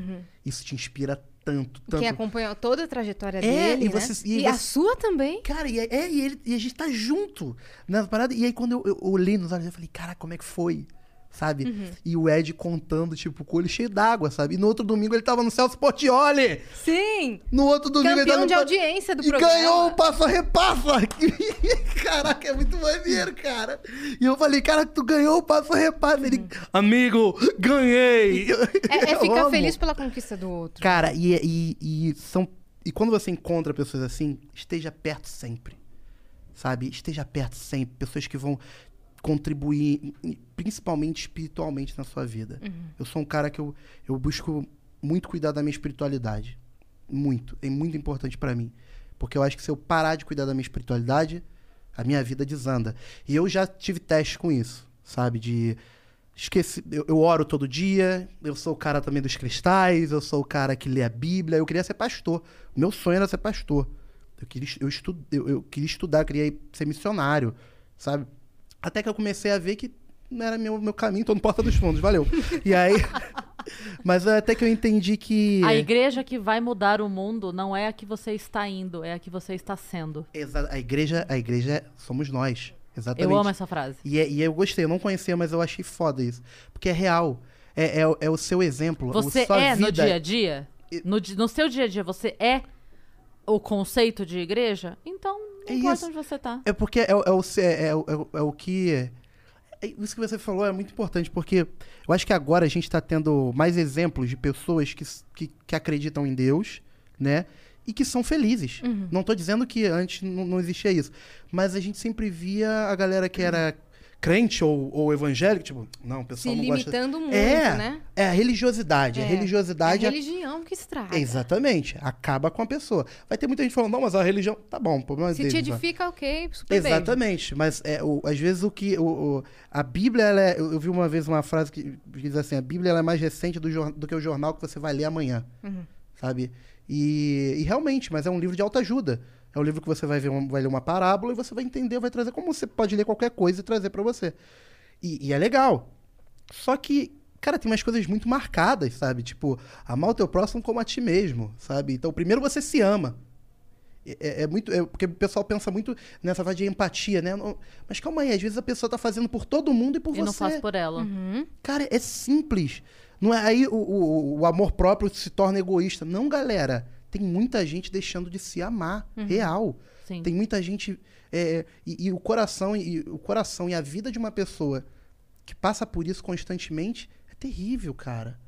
Isso te inspira tanto, tanto. É. Quem é acompanhou toda a trajetória Tá É, dele, e né? você- e a você- sua também. Cara, e, é- é, e, ele- e a gente tá junto na parada. E aí, quando eu, eu olhei nos olhos, eu falei, cara, como é que foi? Sabe? Uhum. E o Ed contando, tipo, com o olho cheio d'água, sabe? E no outro domingo ele tava no Celso Portioli! Sim! No outro domingo ele Campeão tava no de pa- audiência do e programa. ganhou o Passa Repassa! Caraca, é muito maneiro, cara! E eu falei, cara, tu ganhou o Passa Repassa! Ele, amigo, ganhei! Uhum. É, é Eu ficar amo. feliz pela conquista do outro. Cara, e, e, e são. E quando você encontra pessoas assim, esteja perto sempre. Sabe? Esteja perto sempre. Pessoas que vão contribuir, principalmente espiritualmente, na sua vida. Eu sou um cara que eu, eu busco muito cuidar da minha espiritualidade. Muito. É muito importante pra mim. Porque eu acho que se eu parar de cuidar da minha espiritualidade, a minha vida desanda. E eu já tive teste com isso, sabe? De. Esqueci, eu, eu oro todo dia, eu sou o cara também dos cristais, eu sou o cara que lê a Bíblia, eu queria ser pastor. O meu sonho era ser pastor. Eu queria, es- eu estu, eu, eu queria estudar, eu queria ir ser missionário, sabe? Até que eu comecei a ver que não era meu, meu caminho, tô no Porta dos Fundos, valeu. E aí. mas até que eu entendi que. A igreja que vai mudar o mundo não é a que você está indo, é a que você está sendo. Exa- a igreja, a igreja somos nós. Exatamente. Eu amo essa frase. E, é- e eu gostei, eu não conhecia, mas eu achei foda isso. Porque é real. É, é, o- é o seu exemplo. Você a sua é vida. no dia a dia? No, di- no seu dia a dia, você é o conceito de igreja? Então, não É importa isso. onde você tá. É porque é, o- é o, se- é, é o- é o- é o que. é isso que você falou é muito importante, porque eu acho que agora a gente está tendo mais exemplos de pessoas que, s- que, que acreditam em Deus, né? E que são felizes. Uhum. Não tô dizendo que antes não, não existia isso. Mas a gente sempre via a galera que era crente ou, ou evangélico, tipo, não, o Se pessoal não gosta. limitando muito, é, né? é a religiosidade. A É religiosidade é a religião que estraga. Exatamente. Acaba com a pessoa. Vai ter muita gente falando, não, mas a religião. Tá bom, o problema é Se te deles, né? edifica, ok, super bem. Exatamente, mas é, o- às vezes o que. o- o- a Bíblia, ela é- eu, eu vi uma vez uma frase que diz assim: a Bíblia ela é mais recente do, jor- do que o jornal que você vai ler amanhã. Uhum. Sabe? E, e realmente, mas é um livro de autoajuda. É um livro que você vai, ver um- vai ler uma parábola e você vai entender, vai trazer como você pode ler qualquer coisa e trazer pra você. E, e é legal. Só que Cara, tem umas coisas muito marcadas, sabe? Tipo, amar o teu próximo como a ti mesmo, sabe? Então, primeiro você se ama. É- É, é muito. é porque o pessoal pensa muito nessa fase de empatia, né? Não- mas calma aí, às vezes a pessoa tá fazendo por todo mundo e por E você. não faço por ela. Uhum. Cara, é simples. Não é aí o, o- o amor próprio se torna egoísta. Não, galera. Tem muita gente deixando de se amar, Uhum. real. Sim. Tem muita gente é, e, e o coração e o coração e a vida de uma pessoa que passa por isso constantemente é terrível, cara.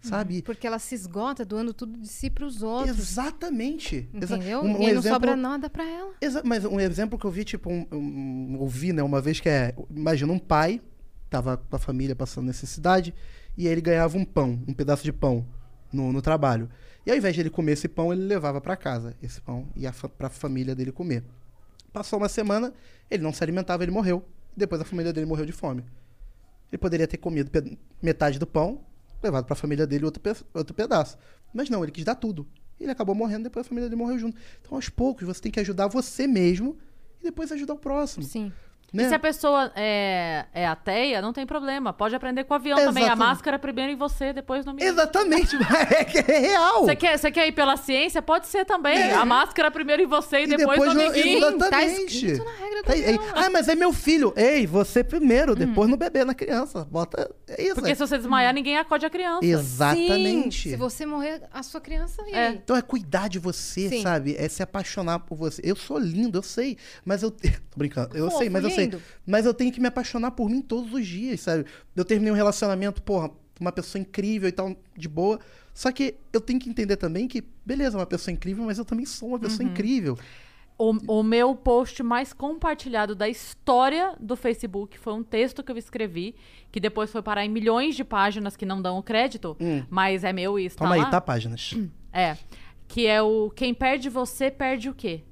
Sabe? Porque ela se esgota doando tudo de si pros Uhum. outros. Exatamente. Exa- Entendeu? Um, um e aí não exemplo- sobra nada pra ela. Exa- mas um exemplo que eu vi, tipo, um, um- ouvi, né, uma vez que é. Imagina um pai, tava com a família passando necessidade, e aí ele ganhava um pão, um pedaço de pão no, no trabalho. E ao invés de ele comer esse pão, ele levava pra casa esse pão e a fa pra família dele comer. Passou uma semana, ele não se alimentava, ele morreu. Depois a família dele morreu de fome. Ele poderia ter comido pe- metade do pão, levado para a família dele outro, pe- outro pedaço. Mas não, ele quis dar tudo. Ele acabou morrendo, depois a família dele morreu junto. Então, aos poucos, você tem que ajudar você mesmo e depois ajudar o próximo. Sim. Tá né? E se a pessoa é, é ateia, não tem problema. Pode aprender com o avião também. A Exatamente. máscara primeiro em você, depois no menino. Exatamente, mas é que é real. Você quer, você quer ir pela ciência? Pode ser também. A máscara primeiro em você e, depois, no É. no- amiguinho. Tá Exatamente. escrito na regra do Tá aí- aí, avião, né? ah, mas é meu filho. Ei, você primeiro, depois no bebê, na criança. Bota. É isso. Porque é. se você desmaiar, ninguém acode a criança. Exatamente. Se você morrer, a sua criança e É. aí? Então é cuidar de você, Sim. sabe? É se apaixonar por você. Eu sou lindo, eu sei, mas eu. Tô brincando, eu Fofo, sei, mas eu lindo. sei. Mas eu tenho que me apaixonar por mim todos os dias, sabe? Eu terminei um relacionamento, porra, com uma pessoa incrível e tal, de boa. Só que eu tenho que entender também que, beleza, é uma pessoa incrível, mas eu também sou uma pessoa incrível. O, o meu post mais compartilhado da história do Facebook foi um texto que eu escrevi, que depois foi parar em milhões de páginas que não dão o crédito, mas é meu e está Calma lá. Hum. aí, tá, páginas. É. Que é o Quem perde você, perde o quê?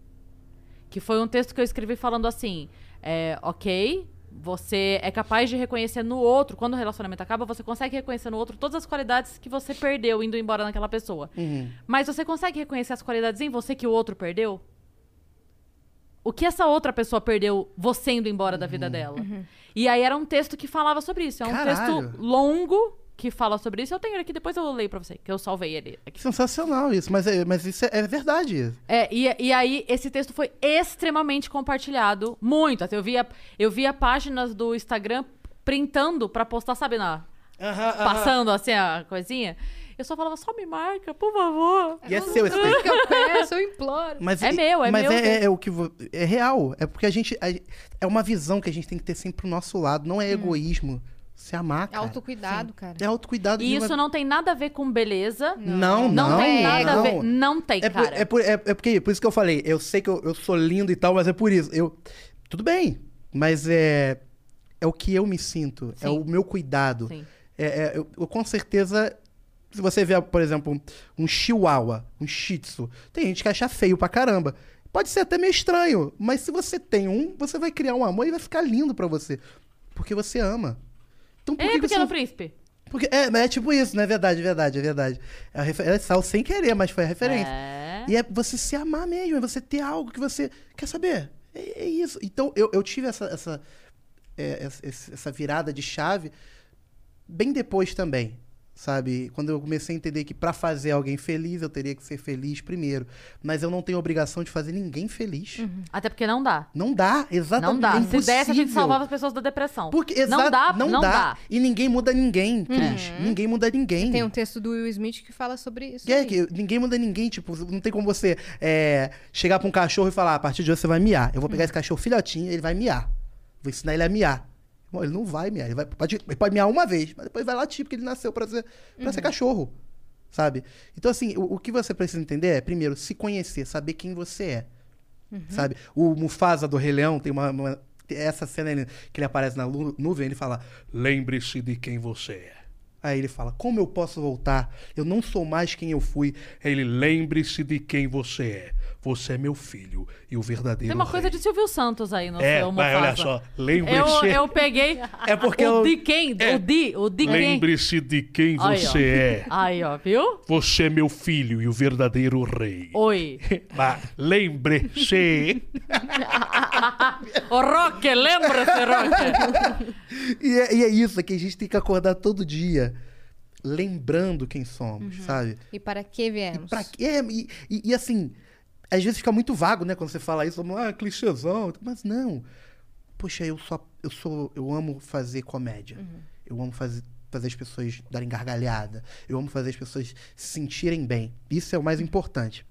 Que foi um texto que eu escrevi falando assim: é, ok, você é capaz de reconhecer no outro, quando o relacionamento acaba, você consegue reconhecer no outro todas as qualidades que você perdeu indo embora naquela pessoa. Mas você consegue reconhecer as qualidades em você que o outro perdeu? O que essa outra pessoa perdeu você indo embora da vida dela? E aí era um texto que falava sobre isso. É um Caralho. texto longo que fala sobre isso. Eu tenho ele aqui, depois eu leio pra você, que eu salvei ele aqui. Sensacional isso, mas, é- mas isso é, é verdade. É, e, e aí esse texto foi extremamente compartilhado, muito. Até Eu via, eu via páginas do Instagram printando pra postar, sabe, na, passando assim a coisinha. Eu só falava, só me marca, por favor. E é seu esse texto. Tudo que eu peço, eu imploro. Mas É e- meu, é mas meu. É, é o que vo- é real. É porque a gente a- é uma visão que a gente tem que ter sempre pro nosso lado. Não é Hum. egoísmo. Se amar, É cara. autocuidado, cara. É autocuidado. E de isso uma- não tem nada a ver com beleza. não, Não, não, tem não, nada a ver. Não tem, É, por, cara. é, por, é, é porque por isso que eu falei. Eu sei que eu, eu sou lindo e tal, mas é por isso. Eu tudo bem, mas é é o que eu me sinto. É Sim. o meu cuidado. Sim. É, é, eu, eu com certeza, se você ver, por exemplo, um chihuahua, um shih tzu, tem gente que acha feio pra caramba. Pode ser até meio estranho, mas se você tem um, você vai criar um amor e vai ficar lindo pra você. Porque você ama. Então por Ei, que É, Pequeno você... Príncipe. Porque, é, mas é tipo isso, né? É verdade, é verdade, é verdade. É, a refer- é sal sem querer, mas foi a referência. É. E é você se amar mesmo, é você ter algo que você quer saber. É, é isso. Então, eu, eu tive essa, essa, é, essa- esse- essa virada de chave bem depois também, sabe? Quando eu comecei a entender que pra fazer alguém feliz, eu teria que ser feliz primeiro. Mas eu não tenho obrigação de fazer ninguém feliz. Até porque não dá. Não dá, Uhum. exatamente. Não dá. É Se desse, a gente impossível. salvava as pessoas da depressão. Porque, não exa- dá, Uhum. não, dá. E ninguém muda ninguém, Cris. Ninguém muda ninguém. Tem um texto do Will Smith que fala sobre isso. Que é aí. que ninguém manda ninguém, tipo, não tem como você é, chegar pra um cachorro e falar, a partir de hoje você vai miar. Eu vou pegar esse cachorro filhotinho, ele vai miar. Vou ensinar ele a miar. Bom, ele não vai miar, ele, vai, pode, ele pode miar uma vez, mas depois vai latir, porque ele nasceu pra ser, pra ser cachorro, sabe? Então, assim, o, o que você precisa entender é, primeiro, se conhecer, saber quem você é, sabe? O Mufasa do Rei Leão tem uma... uma- essa cena ele- que ele aparece na lu- nuvem, ele fala, Lembre-se de quem você é. Aí ele fala: Como eu posso voltar? Eu não sou mais quem eu fui. Ele lembre-se de quem você é. Você é meu filho e o verdadeiro Tem uma rei. coisa de Silvio Santos aí no É, seu mas olha Mufasa. só, Eu, lembre-se. eu peguei. É porque o eu- de quem? É. O de, o de quem? Lembre-se de quem Aí, ó. você é. Aí, ó, viu? Você é meu filho e o verdadeiro rei. Oi. Mas lembre-se. Ô, Roque, lembra-se, Roque? E é, e é isso, é que a gente tem que acordar todo dia lembrando quem somos, sabe? E para que viemos? Pra quê? É, e, e- e assim, às vezes fica muito vago, né? Quando você fala isso, como, ah, clichêzão. Mas não. Poxa, eu só. Eu sou. Eu amo fazer comédia. Eu amo fazer, fazer as pessoas darem gargalhada. Eu amo fazer as pessoas se sentirem bem. Isso é o mais importante.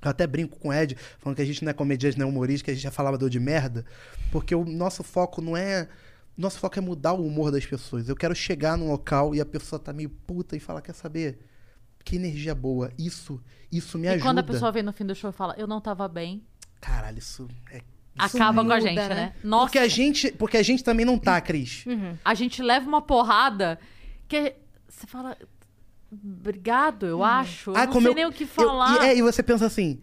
Eu até brinco com o Ed, falando que a gente não é comediante, não é humorista, que a gente é falador de merda, porque o nosso foco não é. Nosso foco é mudar o humor das pessoas. Eu quero chegar num local e a pessoa tá meio puta e falar, quer saber? Que energia boa. Isso, isso me E ajuda. quando a pessoa vem no fim do show e fala, eu não tava bem, Caralho, isso é. acaba com a muda, gente, né? né? Nossa, Porque a gente. Porque a gente também não tá, Cris. a gente leva uma porrada que você fala, obrigado, eu acho. Eu não sei Uhum. Ah, eu- nem o que eu- falar. e, é, e você pensa assim,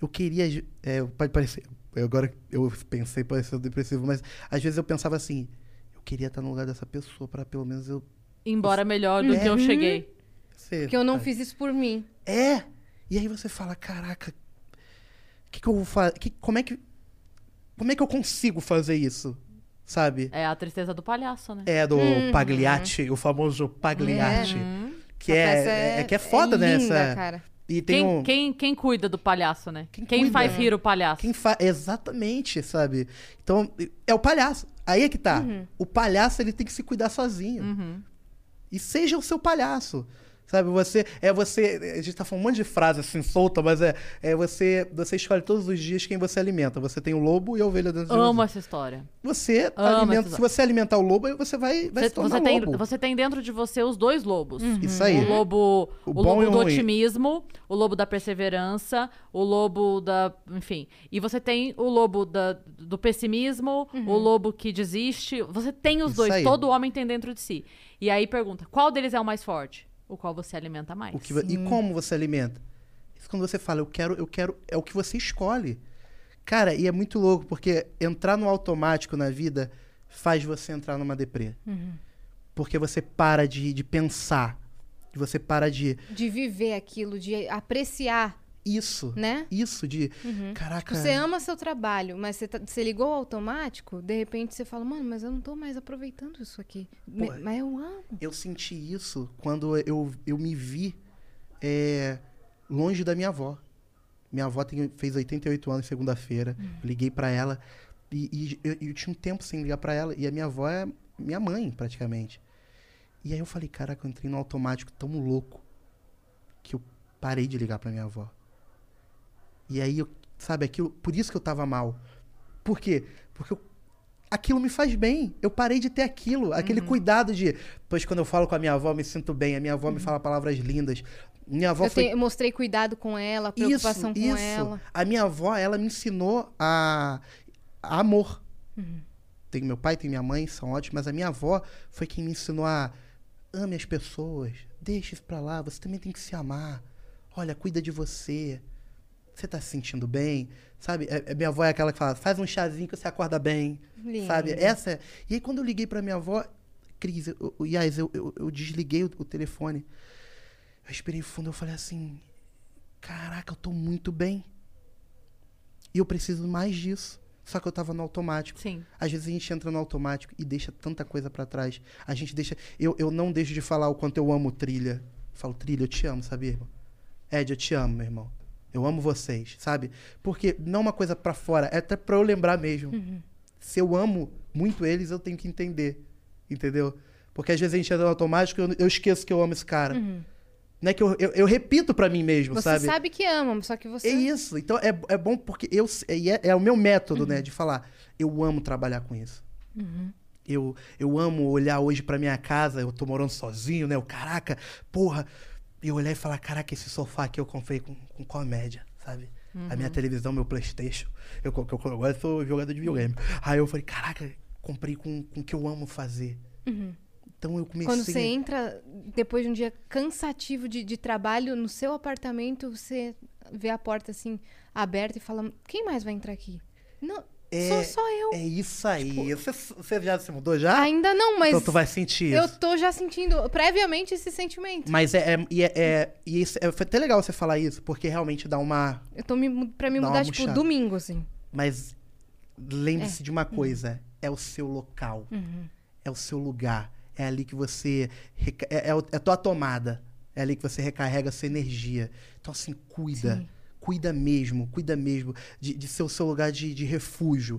eu queria. ju- é, pode parecer. eu agora eu pensei pareceu depressivo, mas às vezes eu pensava assim, eu queria estar no lugar dessa pessoa pra pelo menos eu Embora melhor É. do que eu cheguei. ser. Porque eu não sabe? fiz isso por mim. É! E aí você fala, caraca, o que, que eu vou fazer? como é que. Como é que eu consigo fazer isso? Sabe? É a tristeza do palhaço, né? É do Uhum. Pagliatti, o famoso Pagliatti. Que, Essa é, peça é- é que é foda, né? linda, essa- cara. E tem Quem, um... quem, quem cuida do palhaço, né? Quem, cuida, faz né? rir o palhaço? Quem fa... Exatamente, sabe? Então, é o palhaço. Aí é que tá. Uhum. O palhaço, ele tem que se cuidar sozinho. E seja o seu palhaço. Sabe, você. É você. A gente tá falando um monte de frase assim, solta, mas é. É você. Você escolhe todos os dias quem você alimenta. Você tem o lobo e a ovelha dentro de Amo você. essa história. Você Amo alimenta. essas- Se você alimentar o lobo, aí você vai, vai se Você, tornar você tem, lobo. Uhum. você Uhum. tem dentro de você os dois lobos. Isso aí. O lobo, O o bom lobo e o do ruim. otimismo, o lobo da perseverança, o lobo da. Enfim. E você tem o lobo da, do pessimismo, o lobo que desiste. Você tem os Isso dois. aí. Todo homem tem dentro de si. E aí pergunta: qual deles é o mais forte? O qual você alimenta mais? O que vo- e como você alimenta? Isso quando você fala, eu quero, eu quero, é o que você escolhe. Cara, e é muito louco, porque entrar no automático na vida faz você entrar numa deprê. Uhum. Porque você para de, de pensar. Você para de. De viver aquilo, de apreciar, Isso. né? Uhum. Tipo, Isso, de. Caraca. Você ama seu trabalho, mas você, tá- você ligou ao automático, de repente você fala, mano, mas eu não tô mais aproveitando isso aqui. Me- Pô, mas eu amo. Eu senti isso quando eu, eu me vi é, longe da minha avó. Minha avó tem- fez 88 anos segunda-feira. Hum. Eu Liguei pra ela e, e eu, eu tinha um tempo sem ligar pra ela. E a minha avó é minha mãe, praticamente. E aí eu falei, caraca, eu entrei num automático tão louco que eu parei de ligar pra minha avó. E aí, eu, sabe, aquilo, por isso que eu tava mal. Por quê? Porque eu- aquilo me faz bem. Eu parei de ter aquilo, Uhum. aquele cuidado de, pois quando eu falo com a minha avó, eu me sinto bem, a minha avó me fala palavras lindas. Minha avó Uhum. Eu, foi tenho- eu mostrei cuidado com ela, preocupação com ela. a minha avó, ela me ensinou a, a amor. Uhum. Tem meu pai, tem minha mãe, são ótimos, mas a minha avó foi quem me ensinou a ame as pessoas, deixe isso pra lá, você também tem que se amar. Olha, cuida de você. Você tá se sentindo bem, sabe? É- é- minha avó é aquela que fala, faz um chazinho que você acorda bem, Linda. sabe? Essa é... E aí quando eu liguei pra minha avó, Cris, eu, eu, Yas, eu, eu, eu desliguei o, o telefone, eu respirei fundo, eu falei assim, caraca, eu tô muito bem. E eu preciso mais disso. Só que eu tava no automático. Sim. Às vezes a gente entra no automático e deixa tanta coisa pra trás. A gente deixa. Eu, eu não deixo de falar o quanto eu amo trilha. Eu falo, trilha, eu te amo, sabia, irmão? Ed, eu te amo, meu irmão. Eu amo vocês, sabe? Porque não é uma coisa pra fora, é até pra eu lembrar mesmo. Uhum. Se eu amo muito eles, eu tenho que entender. Entendeu? Porque às vezes a gente entra no automático e eu, eu esqueço que eu amo esse cara. Não é que eu, eu, eu repito pra mim mesmo, Uhum. Você sabe? que ama, só que você. é isso. Então é, é bom porque eu e é, é o meu método, Uhum. né, de falar. Eu amo trabalhar com isso. Eu, eu amo olhar hoje pra minha casa, eu tô morando sozinho, né? Eu, caraca, porra. E olhar e falar, caraca, esse sofá aqui eu comprei com, com comédia, sabe? A Uhum. minha televisão, meu Playstation. Eu, co- eu, co- agora eu sou jogador de videogame. Aí eu falei, caraca, comprei com com o que eu amo fazer. Então eu comecei... Uhum. Quando você entra, depois de um dia cansativo de, de trabalho, no seu apartamento, você vê a porta assim aberta e fala: quem mais vai entrar aqui? Não, sou só eu. É isso aí. Você, você já se mudou já? Ainda não, mas então tu vai sentir isso. eu tô já sentindo previamente esse sentimento. Mas é, é- e é- é- e isso, é- foi até legal você falar isso, porque realmente dá uma. Eu tô me, mu- pra me Dá uma mudar, tipo, murchada. domingo, assim. Mas lembre-se de uma coisa: é o seu local. é o seu lugar. É ali que você. reca- É, é o- é a tua tomada. É ali que você recarrega a sua energia. Então, assim, cuida. Cuida mesmo, cuida mesmo de, de ser o seu lugar de, de refúgio.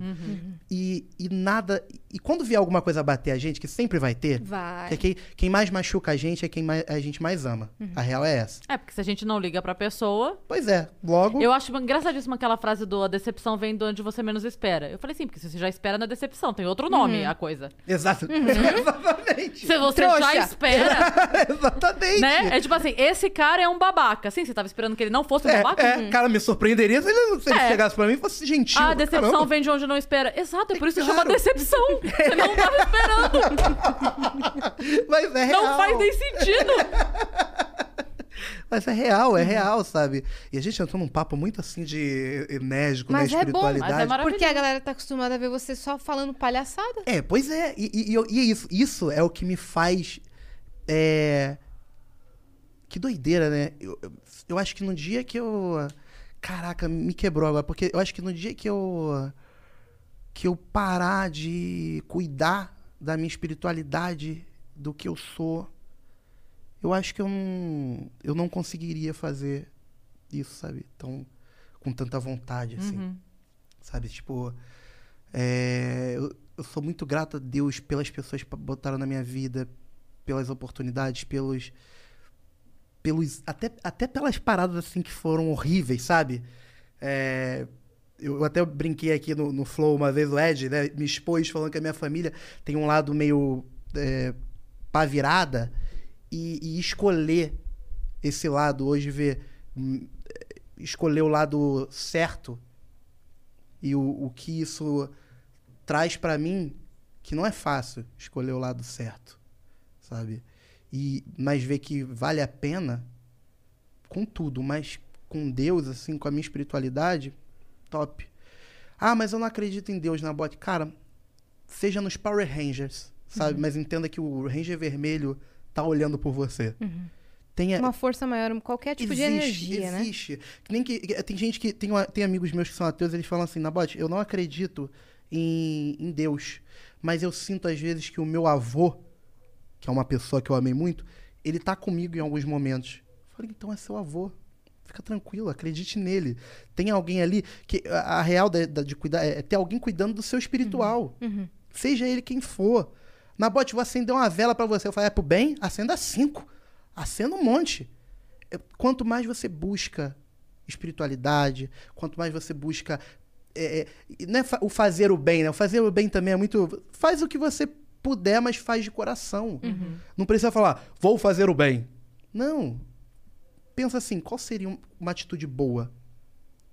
E, e nada. E quando vier alguma coisa bater a gente, que sempre vai ter, Vai. que é quem, quem mais machuca a gente é quem mais- a gente mais ama. A real é essa. É, porque se a gente não liga pra pessoa. Pois é, logo. Eu acho engraçadíssima aquela frase do a decepção vem de onde você menos espera. Eu falei assim, porque se você já espera na decepção, tem outro nome a coisa. Exato. Exatamente. Uhum. Se você já Trouxa. espera, Exatamente. né? É tipo assim, esse cara é um babaca. Sim, você tava esperando que ele não fosse um babaca? É, é, cara, me surpreenderia se ele, se ele É. chegasse pra mim e fosse gentil. A Ah, decepção Caramba. vem de onde não espera. Exato, é por isso que chama Claro. decepção. Você não tava esperando. Mas é real. Não faz nem sentido. Mas é real, Uhum. é real, sabe? E a gente entrou num papo muito assim de enérgico, Mas né? é bom, mas é Espiritualidade. maravilhoso. Porque a galera tá acostumada a ver você só falando palhaçada. É, pois é. E, e- e eu- e é isso. Isso é o que me faz. é, Que doideira, né? Eu, eu- eu acho que no dia que eu. Caraca, me quebrou agora. Porque eu acho que no dia que eu. Que eu parar de cuidar da minha espiritualidade, do que eu sou, eu acho que eu não, eu não conseguiria fazer isso, sabe? Tão, com tanta vontade, assim. Sabe? Tipo. É, eu, eu sou muito grato a Deus pelas pessoas que botaram na minha vida, pelas oportunidades, pelos. pelos até, até pelas paradas assim que foram horríveis, sabe? É, eu eu até brinquei aqui no, no Flow uma vez, o Ed, né, me expôs falando que a minha família tem um lado meio é, pá virada e, e escolher esse lado hoje, ver. hum, escolher o lado certo e o, o que isso traz pra mim, que não é fácil escolher o lado certo, sabe? E mas ver que vale a pena com tudo, mas com Deus assim, com a minha espiritualidade, top. Ah, mas eu não acredito em Deus na bote. Cara, seja nos Power Rangers, sabe? Mas entenda que o Ranger vermelho tá olhando por você. Tenha Uma força maior, um qualquer tipo de energia, né? É. existe. Que Nem que, que- tem gente que. Tem, uma- tem amigos meus que são ateus, eles falam assim, Nabote, eu não acredito em, em Deus. Mas eu sinto às vezes que o meu avô, que é uma pessoa que eu amei muito, ele tá comigo em alguns momentos. Eu falei, então é seu avô. Fica tranquilo, acredite nele. Tem alguém ali que. A, a real da- da- de cuidar é ter alguém cuidando do seu espiritual. Uhum. Seja ele quem for. Nabote, vou acender uma vela pra você. Eu falei, é pro bem? Acenda cinco. Acenda um monte é, quanto mais você busca espiritualidade, quanto mais você busca. é, é, e não é fa- o fazer o bem, né? O fazer o bem também é muito. Faz o que você puder, mas faz de coração. Não precisa falar, vou fazer o bem. Não. Pensa assim, qual seria um- uma atitude boa?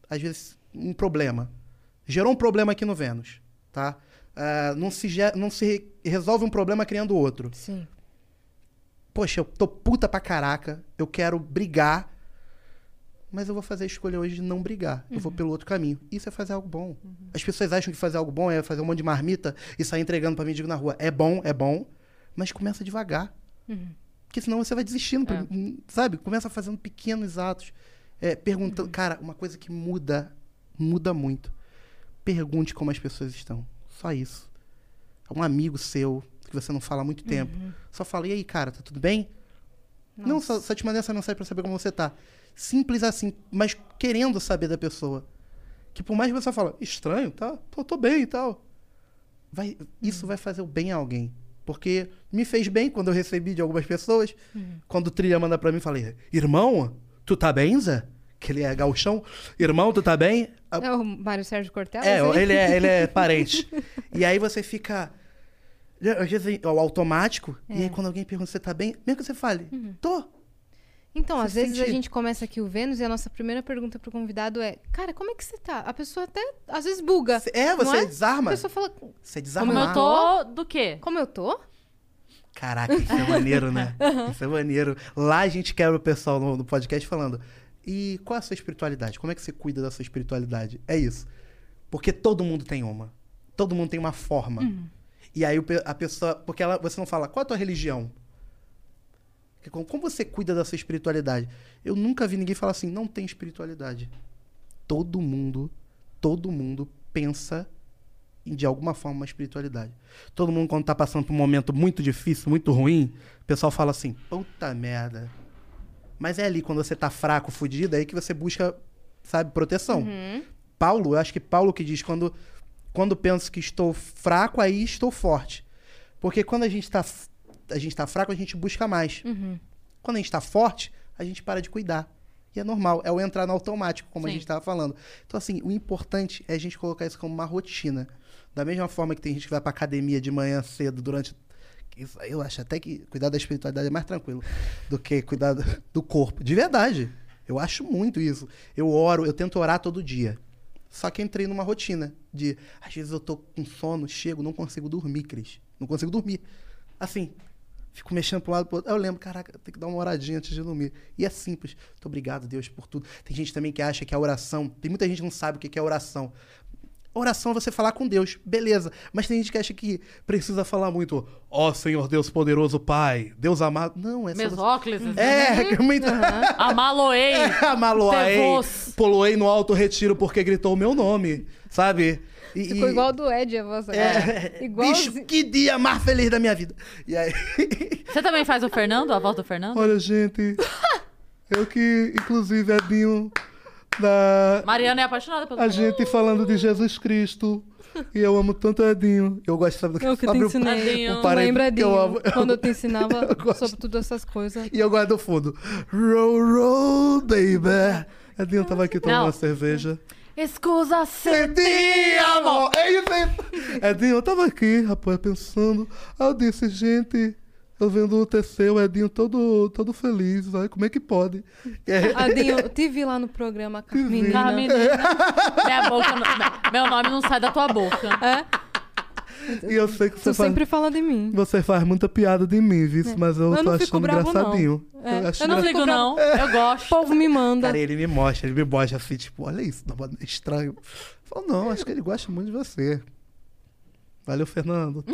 Às vezes, um problema. Gerou um problema aqui no Vênus, tá? Ah, não, se, ge- não se re- resolve um problema criando outro Sim. poxa, eu tô puta pra caraca, eu quero brigar, mas eu vou fazer a escolha hoje de não brigar. Eu vou pelo outro caminho. Isso é fazer algo bom. As pessoas acham que fazer algo bom é fazer um monte de marmita e sair entregando pra mendigo na rua. É bom, é bom, mas começa devagar. Porque senão você vai desistindo, um, É. sabe? Começa fazendo pequenos atos, é, perguntando. Cara, uma coisa que muda, muda muito. Pergunte como as pessoas estão. Só isso. Um amigo seu, que você não fala há muito tempo, só fala, e aí, cara, tá tudo bem? Não, só, só te mandei essa mensagem pra saber como você tá. Simples assim, mas querendo saber da pessoa. Que por mais que você fala, estranho, tá? Tô, tô bem e tal. Vai, isso vai fazer o bem a alguém. Porque me fez bem quando eu recebi de algumas pessoas. Quando o Trilha manda pra mim, falei, irmão, tu tá bem, Zé? Que ele é gauchão. Irmão, tu tá bem? A- É o Mário Sérgio Cortella? é, assim? ele é, ele é parente. e aí você fica. Às vezes é o automático, e aí quando alguém pergunta você tá bem, mesmo que você fale, tô. Então, Você às vezes sente- a gente começa aqui o Vênus e a nossa primeira pergunta pro convidado é: Cara, como é que você tá? A pessoa até às vezes buga. Cê- é, não você é? desarma. A pessoa fala: Você Como desarma. eu tô do quê? Como eu tô? Caraca, isso é maneiro, né? isso é maneiro. Lá a gente quebra o pessoal no, no podcast falando. E qual é a sua espiritualidade? Como é que você cuida da sua espiritualidade? É isso. Porque todo mundo tem uma. Todo mundo tem uma forma. E aí o pe- a pessoa. Porque ela, você não fala, qual é a tua religião? Porque Como como você cuida da sua espiritualidade? Eu nunca vi ninguém falar assim, não tem espiritualidade. Todo mundo, todo mundo pensa e, de alguma forma, uma espiritualidade. Todo mundo, quando tá passando por um momento muito difícil, muito ruim, o pessoal fala assim, puta merda. Mas é ali, quando você tá fraco, fudido, aí que você busca, sabe, proteção. Paulo, eu acho que Paulo que diz, quando, quando penso que estou fraco, aí estou forte. Porque quando a gente tá, f- a gente tá fraco, a gente busca mais. Quando a gente tá forte, a gente para de cuidar. E é normal, é o entrar no automático, como a Sim. gente estava falando. Então, assim, o importante é a gente colocar isso como uma rotina. Da mesma forma que tem gente que vai pra academia de manhã cedo durante. isso aí Eu acho até que cuidar da espiritualidade é mais tranquilo do que cuidar do- do corpo. De verdade. Eu acho muito isso. Eu oro, eu tento orar todo dia. Só que entrei numa rotina de. Às vezes eu tô com sono, chego, não consigo dormir, Cris. Não consigo dormir. Assim, Fico mexendo pro lado pro outro. Aí Eu lembro, caraca, tem que dar uma oradinha antes de dormir. E é simples. Muito obrigado, Deus, por tudo. Tem gente também que acha que a oração. Tem muita gente que não sabe o que que é oração. Oração é você falar com Deus, beleza. Mas tem gente que acha que precisa falar muito. Ó Senhor Deus poderoso Pai, Deus amado. Não, é só você- Mesóclises. É, que muito. Amaloei. Amaloei, Tevos. poloei no alto retiro porque gritou o meu nome, sabe? E- Ficou e- igual ao do Ed, a voz agora. É, Igual. assim. bicho, que dia mais feliz da minha vida. E aí, Você também faz o Fernando, a voz do Fernando? Olha, gente. eu que, inclusive, é Dinho da. Mariana é apaixonada pelo A gente falando de Jesus Cristo. E eu amo tanto Edinho. Eu gosto, sabe do que É o que eu te Abre o- ensinei. Tadinho. o parede Lembra que eu amo. de quando eu te ensinava Eu gosto. sobre todas essas coisas? E eu gosto do fundo. Roll, roll, baby. Edinho tava aqui tomando Não. uma cerveja. Escusa se. Senti, amor! É isso aí! Edinho, eu tava aqui, rapaz, pensando. Aí eu disse, gente, eu vendo o TC, o Edinho todo, todo feliz. Ai, como é que pode? É, E aí- Adinho, eu te vi lá no programa, Carmenina. Carmenina. tá, Minha boca não- Meu nome não sai da tua boca. E eu sei que você Tu faz, sempre fala de mim. você faz muita piada de mim, vice, mas eu Mas eu tô não fico achando bravo, não. engraçadinho. É, Eu acho eu Não Não ligo, ficou pra- não. Eu O gosto. povo me manda. Cara, ele me mostra, ele me mostra assim, tipo, olha isso, não, mano, é estranho. Eu falo, não, acho que ele gosta muito de você. Valeu, Fernando.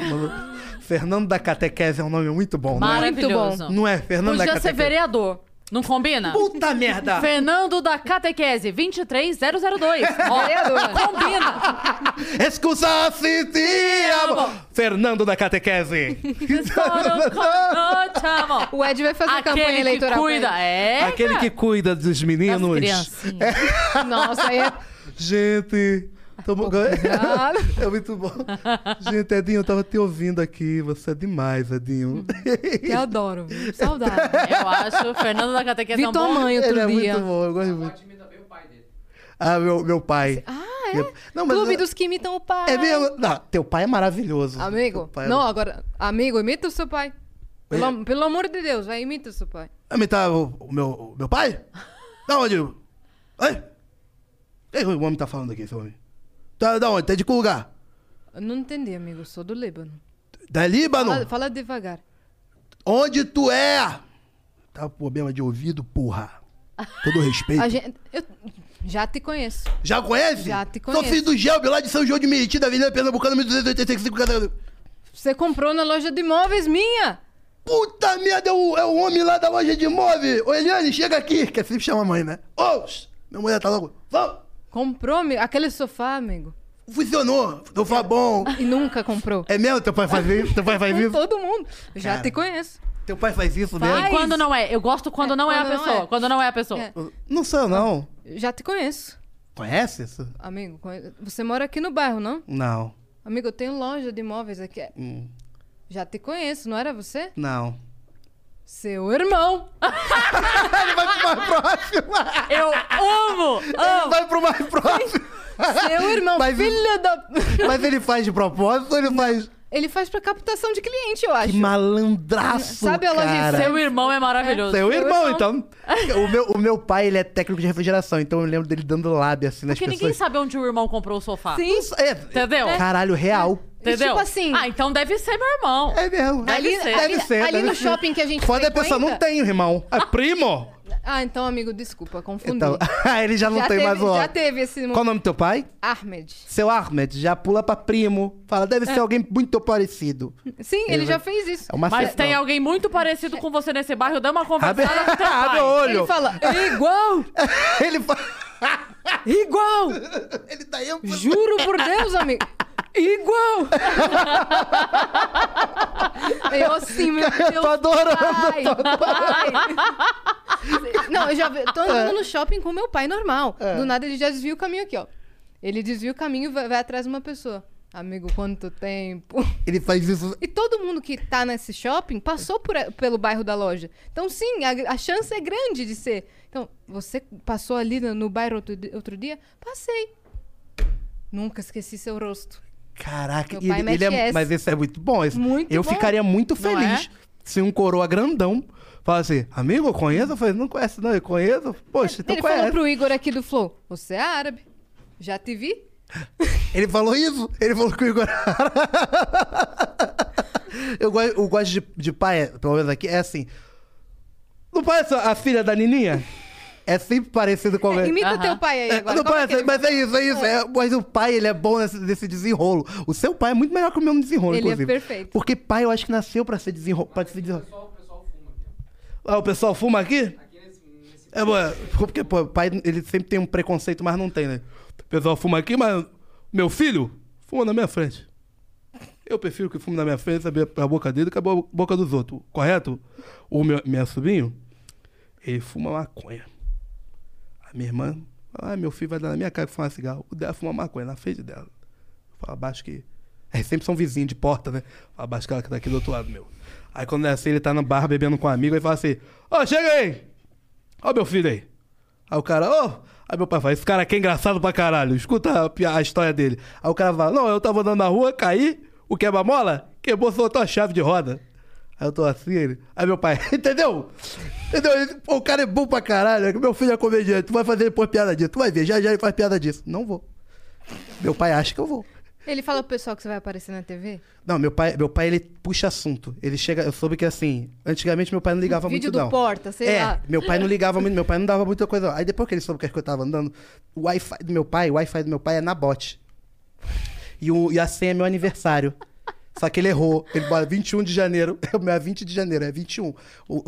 Fernando da Catequese é um nome muito bom, né? Maravilhoso. Não é? Fernando da Podia ser Catequese. vereador. Não combina? Puta merda! Fernando da Catequese, 23002. Ó, combina. Excusa se te amo! Amo. Fernando da Catequese! Estouro com- chamo. O Ed vai fazer campanha Aquele que eleitoral. pra cuida, é. Aquele que cuida dos das meninos. criancinhas. né? ele. Nossa, aí é. Gente, tô... Ah, pesado. é muito bom. Gente, Edinho, eu tava te ouvindo aqui. Você é demais, Edinho. Te adoro. é viu? Saudade. Eu acho o Fernando da Catequese Vi é um tua bom... mãe outro Ele é dia. muito bom, eu gosto muito. Ah, meu, meu pai. Ah, é? Não, mas Clube eu- dos que imitam o pai. É mesmo? Não, teu pai é maravilhoso. Amigo, Teu pai é- Não, agora, amigo, imita o seu pai. Pelo, pelo amor de Deus, vai, imita o seu pai. Ah, mas tá o, o meu, o meu pai? Da onde? Ai? Ei, o homem tá falando aqui, esse homem. Tá da onde? Tá de que lugar? Eu não entendi, amigo, eu sou do Líbano. Da Líbano? Fala, fala devagar. Onde tu é? Tá com problema de ouvido, porra. Todo respeito. A gente, eu já te conheço. Já conhece? Já te Sou conheço. filho do Gelbe, lá de São João de Meriti, da Avenida Pernambucana, 1285. cada- Você comprou na loja de imóveis minha. Puta merda, é o, é o homem lá da loja de imóvel. Ô, Eliane, chega aqui. Que sempre chama a mãe, né? Ô, shh, minha mulher tá logo. Vamos. Comprou amigo, aquele sofá, amigo. Funcionou. Não foi bom. E nunca comprou. É mesmo? Teu pai faz isso? Teu pai faz Com isso? todo mundo. Eu Já Cara. te conheço. Teu pai faz isso E mesmo? quando não é? Eu gosto quando É, não é a quando não pessoa. é. Quando não é a pessoa. É. Não sou, não. Já te conheço. Conhece isso? Amigo, conhe- você mora aqui no bairro, não? Não. Amigo, eu tenho loja de imóveis aqui. É, Hum, Já te conheço, não era você? Não. Seu irmão. Ele vai pro mais próximo. Eu amo! Ele amo. vai pro mais próximo. Seu irmão, Ah, Mas- filho da... Mas ele faz de propósito ou ele faz... Ele faz pra captação de cliente, eu Que acho. malandraço, Sabe a loja de cara. Seu irmão é maravilhoso. Seu irmão, irmão. então. O meu, o meu pai, ele é técnico de refrigeração, então eu lembro dele dando lábia, assim, nas Porque ninguém pessoas. sabe onde o irmão comprou o sofá. Sim. Isso é- Entendeu? Caralho, real. Entendeu? Tipo assim. Ah, então deve ser meu irmão. É mesmo. Deve Ali, ser, ali- deve ser, ali deve no ser. shopping que a gente Foda é a pessoa, não frequenta, tem, irmão. É primo? Ah, então, amigo, desculpa, confundi. Então, ele já não já tem teve, mais o Já óbvio. teve esse... Qual o nome do teu pai? Ahmed. Seu Ahmed, já pula pra primo. Fala, deve ser alguém muito parecido. Sim, ele, já fez isso. É uma Mas ce- tem não. alguém muito parecido com você nesse bairro, dá uma Abre, conversada com teu abre o pai. olho. Ele fala, é igual, Ele fala. igual. Ele tá dá ênfase. Juro por Deus, amigo. Igual! eu assim, meu Deus. Tô adorando. pai, pai. Não, eu já ve- É. tô andando no shopping com meu pai normal. Do nada ele já desvia o caminho aqui, ó. Ele desvia o caminho e vai, vai atrás de uma pessoa. Amigo, quanto tempo? Ele faz isso. E todo mundo que tá nesse shopping passou por a- pelo bairro da loja. Então, sim, a, a chance é grande de ser. Então, você passou ali no, no bairro outro, di- outro dia? Passei. Nunca esqueci seu rosto. Caraca, Meu e pai ele, mexe ele é, essa. mas esse é muito bom. Esse, Muito eu bom. ficaria muito Não é? feliz se um coroa grandão falasse assim, amigo, eu conheço? Eu falei, não conhece, não, eu conheço. Poxa, então Ele falou conhece. pro Igor aqui do Flow: Você é árabe. Já te vi? Ele falou isso? Ele falou que o Igor. eu, go- eu gosto de, de pai, pelo menos aqui, é assim. Não parece a filha da Nininha? É sempre parecido com alguém. Imita Aham. teu pai aí É, agora. não Como parece, é que ele- mas é isso, é isso. é, mas o pai, ele é bom nesse, nesse desenrolo. O seu pai é muito melhor que o meu no desenrolo, Ele é inclusive. perfeito. Porque pai, eu acho que nasceu pra ser desenrolo. Pra ser desenrolo. Ah, o pessoal fuma aqui? É, bom, é, porque pô, o pai, ele sempre tem um preconceito, mas não tem, né? O pessoal fuma aqui, mas meu filho fuma na minha frente. Eu prefiro que fume na minha frente, saber a boca dele, que a bo- boca dos outros, correto? O meu, meu sobrinho, ele fuma maconha. A minha irmã, ah, meu filho vai dar na minha cara que fumar cigarro. O dela fuma maconha na frente dela. Fala abaixo que. É, sempre são vizinhos de porta, né? Fala abaixo que ela que tá aqui do outro lado, meu. Aí quando é assim, ele tá no bar bebendo com um amigo, aí fala assim: Ô, chega aí! Ó, meu filho aí. Aí o cara, ô! Aí meu pai fala: Esse cara aqui é engraçado pra caralho, escuta a, pi- a história dele. Aí o cara fala: Não, eu tava andando na rua, caí, o quebra-mola quebrou, soltou a chave de roda. Aí eu tô assim, ele. Aí meu pai, entendeu? Entendeu? Ele, "Pô, O cara é bom pra caralho, é que meu filho é comediante, tu vai fazer depois piada disso, tu vai ver, já já ele faz piada disso. Não vou. Meu pai acha que eu vou. Ele fala pro pessoal que você vai aparecer na TV? Não, meu pai, meu pai ele puxa assunto. Ele chega, eu soube que assim, antigamente meu pai não ligava Vídeo muito do não. Porta, sei é, lá. meu pai não ligava muito, meu pai não dava muita coisa. não. Aí depois que ele soube que eu tava andando, o Wi-Fi do meu pai, o Wi-Fi do meu pai é na bot. E, o, e a senha é meu aniversário. Só que ele errou. Ele bota 21 de janeiro. O meu é 20 de janeiro, é 21. O,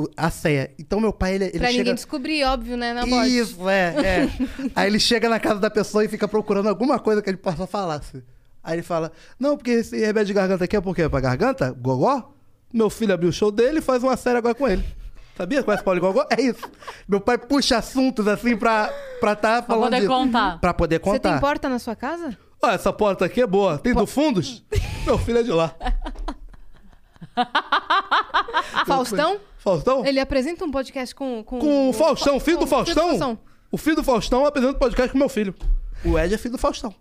o, a senha. Então meu pai, ele, ele pra chega... ninguém descobrir, óbvio, né? Na voz. Isso, é, é. Aí ele chega na casa da pessoa e fica procurando alguma coisa que ele possa falar. assim. Aí ele fala: Não, porque esse remédio de garganta aqui é porque é pra garganta? Gogó? Meu filho abriu o show dele e faz uma série agora com ele. Sabia? Conhece Paulo Gogó? É isso. Meu pai puxa assuntos assim pra pra tá falando. poder disso. contar. Pra poder Você tem contar. porta na sua casa? Ó, essa porta aqui é boa. Tem do fundos? Meu filho é de lá. Faustão? Faustão? Ele apresenta um podcast com... Com, Com o Faustão, filho do com o Faustão. O filho do Faustão apresenta o podcast com meu filho. O Ed é filho do Faustão.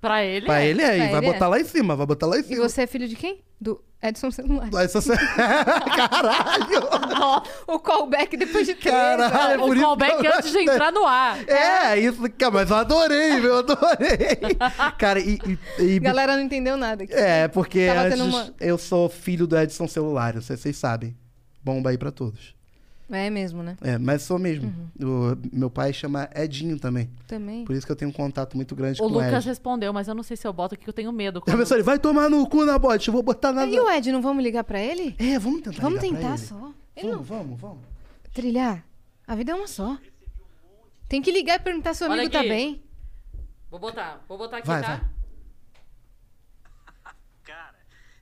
Pra ele. Pra é. ele é, pra e vai ele é. botar lá em cima, vai botar lá em E cima. você é filho de quem? Do Edson Celular. Lá em São Cé- Caralho! O callback depois de três. Caralho, é Ah, O por isso callback que eu antes de gostei. entrar no ar. É, isso, cara, mas eu adorei, meu, eu adorei. Cara, e. e- e- A galera não entendeu nada. aqui. É, porque Tava antes tendo uma- eu sou filho do Edson Celular, não sei se vocês sabem. Bomba aí pra todos. É mesmo, né? É, mas sou mesmo. Uhum. O- meu pai chama Edinho também. Também. Por isso que eu tenho um contato muito grande O com o Lucas Ed. respondeu, mas eu não sei se eu boto aqui, que eu tenho medo. é quando- Professor, ele vai tomar no cu na bote, eu vou botar na. E o Ed, não vamos ligar pra ele? É, vamos tentar. Vamos ligar pra tentar ele. só. Ele não Vamos, vamos, vamos. trilhar. A vida é uma só. Tem que ligar e perguntar se o Olha amigo tá aqui. bem. Vou botar, vou botar aqui, Vai, tá? vai. Cara,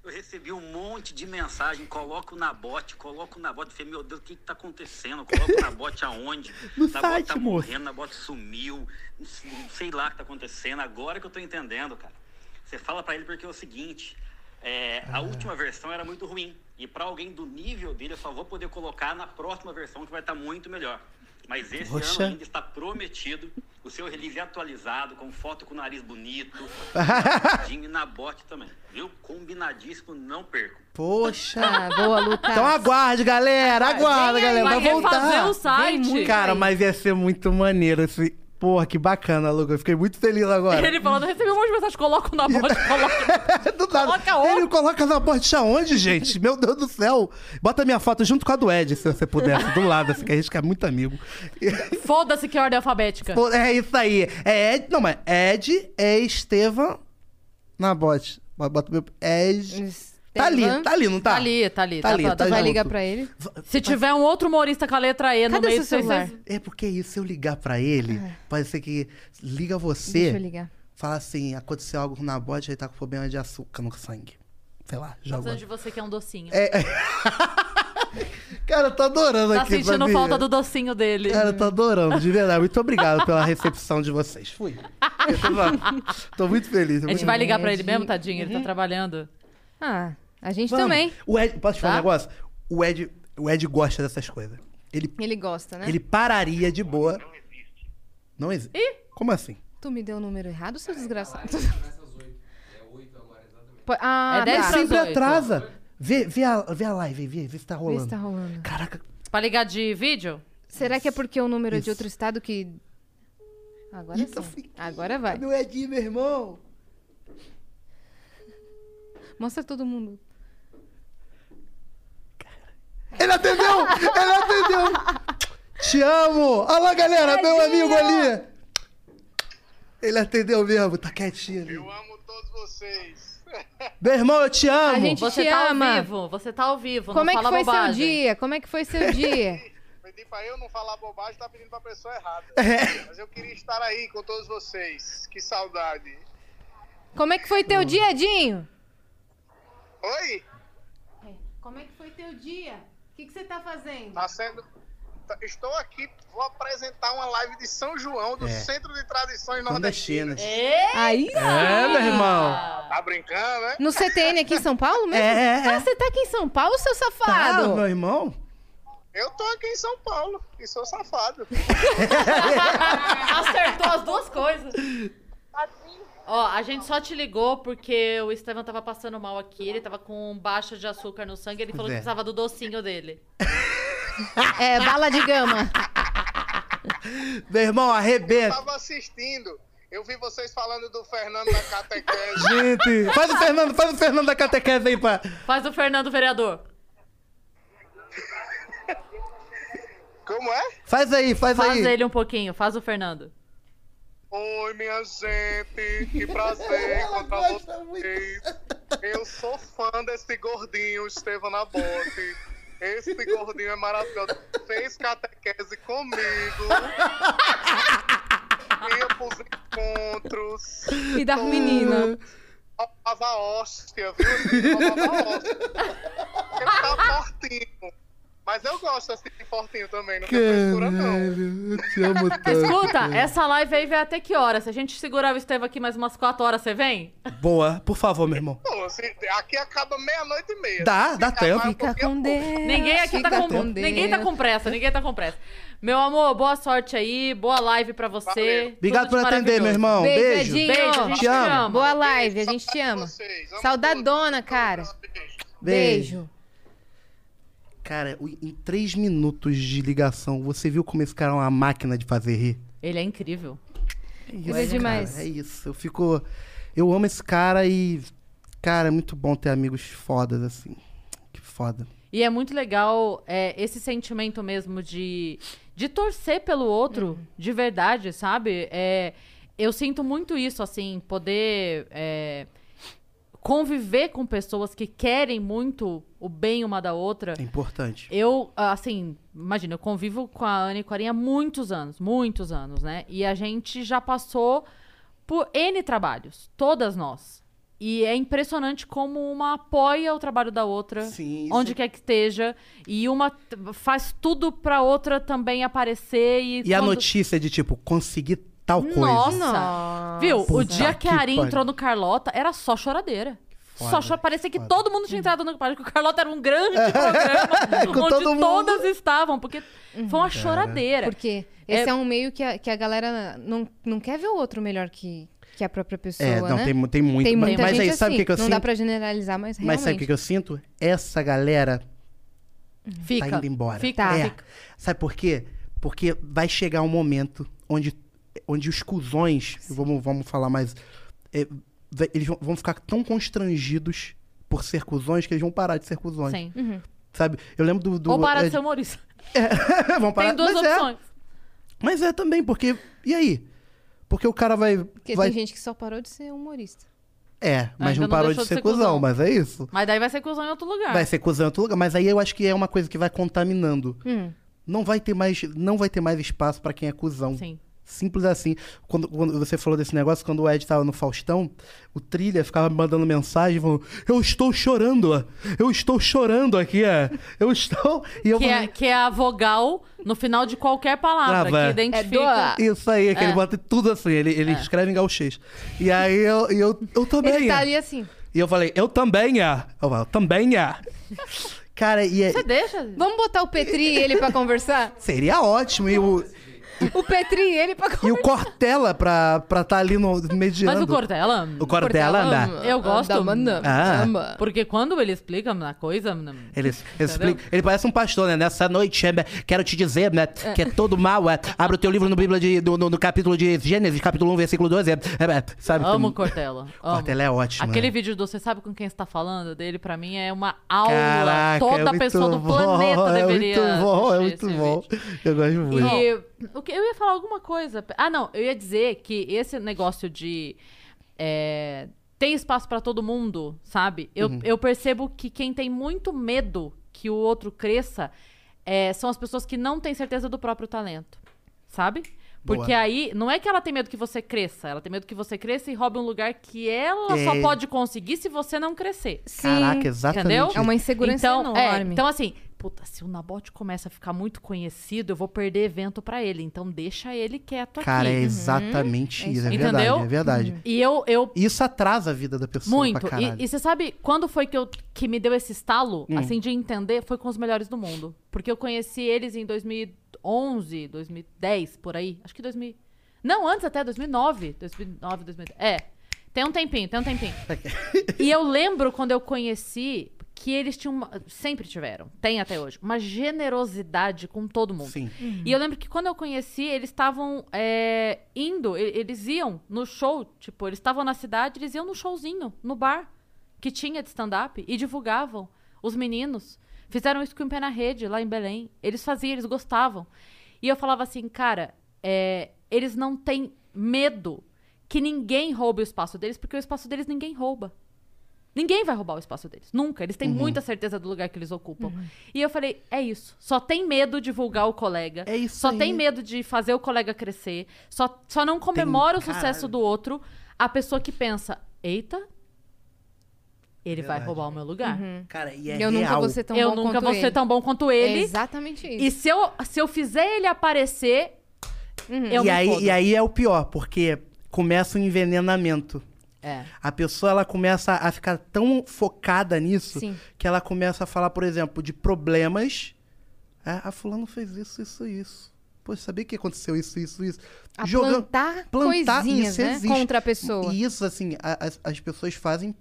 eu recebi um monte de mensagem, coloco na bot, coloco na bot. Falei, meu Deus, o que que tá acontecendo? Coloco na bot aonde? No na site, bot tá moço. morrendo, na bot sumiu. não s- não Sei lá o que tá acontecendo. Agora que eu tô entendendo, cara. Você fala pra ele porque é o seguinte, é, a última versão era muito ruim. E pra alguém do nível dele, eu só vou poder colocar na próxima versão que vai estar muito melhor. Mas esse Poxa. ano ainda está prometido o seu release é atualizado, com foto com o nariz bonito, Jimmy na bote também, viu? Combinadíssimo, não perco. Poxa! Ah, boa, Lucas. Então aguarde, galera. Aguarda, vem aí, galera. Vai Vai, refazer voltar. o site. muito. Cara, mas ia ser muito maneiro esse. Porra, que bacana, Lucas. Eu fiquei muito feliz agora. Ele falando, recebi um monte de mensagens, coloco na bote, coloco. Do nada. Coloca outro. Ele coloca na porta aonde, gente? Meu Deus do céu. Bota minha foto junto com a do Ed, se você puder. assim, Do lado, assim, que a gente fica muito amigo. Foda-se que é ordem alfabética. Pô, É isso aí. É Ed. Não, mas Ed é Estevam na bot. Bota meu. Ed. Tá ali, tá ali, não tá? Tá ali, tá ali, Tá tá- ali, tá- tá Vai junto. ligar pra ele. Se tiver um outro humorista com a letra E Tá no Cadê meio né? seu do celular? É porque isso, se eu ligar pra ele, pode ser que liga É. Deixa eu você. ligar. Fala assim, aconteceu algo com o Nabote, ele tá com problema de açúcar no sangue. Sei lá, joga. Precisando de você que é um docinho. É, é. Cara, eu tô adorando Tá aqui, sentindo sabia? falta do docinho dele. Cara, eu tô adorando, de verdade. Muito obrigado pela recepção de vocês. Fui. tô muito feliz. A gente vai ligar pra ele mesmo, tadinho? Ele tá Uhum. trabalhando. Ah, a gente Vamos. também. O Ed, posso te falar Tá? um negócio? O Ed, o Ed gosta dessas coisas. Ele, Ele gosta, né? ele pararia de boa. Não existe. Como assim? Tu me deu o número errado, seu desgraçado. Po- Ah, É dez tá. pra- Sempre oito. atrasa. Vê, vê, a, vê a live, vê, vê se tá Vê rolando. se tá rolando. Caraca, Pra ligar de vídeo? Será que é porque um o número é de Isso. outro estado que. Agora Eita, sim. assim, fiquei. Agora vai. cadê o Edinho, meu irmão? Mostra todo mundo. Ele atendeu! Ele atendeu! Te amo! Olha lá, galera, meu amigo ali! Ele atendeu mesmo, tá quietinho ali. Eu amo todos vocês. Meu irmão, eu te amo! A gente Você te tá ama. ao vivo, você tá ao vivo. Como não é que fala foi bobagem. seu dia? Como é que foi seu dia? Pedir pra eu não falar bobagem, tá pedindo pra pessoa errada. É. Mas eu queria estar aí com todos vocês. Que saudade. Como é que foi teu dia, Dinho? Oi? Como é que foi teu dia? O que, você tá fazendo? Tá sendo. tá- Estou aqui, vou apresentar uma live de São João, do É. Centro de Tradições Nordestinas. Nordestinas. Aí, É, meu irmão. Tá brincando, né? no CTN aqui em São Paulo É, mesmo? é, é. Ah, você tá aqui em São Paulo, seu Tá, safado? meu irmão? Eu tô aqui em São Paulo e sou safado. Acertou as duas coisas. Ó, a gente só te ligou porque o Estevam tava passando mal aqui, ele tava com baixa de açúcar no sangue, ele falou que É. precisava do docinho dele. é, bala de gama. Meu irmão, Eu arrebenta. tava assistindo. Eu vi vocês falando do Fernando da Catequese. Gente, faz o Fernando, faz o Fernando da catequese aí pra... Faz o Fernando vereador. Como é? Faz aí, faz, Faz aí. ele um pouquinho, faz o Fernando. Oi, minha gente, que prazer encontrar vocês. Eu sou fã desse gordinho, Estevam Nabote. Esse gordinho é maravilhoso. Fez catequese comigo. Ia pros encontros. E das meninas. Roubava a hóstia, viu? Roubava a hóstia. Ele tá fortinho. Mas eu gosto assim de fortinho também, não tem frescura não. Caralho, eu te amo tanto. Escuta, essa live aí vai até que hora? Se a gente segurar o Estevam aqui mais umas quatro horas, você vem? É, Boa, por favor, meu irmão. Pô, se- aqui acaba meia-noite e meia. um Dá, dá tempo. Fica com Deus. Ninguém aqui tá fica com, ninguém tá com pressa, ninguém tá com pressa. Meu amor, boa sorte aí, boa live pra você. Valeu. tudo Obrigado de por atender, meu maravilhoso. irmão. Beijo, Beijo. Edinho. Beijo, a gente Te te amo. ama. Boa live, a gente te ama. Vocês, amo Saudadona, cara. todos. Beijo. Beijo. Cara, o- em três minutos de ligação, você viu como esse cara é uma máquina de fazer rir? Ele é incrível. É é cara, demais. é isso. Eu fico. Eu amo esse cara e. Cara, é muito bom ter amigos fodas, assim. Que foda. E é muito legal é, esse sentimento mesmo de, de torcer pelo outro de verdade, sabe? É, eu sinto muito isso, assim, poder é, conviver com pessoas que querem muito o bem uma da outra. É importante. Eu, assim, imagina, eu convivo com a Ana e com a Arinha há muitos anos, muitos anos, né? E a gente já passou por N trabalhos, todas nós. E é impressionante como uma apoia o trabalho da outra, Sim, isso onde é- quer que esteja, e uma t- faz tudo pra outra também aparecer e, E a quando- notícia de, tipo, conseguir tal coisa. Nossa. Viu? o Puta dia que a que Arinha pariu. entrou no Carlota era só choradeira. Só chora, parecia que todo mundo tinha entrado no Parque. O Carlota era um grande Com programa onde todo mundo. tá todas estavam, porque foi uma choradeira. Porque esse é... um meio que a, que a galera não, não quer ver o outro melhor que, que a própria pessoa, É, não, né? tem, mu- tem muito. Tem mas- muita mas gente aí, assim. sabe o que, que eu não sinto? dá pra generalizar, mas realmente. Mas sabe o que, que eu sinto? Essa galera Fica. tá indo embora. Fica, É. fica. Sabe por quê? Porque vai chegar um momento onde, onde os cuzões, vamos, vamos falar mais, é, vai- eles vão, vão ficar tão constrangidos por ser cuzões que eles vão parar de ser cuzões. Sim. Sabe? Eu lembro do... do Ou parar é, de ser humorista. vão parar- Tem duas mas é, opções. mas é também, porque... E aí? Porque o cara vai... Porque vai tem gente que só parou de ser humorista. É, mas Ainda não não parou de deixou ser, de ser cuzão, cuzão. mas é isso. Mas daí vai ser cuzão em outro lugar. Ah. Vai ser cuzão em outro lugar, mas aí eu acho que é uma coisa que vai contaminando. Hum. Não vai ter mais, não vai ter mais espaço pra quem é cuzão. Sim. Simples assim. Quando, quando você falou desse negócio, quando o Ed tava no Faustão, o Trilha ficava me mandando mensagem falando: Eu estou chorando, eu estou chorando aqui, é. Eu estou. E eu que, é, que é a vogal no final de qualquer palavra, Grava. que identifica. Isso aí, que ele É. bota tudo assim, ele, ele escreve em gauchês. E aí eu, e eu, eu também. Ele tá é. ali assim. E eu falei, eu também, é. Eu falei, eu também, é. Cara, e é, Você deixa? Vamos botar o Petri e ele pra conversar? seria ótimo. E o, O Petri e ele pra e conversar. o Cortella pra estar tá ali no mediando. Mas o Cortella. O Cortella, né? Eu gosto. Ah. Porque quando ele explica uma coisa. né, Ele, ele explica- ele parece um pastor, né? Nessa noite, né, quero te dizer, né, que é todo mal. É, abre o teu livro no, Bíblia de, no, no- no capítulo de Gênesis, capítulo 1, versículo 12. É, é, é, sabe? Amo o Tem- Cortella. Amo. Cortella é ótimo, Aquele né? vídeo do Você Sabe Com Quem Você Tá Falando dele, pra mim, é uma aula. Caraca, é Toda muito pessoa do bom, planeta é deveria. muito bom, é assistir muito esse bom. Eu gosto muito. E o que, eu ia falar alguma coisa. Ah, não, eu ia dizer que esse negócio de é, tem espaço pra todo mundo, sabe? Eu, Uhum. eu percebo que quem tem muito medo que o outro cresça é, são as pessoas que não têm certeza do próprio talento, sabe? Porque Boa. aí, não é que ela tem medo que você cresça, ela tem medo que você cresça e roube um lugar que ela só É. pode conseguir se você não crescer. Sim. Caraca, exatamente Entendeu? isso. É uma insegurança então, é, enorme. então, assim, puta, se o Nabote começa a ficar muito conhecido, eu vou perder evento pra ele. Então, deixa ele quieto Cara, aqui. Uhum. é exatamente isso. É Entendeu? verdade, é verdade. E eu, eu Isso atrasa a vida da pessoa muito. pra caralho. E, e você sabe quando foi que, eu, que me deu esse estalo, Hum. assim, de entender? Foi com os melhores do mundo. Porque eu conheci eles em 2011, 2010, por aí. Acho que 2000... Não, antes até, 2009. 2009, 2010. É, tem um tempinho, tem um tempinho. e eu lembro quando eu conheci que eles tinham... uma- sempre tiveram, tem até hoje, uma generosidade com todo mundo. Sim. Uhum. E eu lembro que quando eu conheci, eles estavam é, indo, e- eles iam no show, tipo, eles estavam na cidade, eles iam no showzinho, no bar que tinha de stand-up e divulgavam os meninos. Fizeram isso com o Pé na Rede, lá em Belém. Eles faziam, eles gostavam. E eu falava assim, cara, é, eles não têm medo que ninguém roube o espaço deles, porque o espaço deles ninguém rouba. Ninguém vai roubar o espaço deles. Nunca. Eles têm Uhum. muita certeza do lugar que eles ocupam. Uhum. E eu falei, é isso. Só tem medo de divulgar o colega. É isso Só aí. tem medo de fazer o colega crescer. Só, só não comemora o Tem- sucesso caralho. do outro. A pessoa que pensa, eita, ele vai Verdade. roubar o meu lugar. Cara, e é Eu nunca real. vou ser tão eu bom nunca quanto vou ser ele. tão bom quanto ele. É exatamente isso. E se eu, se eu fizer ele aparecer, eu e, Uhum. me aí, fodo. e aí é o pior, porque começa o envenenamento. É. A pessoa ela começa a ficar tão focada nisso Sim. que ela começa a falar, por exemplo, de problemas. Ah, a fulano fez isso, isso, isso. Pô, sabia que aconteceu isso, isso, isso. A plantar coisinhas, né, contra a pessoa. E isso, assim, a- as, as pessoas fazem.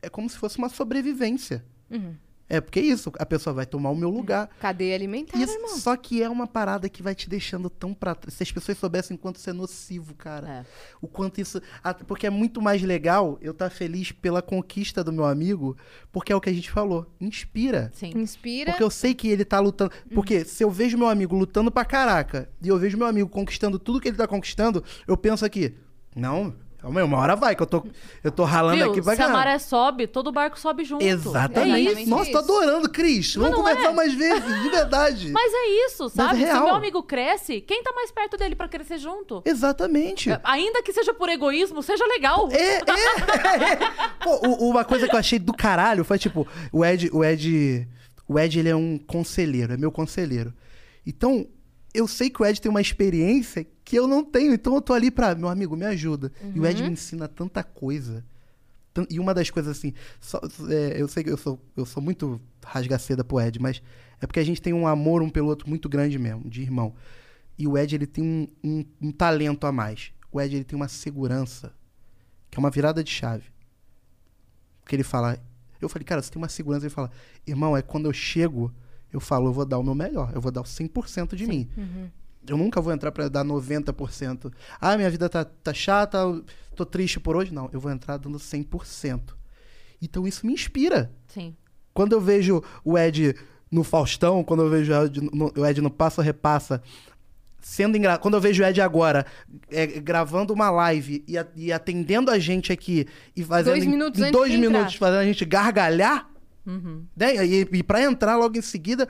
É como se fosse uma sobrevivência. Uhum. É porque é isso, a pessoa vai tomar o meu lugar. Cadeia alimentar, Isso, Tá, irmão. só que é uma parada que vai te deixando tão pra trás. Se as pessoas soubessem o quanto isso é nocivo, cara. É, O quanto isso. a- Porque é muito mais legal eu estar feliz pela conquista do meu amigo, porque é o que a gente falou. Inspira. Sim. Inspira. assim, Porque eu sei que ele tá lutando. Uhum. Porque se eu vejo meu amigo lutando pra caraca e eu vejo meu amigo conquistando tudo que ele tá conquistando, eu penso aqui, não, calma aí, uma hora vai, que eu tô, eu tô ralando Viu? aqui pra Se a caralho. maré sobe, todo barco sobe junto. Exatamente. É isso. Nossa, tô adorando, Cris. Mas Vamos não é? conversar mais vezes, de verdade. Mas é isso, sabe? Se é real. meu amigo cresce, quem tá mais perto dele pra crescer junto? Exatamente. É, Ainda que seja por egoísmo, seja legal. É, Pô, o- uma coisa que eu achei do caralho foi tipo, o Ed, o Ed, o Ed ele é um conselheiro, é meu conselheiro. Então, eu sei que o Ed tem uma experiência que eu não tenho, então eu tô ali pra, meu amigo, me ajuda. E o Ed Uhum. me ensina tanta coisa. Tan- E uma das coisas assim, só- é, eu sei que eu sou, eu sou muito rasgaceda pro Ed, mas é porque a gente tem um amor um pelo outro muito grande mesmo, de irmão. E o Ed, ele tem um, um- um talento a mais. O Ed, ele tem uma segurança, que é uma virada de chave. Porque ele fala. Eu falei, cara, você tem uma segurança. Ele fala, irmão, é quando eu chego, eu falo, eu vou dar o meu melhor, eu vou dar o 100% de mim. Eu nunca vou entrar pra dar 90%. Ah, minha vida tá, tá chata, eu tô triste por hoje. Não, eu vou entrar dando 100%. Então isso me inspira. Sim. Quando eu vejo o Ed no Faustão, quando eu vejo o Ed no, o Ed no Passa Repassa, sendo engra... quando eu vejo o Ed agora é, gravando uma live e, a- e atendendo a gente aqui e fazendo Dois em- minutos em antes dois de entrar. minutos fazendo a gente gargalhar, Uhum. né? E, e para entrar logo em seguida,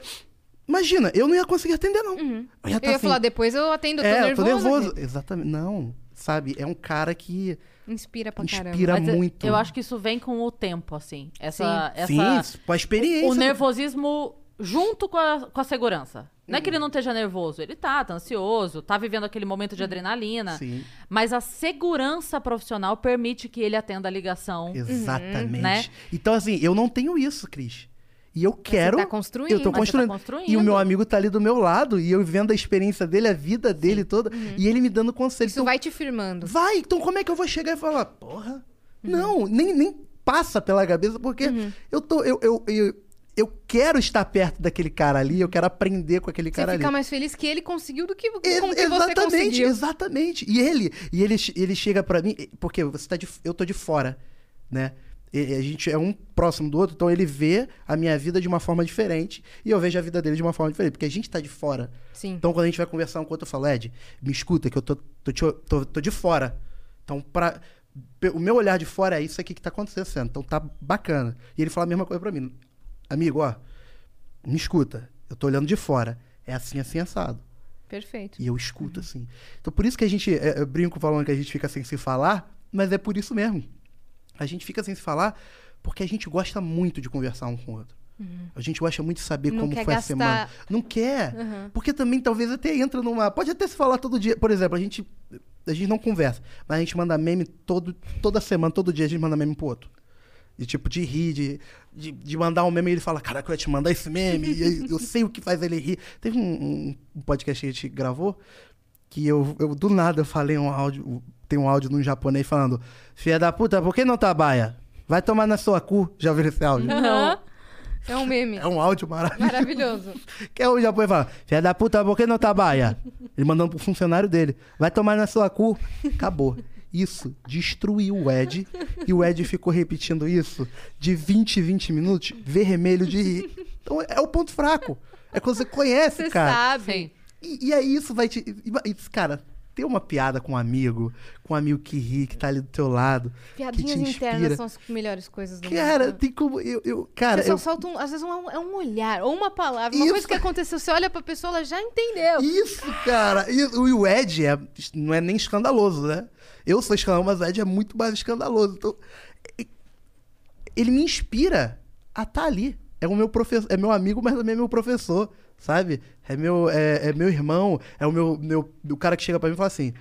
Imagina, eu não ia conseguir atender, não. Uhum. Eu ia, tá assim, Eu ia falar, depois eu atendo, eu tô é, nervoso. eu tô nervoso. Exatamente. Não, sabe? É um cara que Inspira pra caramba. tá é, inspira Mas eu- muito. Eu acho que isso vem com o tempo, assim. Essa, Sim, essa- isso, com a experiência. O nervosismo junto com a, com a segurança. Não é Uhum. que ele não esteja nervoso, ele tá, tá ansioso, tá vivendo aquele momento de adrenalina. Uhum. Sim. Mas a segurança profissional permite que ele atenda a ligação. Uhum, Exatamente. Né? Então, assim, eu não tenho isso, Cris. E eu quero. tá construindo, eu tô mas você construindo. tá construindo. E o meu amigo tá ali do meu lado, e eu vendo a experiência dele, a vida dele toda, e ele me dando conselho. Uhum. Então, Isso vai te firmando. Vai, então como é que eu vou chegar e falar, porra? Uhum. Não, nem, nem passa pela cabeça, porque eu tô. Eu, eu, eu, eu quero estar perto daquele cara ali, eu quero aprender com aquele Você cara ali. fica mais feliz que ele conseguiu do que, com que Ex- você exatamente, conseguiu. exatamente. E ele, e ele, che- ele chega pra mim, porque você tá de, eu tô de fora, né? E- e a gente é um próximo do outro, então ele vê a minha vida de uma forma diferente e eu vejo a vida dele de uma forma diferente, porque a gente tá de fora. Sim. Então quando a gente vai conversar um com o outro, eu falo, Ed, me escuta que eu tô, tô, te- tô- tô de fora. Então pra, pe- o meu olhar de fora é isso aqui que tá acontecendo, então tá bacana. E ele fala a mesma coisa pra mim. Amigo, ó, me escuta, eu tô olhando de fora. É assim, assim, assado. Perfeito. Uhum. E eu escuto, assim. Então, por isso que a gente. é, Eu brinco falando que a gente fica sem se falar, mas é por isso mesmo. A gente fica sem se falar porque a gente gosta muito de conversar um com o outro. A gente gosta muito de saber Uhum. Não como quer foi a gastar- semana. Não quer. Uhum. Porque também talvez até entra numa. Pode até se falar todo dia. Por exemplo, a gente. A gente não conversa, mas a gente manda meme todo, toda semana, todo dia a gente manda meme pro outro. De tipo, de rir, de, de, de mandar um meme e ele fala, caraca, eu ia te mandar esse meme, e eu, eu sei o que faz ele rir. Teve um, um podcast que a gente gravou que eu, eu do nada eu falei um áudio, tem um áudio num japonês falando, filha da puta, por que não trabalha? Vai tomar na sua cu. Já viu esse áudio? Não. É um meme. É um áudio maravilhoso. Maravilhoso. Que é o japonês falando, filha da puta, por que não trabalha? Ele mandando pro funcionário dele, vai tomar na sua cu. Acabou. Isso destruiu o Ed. E o Ed ficou repetindo isso de 20 em 20 minutos, vermelho de rir. Então é o ponto fraco. É quando você conhece, Você cara. sabe. E, e aí isso vai te. e- e- Cara, ter uma piada com um amigo, com um amigo que ri, que tá ali do teu lado. que Piadinhas te inspira. internas são as melhores coisas do mundo. Cara, tem como. Eu, eu- cara, você só eu- solta um, às vezes um, é um olhar ou uma palavra, uma Isso. coisa que aconteceu, você olha pra pessoa, ela já entendeu. Isso, cara. E, o e o Ed é, não é nem escandaloso, né? Eu sou escandaloso, mas o Ed é muito mais escandaloso. Então, e- ele me inspira a estar ali. É o meu professor, é meu amigo, mas também é meu professor, sabe? É meu, é, é meu irmão, é o meu, meu o cara que chega pra mim e fala assim: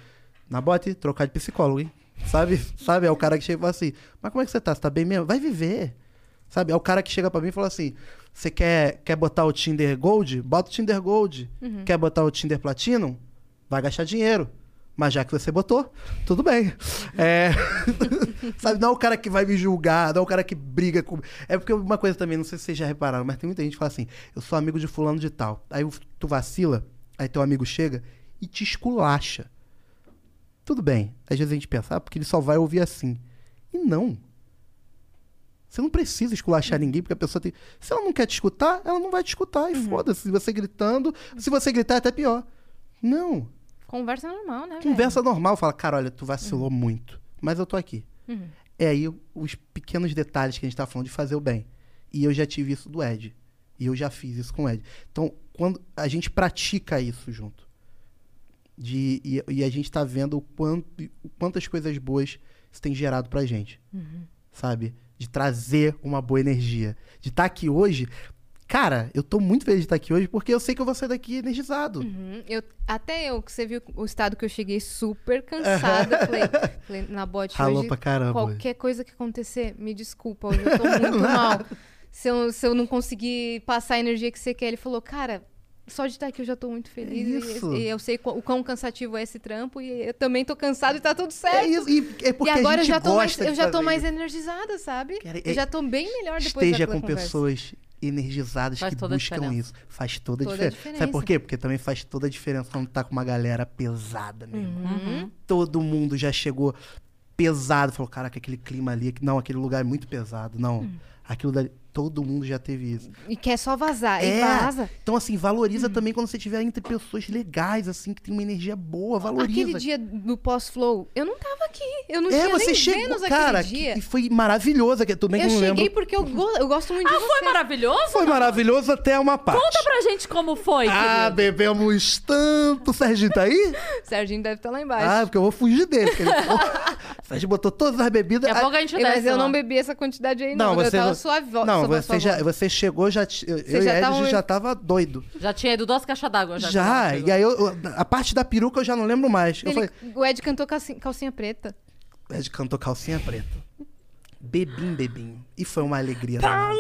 "Na bote, trocar de psicólogo, hein?" Sabe? Sabe? É o cara que chega e fala assim: "Mas como é que você tá? Você tá bem mesmo? Vai viver." Sabe? É o cara que chega pra mim e fala assim: "Você quer quer botar o Tinder Gold? Bota o Tinder Gold. Uhum. Quer botar o Tinder Platinum? Vai gastar dinheiro." Mas já que você botou, tudo bem. É... Sabe, não é o cara que vai me julgar, não é o cara que briga com. É porque uma coisa também, não sei se vocês já repararam, mas tem muita gente que fala assim: eu sou amigo de fulano de tal. Aí o- tu vacila, aí teu amigo chega e te esculacha. Tudo bem. Às vezes a gente pensa, ah, porque ele só vai ouvir assim. E não. Você não precisa esculachar ninguém, porque a pessoa tem. Se ela não quer te escutar, ela não vai te escutar. E foda-se, se você gritando. Se você gritar, é até pior. Não. Conversa normal, né? velho? Conversa é normal, fala, cara, olha, tu vacilou muito, mas eu tô aqui. Uhum. É aí os pequenos detalhes que a gente tá falando de fazer o bem. E eu já tive isso do Ed. E eu já fiz isso com o Ed. Então, quando a gente pratica isso junto. De, e, e a gente tá vendo o quanto, o quantas coisas boas isso tem gerado pra gente. Sabe? De trazer uma boa energia. De estar aqui hoje. Cara, eu tô muito feliz de estar aqui hoje porque eu sei que eu vou sair daqui energizado. Uhum. Eu, até eu, que você viu o estado que eu cheguei super cansada. falei, falei, na bote Ralou hoje, pra caramba qualquer coisa que acontecer, me desculpa, hoje eu tô muito mal. Se eu, se eu não conseguir passar a energia que você quer. Ele falou, cara, só de estar aqui eu já tô muito feliz. e- isso. E, eu sei qu- o quão cansativo é esse trampo e eu também tô cansado e tá tudo certo. É isso. E, é porque e agora a gente eu já tô mais, gosta de eu já tô fazer mais isso. energizada, sabe? Cara, é- eu já tô bem melhor depois Esteja daquela com conversa. pessoas energizadas Faz que toda a buscam diferença. isso. Faz toda a Toda a diferença. Sabe por diferença. quê? Porque também faz toda Uhum. Uhum. a diferença quando tá com uma galera pesada mesmo. Todo mundo já chegou pesado. Falou, caraca, aquele clima ali, não, aquele lugar é muito pesado. Não, Hum. aquilo dali, todo mundo já teve isso. E quer só vazar. E É. vaza. Então, assim, Hum. valoriza também quando você estiver entre pessoas legais, assim, que tem uma energia boa, valoriza. Aquele dia do pós-flow, eu não tava aqui. Eu não é, tinha você nem chegou, Vênus cara, aquele dia. que- e foi maravilhoso. aqui- Tudo bem que eu eu não cheguei lembro. Ah, porque eu, go- eu gosto muito de você. foi maravilhoso? Foi maravilhoso até uma parte. Conta pra gente como foi, Ah, querido. bebemos tanto. Serginho tá aí? Serginho deve estar lá embaixo. Ah, porque eu vou fugir dele. porque ele- Serginho botou todas as bebidas. Daqui a pouco a gente Ah, Mas eu não bebi essa quantidade aí, não. Não, você eu tava não- suave. Não, você, já, você chegou, já, ti- eu eu já e a tava- um- Edge já tava doido. Já tinha ido duas caixas d'água já. Já, e aí eu, eu- a parte da peruca eu já não lembro mais. Eu falei, O Ed cantou calcinha, calcinha preta. o Ed cantou É calcinha preta. Bebim, bebinho. E foi uma alegria. Tá danada.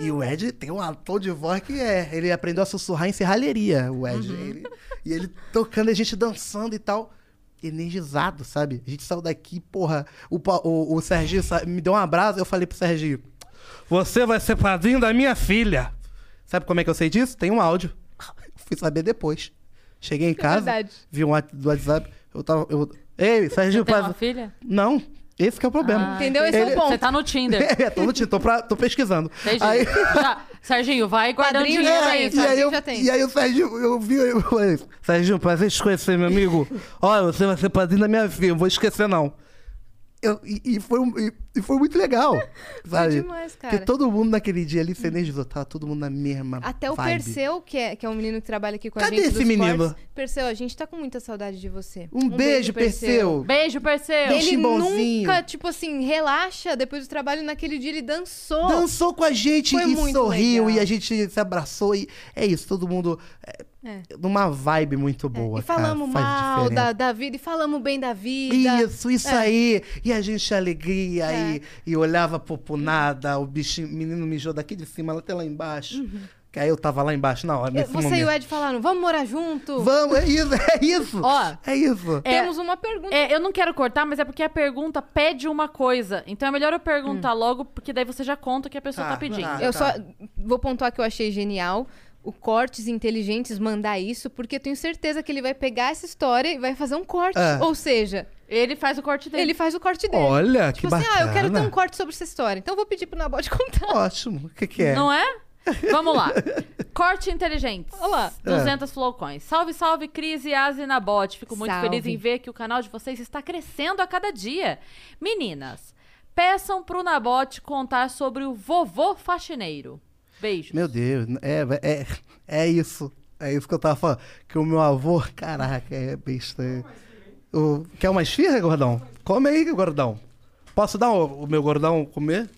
E o Ed tem um tom de voz que é. Ele aprendeu a sussurrar em serralheria, o Ed. Uhum. Ele- e ele tocando, a gente dançando e tal. Energizado, sabe? A gente saiu daqui, porra. O, pa- o, o Serginho sa- me deu um abraço, eu falei pro Serginho: Você vai ser padrinho da minha filha. Sabe como é que eu sei disso? Tem um áudio. Fui saber depois. Cheguei em casa, É verdade. vi um at- do WhatsApp, eu tava. Eu, Ei, Serginho, Tem pra- uma filha? Ah, Não, esse que é o problema. Ele- Você tá no Tinder. é, tô no Tinder, tô, pra- tô pesquisando. Entendi. Aí- Já. Serginho, vai guardando Padrinho dinheiro já aí. tem, e aí eu- E aí o Serginho, eu vi, eu falei, Serginho, prazer te conhecer, meu amigo. Olha, você vai ser padrinho da minha filha, não vou esquecer não. Eu- e, e foi, um- e- e foi muito legal, sabe? demais, Porque cara. todo mundo naquele dia ali se energizou, tava todo mundo na mesma Até o vibe. Perseu, que é, que é um menino que trabalha aqui com Cadê a gente. esse dos menino? cortes. Perseu, a gente tá com muita saudade de você. Um beijo, Perseu. É um Beijo, Perseu. Ele Bichinho bonzinho. nunca, tipo assim, relaxa. Depois do trabalho, naquele dia ele dançou. Dançou com a gente Foi e muito sorriu legal. e a gente se abraçou e é isso, todo mundo é, É. numa vibe muito boa, E falamos cara, faz mal diferença. da, da vida e falamos bem da vida. Isso, isso É. aí. E a gente alegria e, e olhava pro, pro nada, o bichinho, o menino mijou daqui de cima até lá embaixo. Que aí eu tava lá embaixo na hora, Uhum. Eu- nesse Você momento. e o Ed falaram, vamos morar junto. Vamos, é isso, é isso. Ó, é isso. Temos uma pergunta. É, eu não quero cortar, mas é porque a pergunta pede uma coisa. Então é melhor eu perguntar logo, porque daí você já conta o que a pessoa tá, pedindo. Ah, eu só vou pontuar que eu achei genial o Cortes Inteligentes mandar isso, porque eu tenho certeza que ele vai pegar essa história e vai fazer um corte. É. Ou seja, ele faz o corte dele. Ele faz o corte dele. Olha, tipo que assim, ah, eu quero ter bacana. um corte sobre essa história. Então eu vou pedir pro Nabote contar. Ótimo. O que, que é? Não é? Vamos lá. Corte inteligente. Olá. É. 200 flowcoins. Salve, salve, Cris e Asi na bot. Fico muito Salve. feliz em ver que o canal de vocês está crescendo a cada dia. Meninas, peçam pro Nabote contar sobre o vovô faxineiro. Beijo. Meu Deus, é, é, é isso. É isso que eu tava falando. Que o meu avô, caraca, é besta. O, quer uma esfirra, gordão? Come aí, gordão. Posso dar o, o meu gordão comer?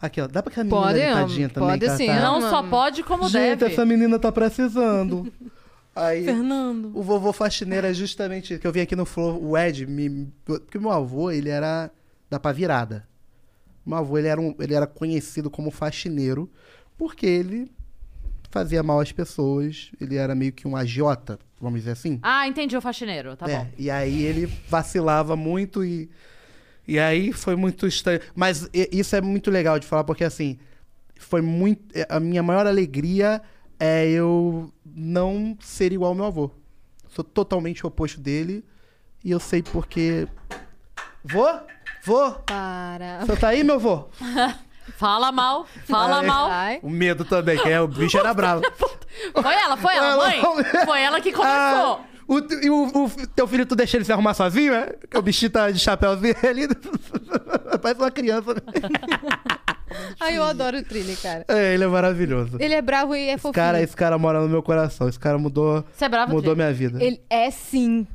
Aqui, ó. Dá pra aquela menina Pode, ali, tadinha pode também. que ela sim. tá- Não só pode, como Gente, deve. essa menina tá precisando. Aí, Fernando. O vovô faxineiro é justamente que eu vim aqui no Flow, o Ed, me, porque meu avô, ele era da pavirada. Meu avô, ele era, um, ele era conhecido como faxineiro, porque ele fazia mal às pessoas, ele era meio que um agiota, vamos dizer assim. Ah, entendi o faxineiro. Tá É, bom. E aí ele vacilava muito e. E aí foi muito estranho. Mas e- isso é muito legal de falar, porque assim, foi muito. é, A minha maior alegria é eu não ser igual ao meu avô. Sou totalmente o oposto dele. E eu sei porque. Vô? Vô? Para. Você tá aí, meu vô? fala mal, fala Ai, mal. O medo também, que é, o bicho era bravo. Foi ela, foi ela, mãe. Foi ela que começou. Ah, o, te- e o- o teu filho, tu deixa ele se arrumar sozinho, é? Que o bichinho tá de chapéuzinho ali. Parece uma criança. né? Ai, eu adoro o Trilly, cara. É, ele é maravilhoso. Ele é bravo e é esse fofinho. cara, esse cara mora no meu coração. Esse cara mudou, Você é bravo, mudou Tri? minha vida. Ele é sim.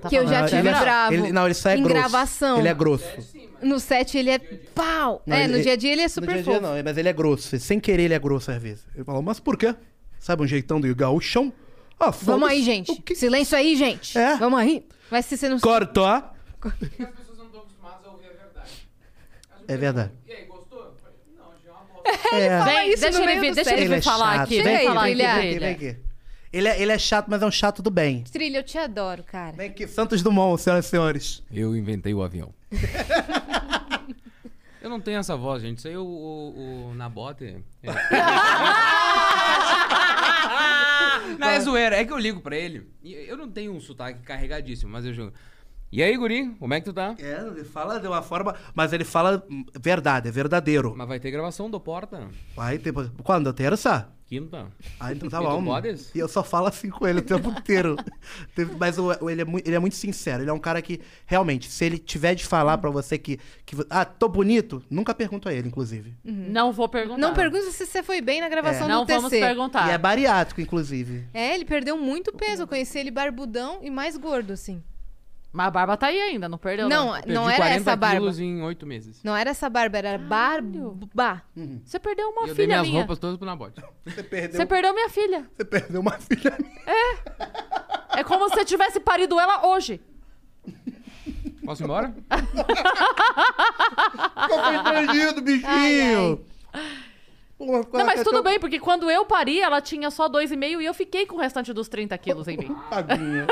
Tá que eu já falando- tive ele é- bravo. ele- não, ele só é em grosso. gravação. Ele é grosso. No set ele é pau. Não, é, ele- no dia a dia ele é super no dia a dia fofo. não, mas ele é grosso. Sem querer, ele é grosso às vezes. Ele fala, mas por quê? Sabe um jeitão do gaúchão? Ah, Vamos foda-se. aí, gente. Silêncio aí, gente. É. Vamos aí. Mas se você não Corto, ó. É verdade. Ele É. fala Vem, isso deixa no ele meio vir, do deixa set. ele vir falar chato. aqui, Vem vem aqui, falar vem aqui, aqui, vem Trilha. aqui. Ele é, ele é chato, mas é um chato do bem. Trilha, eu te adoro, cara. Vem aqui, Santos Dumont, senhoras e senhores. Eu inventei o avião. Eu não tenho essa voz, gente. Isso aí o, o, o Nabote. Não, é zoeira. É que eu ligo pra ele. e Eu não tenho um sotaque carregadíssimo, mas eu jogo. E aí, guri, como é que tu tá? É, ele fala de uma forma, mas ele fala verdade, é verdadeiro. Mas vai ter gravação do Porta. Vai ter. Quando? Terça? Quinta. Ah, então tá E tu bom. podes? E eu só falo assim com ele o tempo inteiro. Teve- Mas o- o- ele, é muito, ele é muito sincero. Ele é um cara que, realmente, se ele tiver de falar pra você que, que. vo- Ah, tô bonito, nunca pergunto a ele, inclusive. Não vou perguntar. Hum. Não pergunta se você foi bem na gravação É. do Não TC. vamos perguntar. E é bariátrico, inclusive. É, ele perdeu muito peso. Eu conheci ele barbudão e mais gordo, assim. Mas a barba tá aí ainda, não perdeu. Não, é- Perdi não era 40 essa barba. quilos em oito meses. Não era essa barba, era barba. Você perdeu uma E eu dei filha minhas minha. roupas todas pro Nabote. Você perdeu. Você perdeu minha filha. Você perdeu uma filha. É como se você tivesse parido ela hoje. Posso ir embora? Foi perdido, bichinho! Porra, Não, mas até tudo é teu- bem, porque quando eu pari, ela tinha só 2,5 e eu fiquei com o restante dos 30 quilos em mim. Tadinha.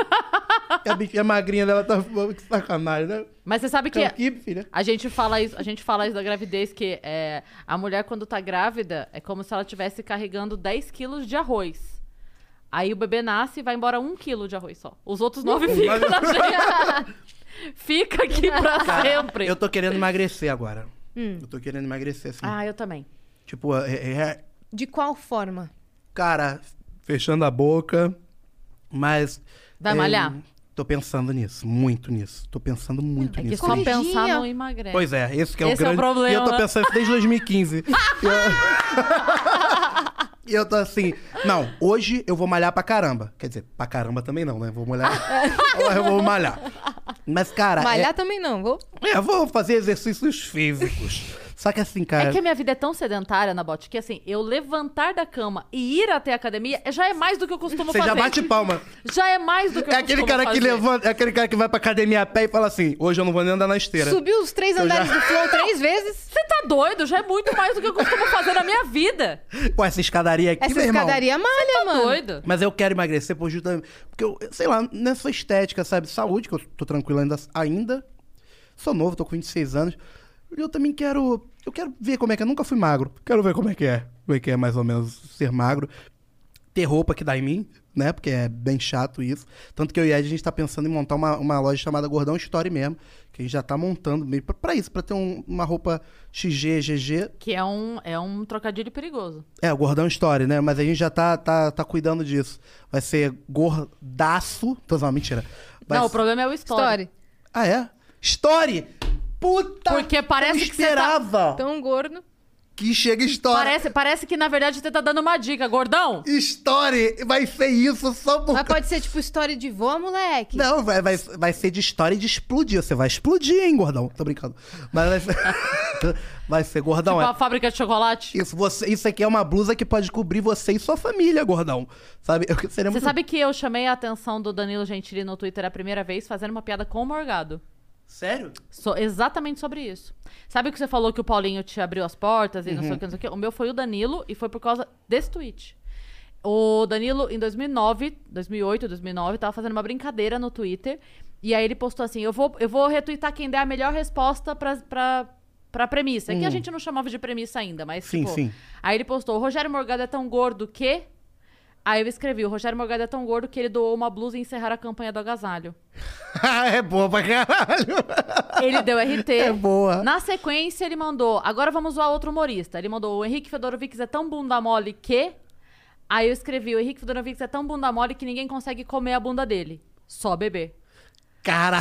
a bichinha magrinha dela tá que sacanagem, né? Mas você sabe que é- Então, aqui, filha. a gente fala isso, a gente fala isso da gravidez que é, a mulher quando tá grávida é como se ela estivesse carregando 10 quilos de arroz. Aí o bebê nasce e vai embora 1 quilo de arroz só. Os outros 9 ficam na gente. Fica aqui pra sempre. Eu tô querendo emagrecer agora. Hum. Eu tô querendo emagrecer, assim. Ah, eu também. Tipo, é- é- é- De qual forma? cara, fechando a boca, mas... Vai é, malhar? Tô pensando nisso, muito nisso. Tô pensando muito É que nisso. só nisso. pensar não emagrece. Pois é, esse que é Esse o é o grande... E eu tô problema. pensando isso desde 2015. E eu tô assim, não, hoje eu vou malhar pra caramba. Quer dizer, pra caramba também não, né? Vou malhar. eu vou malhar. Mas, cara. Malhar também não, vou. É, é, eu vou fazer exercícios físicos. Só que assim, cara. É que a minha vida é tão sedentária, na bote, que assim, eu levantar da cama e ir até a academia já é mais do que eu costumo Você fazer. já bate palma. Já é mais do que eu É aquele costumo cara que fazer. levanta, é aquele cara que vai pra academia a pé e fala assim: hoje eu não vou nem andar na esteira. Subiu os três Eu andares já- do Flow três vezes. Você tá doido? Já é muito mais do que eu costumo fazer na minha vida. Pô, essa escadaria aqui, Essa meu irmão. escadaria malha, Tá mano. doido? Mas eu quero emagrecer por justamente. Porque eu, eu sei lá, nessa estética, sabe? Saúde, que eu tô tranquilo ainda. ainda. Sou novo, tô com 26 anos. E Eu também quero. Eu quero ver como é que é. Nunca fui magro. Quero ver como é que é. Como é que é mais ou menos ser magro. Ter roupa que dá em mim, né? Porque é bem chato isso. Tanto que eu e a Ed, a gente tá pensando em montar uma, uma loja chamada Gordão Story mesmo. Que a gente já tá montando meio pra, pra isso, pra ter um- uma roupa XG, GG, Que é um, é um trocadilho perigoso. é, o Gordão Story, né? Mas a gente já tá, tá, tá cuidando disso. Vai ser gordaço. Tô não, mentira. Vai Não, o ser- problema é o story. Story. Ah, é? Story! Puta! Porque parece eu que você tá- esperava Tão gordo. que chega Story. Parece, parece que, na verdade, você tá dando uma dica, gordão. Então, Story! Vai ser isso só por... Mas pode ser tipo história de vó, moleque. Não, vai, vai, vai ser de história de explodir. Você vai explodir, hein, gordão? Tô brincando. Mas vai ser... vai ser gordão, Tipo é. a fábrica de chocolate. Isso, você, isso aqui é uma blusa que pode cobrir você e sua família, gordão. Sabe? Eu, Você seria muito- sabe que eu chamei a atenção do Danilo Gentili no Twitter a primeira vez fazendo uma piada com o Morgado. Sério? So- exatamente sobre isso. Sabe que você falou que o Paulinho te abriu as portas e não Uhum. sei o que, não sei o que? O meu foi o Danilo e foi por causa desse tweet. O Danilo, em 2009, 2008, 2009, tava fazendo uma brincadeira no Twitter. E aí ele postou assim: Eu vou, eu vou retweetar quem der a melhor resposta pra, pra, pra premissa. É que a gente não chamava de premissa ainda, mas Hum. Sim, tipo. sim. Aí ele postou: O Rogério Morgado é tão gordo que. Aí eu escrevi: O Rogério Morgado é tão gordo que ele doou uma blusa e encerrar a campanha do agasalho. é boa pra caralho. Ele deu RT. É boa. Na sequência, ele mandou. Agora vamos zoar outro humorista. Ele mandou: O Henrique Fedorovics é tão bunda mole que. Aí eu escrevi: O Henrique Fedorovics é tão bunda mole que ninguém consegue comer a bunda dele. Só beber. Cara,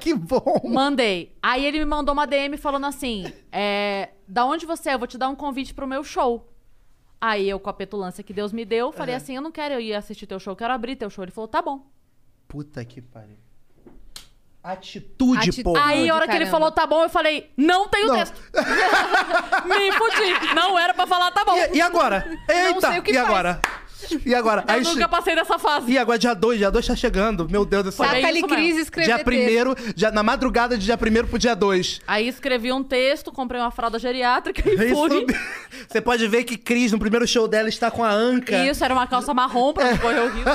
que bom! Mandei. Aí ele me mandou uma DM falando assim: é, Da onde você é? Eu vou te dar um convite pro meu show. Aí eu, com a petulância que Deus me deu, falei É. assim: Eu não quero ir assistir teu show, eu quero abrir teu show. Ele falou: Tá bom. Puta que pariu. Atitude, Ati- porra. Aí, a hora que ele caramba. falou tá bom, eu falei, não tenho Não. texto. Me fudi. Não era pra falar tá bom. E, e agora? Eita! sei o que e faz. agora? E agora? Eu Aí nunca che- passei dessa fase. E agora, dia 2, dia 2 tá chegando. Meu Deus do céu. Foi Saca ali isso Tá mesmo. crise escrever Dia texto. 1 dia, na madrugada de dia 1 pro dia 2. Aí escrevi um texto, comprei uma fralda geriátrica É e fui. Você pode ver que Cris, no primeiro show dela, está com a anca. E isso, era uma calça marrom É. pra não correr o risco.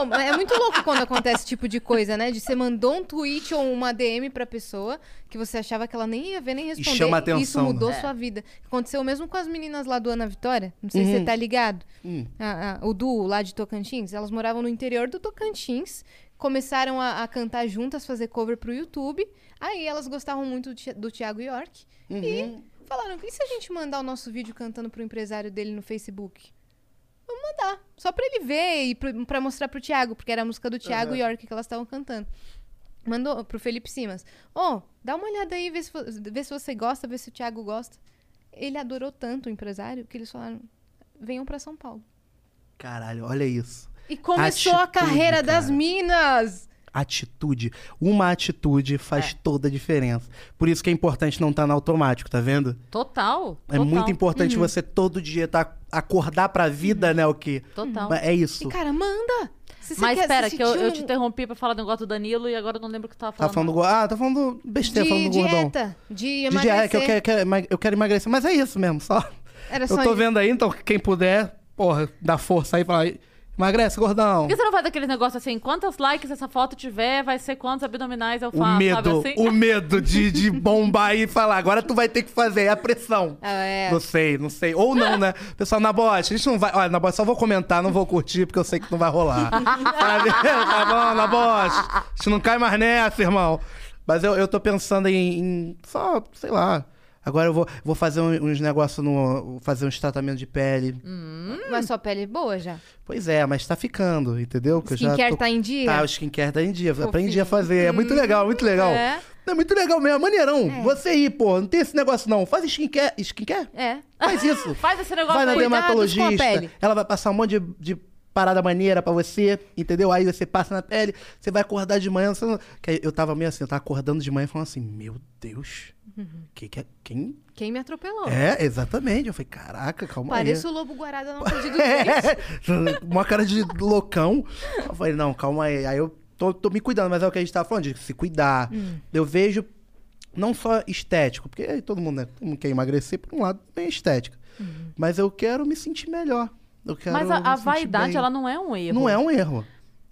Ô, mas é muito louco quando acontece esse tipo de coisa, né? De você mandou um tweet ou uma DM pra pessoa que você achava que ela nem ia ver nem responder. chama Isso atenção, mudou né? sua vida. Aconteceu o mesmo com as meninas lá do Ana Vitória. Não sei Uhum. Hum. se você tá ligado. Ah, ah, o duo lá de Tocantins, elas moravam no interior do Tocantins. começaram a, a cantar juntas, fazer cover pro YouTube. Aí elas gostavam muito do Ti- do Thiago York. Uhum. E falaram: e se a gente mandar o nosso vídeo cantando pro empresário dele no Facebook? Vamos mandar. Só pra ele ver e pro, pra mostrar pro Thiago, porque era a música do Thiago Aham. York que elas estavam cantando. Mandou pro Felipe Simas. Ô, dá uma olhada aí, vê se, vo- vê se você gosta, vê se o Thiago gosta. Ele adorou tanto o empresário que eles falaram: venham pra São Paulo. Caralho, olha isso. E começou a Atitude, carreira cara. das minas! Atitude. Uma atitude faz É. toda a diferença. Por isso que é importante não estar no automático, tá vendo? Total. É total. muito importante Uhum. você todo dia tá, acordar pra Uhum. vida, né, o que? Total. É isso. E, cara, manda! Se você Mas quer espera, se que eu, sentir eu um- te interrompi pra falar do negócio do Danilo e agora eu não lembro o que tu tava Tá falando. falando do. Ah, tá falando do besteira, de falando do gordão. dieta, de De dieta, é que eu emagrecer. quero, quero emag- eu quero emagrecer. Mas é isso mesmo, só. Era eu só tô isso. vendo aí, então quem puder, porra, dá força aí pra. Emagrece, gordão. Por que você não faz aquele negócio assim, quantos likes essa foto tiver, vai ser quantos abdominais eu O faço, sabe medo, assim? o medo de, de bombar e falar, agora tu vai ter que fazer, é a pressão. Ah, é. Não sei, não sei. Ou não, né? Pessoal, na bote, a gente não vai. Olha, na bote, só vou comentar, não vou curtir, porque eu sei que não vai rolar. Sabe? tá bom, na bote. A gente não cai mais nessa, irmão. Mas eu, eu tô pensando em, em Só, sei lá. Agora eu vou, vou fazer um- uns negócios no. Fazer uns tratamentos de pele. Hum. Mas sua pele é boa já. Pois é, mas tá ficando, entendeu? Que eu já Skincare tô- tá em dia? Tá, o skincare tá em dia. Aprendi a fazer. É muito legal, muito legal. É. É. muito legal mesmo, é maneirão. Você aí, pô, não tem esse negócio não. Faz skincare. Skincare? É. Faz isso. Faz esse negócio Vai na aí. dermatologista. Ela vai passar um monte de, de parada maneira pra você, entendeu? Aí você passa na pele, você vai acordar de manhã. Você não... que aí Eu tava meio assim, eu tava acordando de manhã e falando assim: Meu Deus, Uhum. que que é- quem. Quem me atropelou? É, exatamente. Eu falei: Caraca, calma aí. Pareço o lobo guarada não perdido do É, Uma cara de loucão. Eu falei, não, calma aí. Aí eu tô, tô me cuidando, mas é o que a gente tava falando, de se cuidar. Hum. Eu vejo não só estético, porque aí todo mundo, né, todo mundo quer emagrecer, por um lado, também é estética. Mas eu quero me sentir melhor. Eu quero Mas a, me a sentir vaidade, bem. ela não é um erro. Não é um erro.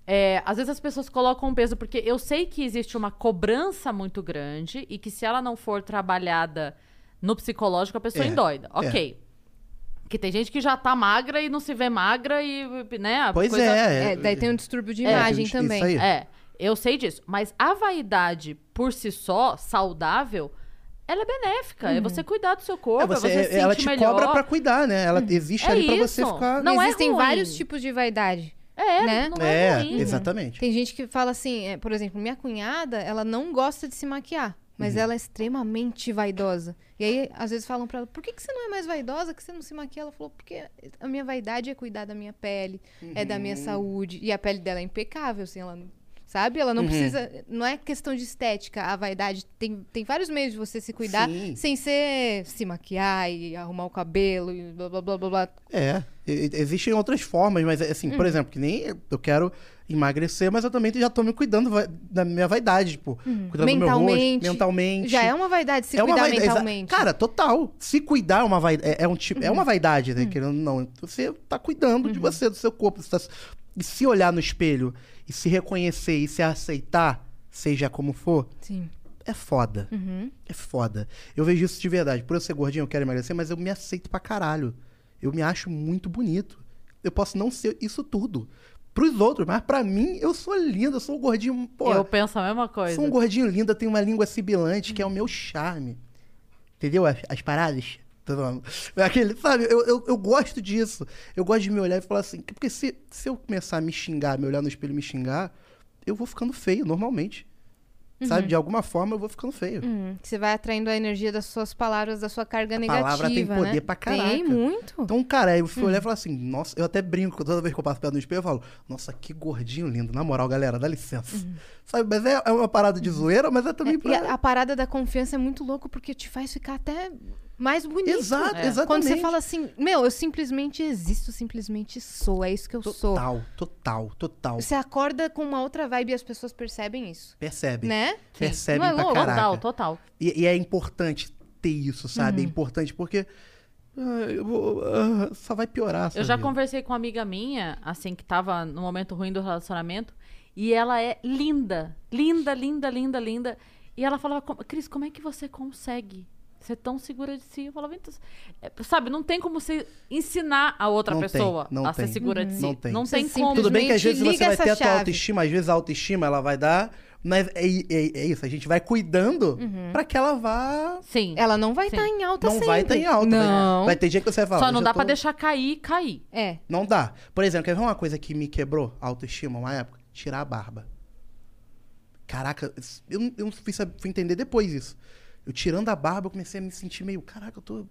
É, às vezes as pessoas colocam um peso, porque eu sei que existe uma cobrança muito grande e que se ela não for trabalhada no psicológico, a pessoa É, endoida. é. Ok. Que tem gente que já tá magra e não se vê magra e, né? a Pois coisa- é, é, daí tem um distúrbio de imagem também. É, eu sei disso. Mas a vaidade por si só, saudável, ela é benéfica. É Uhum. você cuidar do seu corpo, é É, você, você- se ela sentir te melhor. cobra pra cuidar, né? Ela existe É ali pra você isso. ficar. Não é Existem ruim. vários tipos de vaidade. É, né? não é É, ruim. exatamente. Tem gente que fala assim, é, por exemplo, minha cunhada, ela não gosta de se maquiar, mas Uhum. ela é extremamente vaidosa. E aí, às vezes falam pra ela, por que, que você não é mais vaidosa, que você não se maquia? Ela falou, porque a minha vaidade é cuidar da minha pele, é da minha Uhum. saúde. E a pele dela é impecável, assim, ela não... Sabe? Ela não Uhum. precisa. Não é questão de estética. A vaidade. Tem, tem vários meios de você se cuidar Sim. sem ser se maquiar e arrumar o cabelo e blá blá blá blá blá. É, e- e- existem outras formas, mas assim, por Uhum. exemplo, que nem eu quero emagrecer, mas eu também já tô me cuidando vai- da minha vaidade, tipo, Uhum. cuidando do meu rosto, Mentalmente. mentalmente. Já é uma vaidade se É uma cuidar vaidade, exa- mentalmente. Uhum. Cara, total. Se cuidar é uma vaidade, é, é um tipo, é uma vaidade, né, querendo ou não. Você tá cuidando de você, do seu corpo, você tá se- e se olhar no espelho e se reconhecer e se aceitar, seja como for, Sim. é foda. Uhum. É foda. Eu vejo isso de verdade. Por eu ser gordinho, eu quero emagrecer, mas eu me aceito pra caralho. Eu me acho muito bonito. Eu posso não ser isso tudo. Pros outros, mas pra mim, eu sou lindo, eu sou um gordinho. Pô, eu é. penso a mesma coisa. sou um gordinho lindo, eu tenho uma língua sibilante, que é o meu charme. Entendeu? As, as paradas. Tô falando. Aquele, sabe, eu, eu, eu gosto disso. Eu gosto de me olhar e falar assim. Porque se, se eu começar a me xingar, me olhar no espelho e me xingar, eu vou ficando feio, normalmente. Sabe? Uhum. De alguma forma eu vou ficando feio. Uhum, que Você vai atraindo a energia das suas palavras, da sua carga A É negativa. palavra tem poder né? pra caraca. Tem muito. Então, cara, aí eu fui Hum. olhar e falei assim, nossa, eu até brinco, toda vez que eu passo perto do espelho, eu falo, nossa, que gordinho lindo. Na moral, galera, dá licença. Sabe, mas é, é uma parada de zoeira, mas é também Uhum. E pra... a, a parada da confiança é muito louco porque te faz ficar até mais bonito. Exato, É. Quando você exatamente. fala assim, meu, eu simplesmente existo, simplesmente sou, é isso que eu sou. Total, total, total. Você acorda com uma outra vibe e as pessoas percebem isso. Percebe. Né? Percebe Não é pra louco? caraca. Total, total. E, e é importante ter isso, sabe? Uhum. É importante porque... ah, eu vou- ah, só vai piorar, Eu sabe? já conversei com uma amiga minha, assim, que tava no momento ruim do relacionamento, e ela é linda, linda, linda, linda, linda. E ela falava, "Co- Cris, como é que você consegue ser tão segura de si. Eu falava, então, é, sabe, não tem como você ensinar a outra Não tem, pessoa não a ser tem. segura de si. Não tem. como. Tudo bem que às vezes você liga vai essa ter a tua chave. autoestima, às vezes a autoestima ela vai dar, mas é, é- é isso, a gente vai cuidando Uhum. pra que ela vá. Sim. Ela não vai Sim. estar em alta não sempre. vai estar em alta. mas Não. Vai ter dia que você vai falar. Só não "Hoje eu dá tô- pra deixar cair, cair. É. Não dá. Por exemplo, quer ver uma coisa que me quebrou a autoestima uma época? Tirar a barba. Caraca, eu, não- eu não fui, sab- fui entender depois isso. Eu tirando a barba, eu comecei a me sentir meio, caraca, eu tô.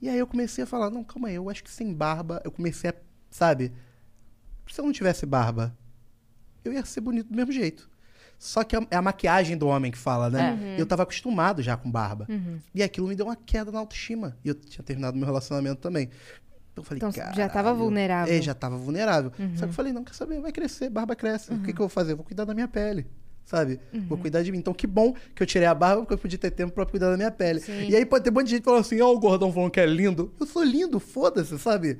E aí eu comecei a falar, não, calma aí, eu acho que sem barba, eu comecei a, sabe? Se eu não tivesse barba, eu ia ser bonito do mesmo jeito. Só que é a maquiagem do homem que fala, né? É. Uhum. Eu tava acostumado já com barba. Uhum. E aquilo me deu uma queda na autoestima. E eu tinha terminado meu relacionamento também. Então eu falei, Então, cara. já tava vulnerável. É, já tava vulnerável. Uhum. Só que eu falei, não, quer saber? Vai crescer, barba cresce. O que, que eu vou fazer? Eu vou cuidar da minha pele. Sabe? Uhum. Vou cuidar de mim. Então, que bom que eu tirei a barba, porque eu podia ter tempo pra cuidar da minha pele. Sim. E aí pode ter um monte de gente que fala assim, ó, o gordão falando que é lindo. Eu sou lindo, foda-se, sabe?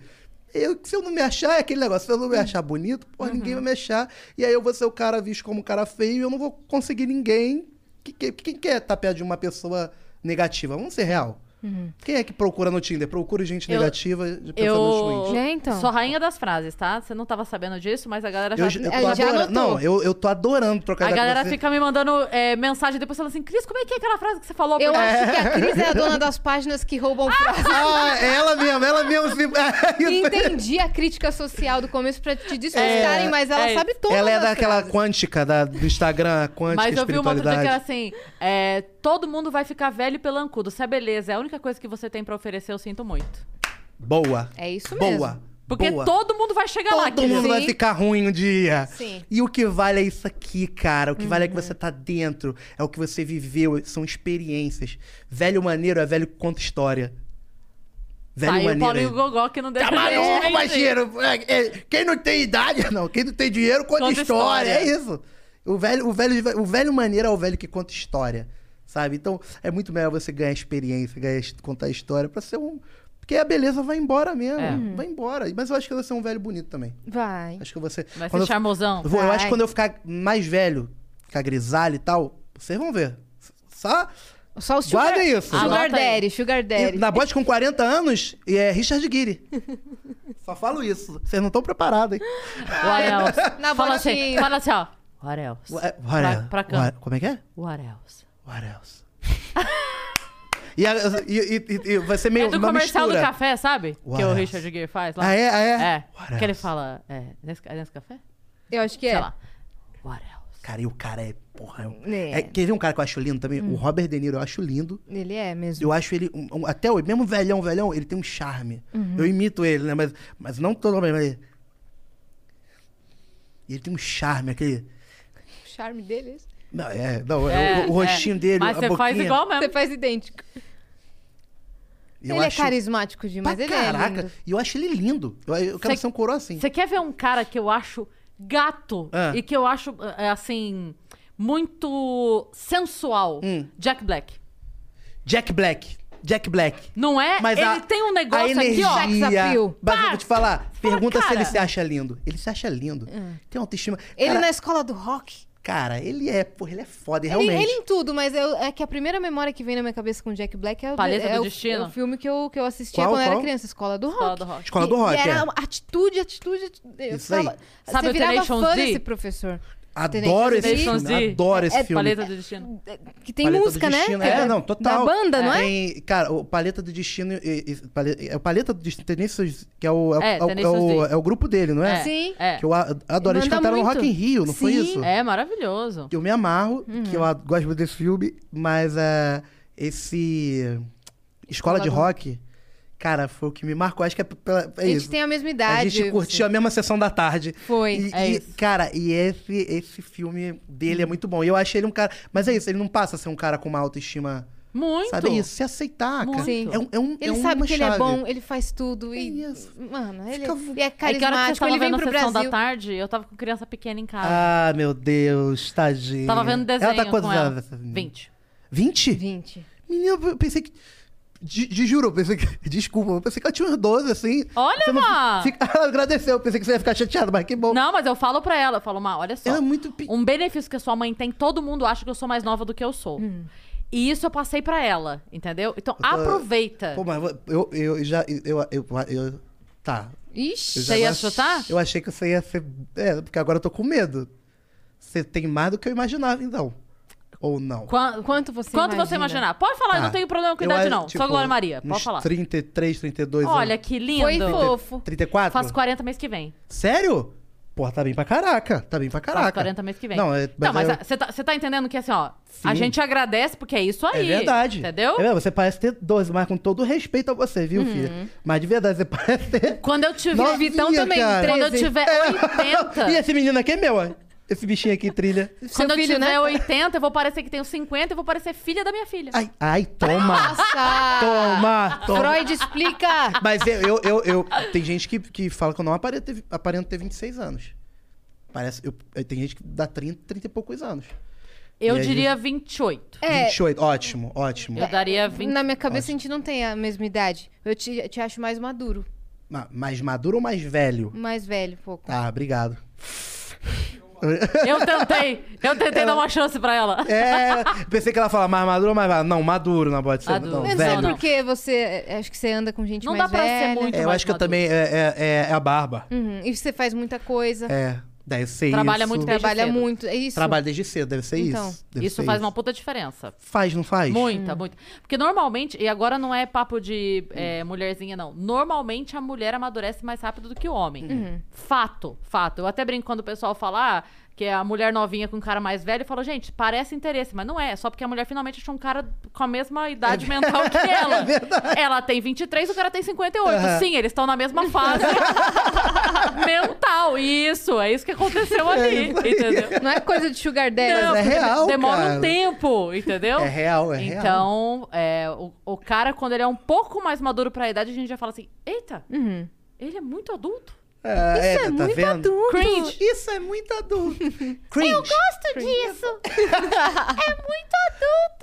Eu, se eu não me achar, é aquele negócio. Se eu não Uhum. me achar bonito, porra, ninguém vai me achar. E aí eu vou ser o cara visto como um cara feio e eu não vou conseguir ninguém. Que, que, quem quer estar perto de uma pessoa negativa? Vamos ser real. Uhum. Quem é que procura no Tinder? Procura gente Eu- negativa de pessoas Eu ruins. Né, então? sou rainha das frases, tá? Você não tava sabendo disso, mas a galera já. Eu, eu a tô gente É, já adorando. anotou. Não, eu, eu tô adorando Tá trocar a ideia com galera você. fica me mandando é, mensagem depois falando assim, Cris, como é que é aquela frase que você falou? Eu Porque- acho que a Cris é a dona das páginas que roubam frases. Ah, ela mesma, ela mesma. se- É, Entendi a crítica social do começo pra te descascarem, mas ela é. sabe todas ela é as daquela frases. quântica da- do Instagram, a quântica Mas eu vi uma outra dia que espiritualidade. era assim: é, todo mundo vai ficar velho e pelancudo. Se é beleza, é a única coisa que você tem pra oferecer, eu sinto muito. Boa. É isso mesmo. Boa. Porque boa. todo mundo vai chegar lá, Todo mundo querido. vai ficar ruim um dia. Sim. E o que vale é isso aqui, cara. O que vale é Uhum. que você tá dentro, é o que você viveu, são experiências. Velho maneiro é velho que conta história. Velho Tá aí o maneiro. Paulinho é- Gogó que não deixa Tá maluco, parceiro? É, é, Quem não tem idade, não. Quem não tem dinheiro, conta, Conta história. história. É isso. O velho, o, velho, o velho maneiro é o velho que conta história, sabe? Então, é muito melhor você ganhar experiência, ganhar, contar história pra ser um... Porque a beleza vai embora mesmo. É. Vai embora. Mas eu acho que você é um velho bonito também. Vai. Acho que você... Vai quando ser eu- charmosão. Vou- eu Vai. acho que quando eu ficar mais velho, ficar grisalho e tal, vocês vão ver. Só... Só o Sugar, Guardem isso. sugar Anota aí. Daddy, Sugar Daddy. E na bote com 40 anos, e é Richard Gere. Só falo isso. Vocês não estão preparados, hein? What else? Na fala, assim, botinha. fala assim, ó. What else? What, Pra- else? pra cá. What- como é que é? What else? What else? e, a- e- e- e- e vai ser meio É do uma comercial do mistura. café, sabe? What que o else? Richard Gere faz lá. Ah, é? Ah, é? What É. Que ele else? fala, é, nesse, é nesse café? Eu acho que Sei é. lá. What else? Cara, e o cara é... Porra, é um... É. é, quer ver um cara que eu acho lindo também? Hum. O Robert De Niro, eu acho lindo. Ele é mesmo. Eu acho ele, um- um- até o mesmo velhão, velhão, ele tem um charme. Uhum. Eu imito ele, né? Mas, mas não todo mundo. Mas... Ele tem um charme, aquele. O charme dele é esse. Não, é, não, é, É, o, o rostinho é. dele. Mas a você boquinha, faz igual Você mesmo. faz idêntico. Eu ele acho é carismático demais. pra Ele é caraca. lindo. E eu acho ele lindo. Eu, eu quero Cê- ser um coroa assim. Você quer ver um cara que eu acho gato Ah. e que eu acho, é, assim, muito sensual? Hum. Jack Black. Jack Black. Jack Black. Não é? Mas ele a- tem um a negócio energia, aqui, ó. sex appeal. Mas eu Pá! vou te falar, Fala, pergunta se ele cara. se acha lindo. Ele se acha lindo. Tem autoestima. Ele cara, na escola do rock. cara, ele é, porra, ele é foda, Ele, realmente. ele em tudo, mas eu- é que a primeira memória que vem na minha cabeça com Jack Black é, o- Paleta é do o, Destino. é o filme que eu, que eu assistia Qual, quando eu era qual? criança, Escola do Escola Rock. do Rock. Escola do E- Rock, E é. era uma atitude, atitude, atitude. Eu Isso aí. ficava- Sabe você o virava Tenacious fã D? desse professor. Adoro esse Tenacious D. filme. Adoro esse É- é filme. Paleta do destino. Que tem Paleta do música, Destino, né? É, não, total. Da banda, não é? Tem- cara, o Paleta do Destino. e- e- Pale- é o Paleta do Destino, Tenacious, que é o, é, o- É, é o- é Tenacious o, D. é o grupo dele, não é? Sim. É. Que eu a- adoro. Eles Manda cantaram no muito. Rock in Rio, não foi Sim. isso? É maravilhoso. Eu me amarro, que Uhum. eu ad- gosto muito desse filme, mas é, esse. Escola de do- Rock, cara, foi o que me marcou. Acho que é, pela, é a gente isso. tem a mesma idade. A gente curtiu a mesma sessão da tarde. Foi, E, é e, isso. cara, e esse, esse filme dele Hum. é muito bom. E eu achei ele um cara. Mas é isso, ele não passa a ser um cara com uma autoestima. Muito. Sabe? É isso, se aceitar, cara. Muito. Sim. É um, é um, é Ele uma sabe que ele é chave. bom, ele faz tudo. E, É isso. Mano, ele, Fica- e é É que a hora que vocês carismático, estavam ele vem vendo a pro sessão Brasil. da tarde, eu tava com criança pequena em casa. Ah, meu Deus, tadinho. Tava vendo desenho Ela tá quantos com ela. anos? essa menina? 20. 20? 20. Menina, eu pensei que. De, de juro, eu pensei que. Desculpa, eu pensei que ela tinha uns 12, assim. Olha, Você não- Má! Fica- Ela agradeceu, eu pensei que você ia ficar chateado, mas que bom. Não, mas eu falo pra ela, eu falo, Má, olha só. Ela é muito. pe- Hum. Um benefício que a sua mãe tem, todo mundo acha que eu sou mais nova do que eu sou. E isso eu passei pra ela, entendeu? Então aproveita. Pô, mas eu, eu, eu já. Eu, eu, eu- tá. Ixi, Eu já você ia ach- chutar? Eu achei que você ia ser. É, porque agora eu tô com medo. Você tem mais do que eu imaginava, então. Ou não? Quan- Quanto você Quanto você imagina? imaginar? Pode falar, eu Tá. não tenho problema com Eu idade, acho, não. tipo, Só Glória Maria, pode uns falar. 33, 32 Olha anos. que lindo. Foi fofo. 34? Faço 40 mês que vem. Sério? Porra, tá bem pra caraca. Tá bem pra caraca. Faço 40 mês que vem. Não, é, Não, mas eu- você tá, você tá entendendo que assim, ó, a Sim. gente agradece porque é isso É aí. verdade. Entendeu? É mesmo, você parece ter 12, mas com todo respeito a você, viu, Uhum. filha? Mas de verdade, você parece ter. Quando eu tiver. Novinha, Vitão também, cara. É. Quando eu tiver 80. E esse menino aqui é meu, ó. Esse bichinho aqui trilha. Quando eu né? tiver 80, eu vou parecer que tenho 50 e vou parecer filha da minha filha. Ai, ai, toma! Nossa! toma! toma. Freud explica! Mas eu, eu, eu, eu- Tem gente que, que fala que eu não aparento ter, aparento ter 26 anos. Parece. Eu, eu- tem gente que dá 30, 30 e poucos anos. Eu E aí- diria 28. 28. Ótimo, ótimo. Eu daria 20. Na minha cabeça a gente não tem a mesma idade. Eu te, te acho mais maduro, Ma- Mais maduro ou mais velho? mais velho, um pouco. Tá, obrigado. Eu tentei. Eu tentei dar uma chance pra ela. É, pensei que ela fala mais maduro ou mais velho. Não, maduro não pode ser. Maduro. Não, Mas velho. não porque você. é, Acho que você anda com gente Não mais dá pra ser velha. muito É, eu mais acho que eu maduro. também. É, é, é a barba. Uhum, E você faz muita coisa. É, deve ser Trabalha isso. muito desde Trabalha cedo. muito. É isso. Trabalho desde cedo, deve ser Então, isso. Deve Isso ser faz uma puta diferença. Faz, não faz? Muita, muita. Porque normalmente, e agora não é papo de é, mulherzinha, não. Normalmente a mulher amadurece mais rápido do que o homem. Uhum. Fato, fato. Eu até brinco quando o pessoal fala ah, que é a mulher novinha com um cara mais velho, eu falo, gente, parece interesse, mas não é. É Só porque a mulher finalmente achou um cara com a mesma É. idade mental que ela. ela tem 23, o cara tem 58. Aham. Sim, eles estão na mesma fase mental. Isso, é isso que aconteceu ali, isso aí. entendeu? Não é coisa de sugar daddy. né? Não, é porque real, Demora um cara. tempo, entendeu? É real, é real. Então, é, o, o cara, quando ele é um pouco mais maduro pra idade, a gente já fala assim: eita, Uhum. ele é muito adulto. É, é, tá vendo? Cringe. Isso é muito adulto. Cringe. Eu gosto. Gosto disso.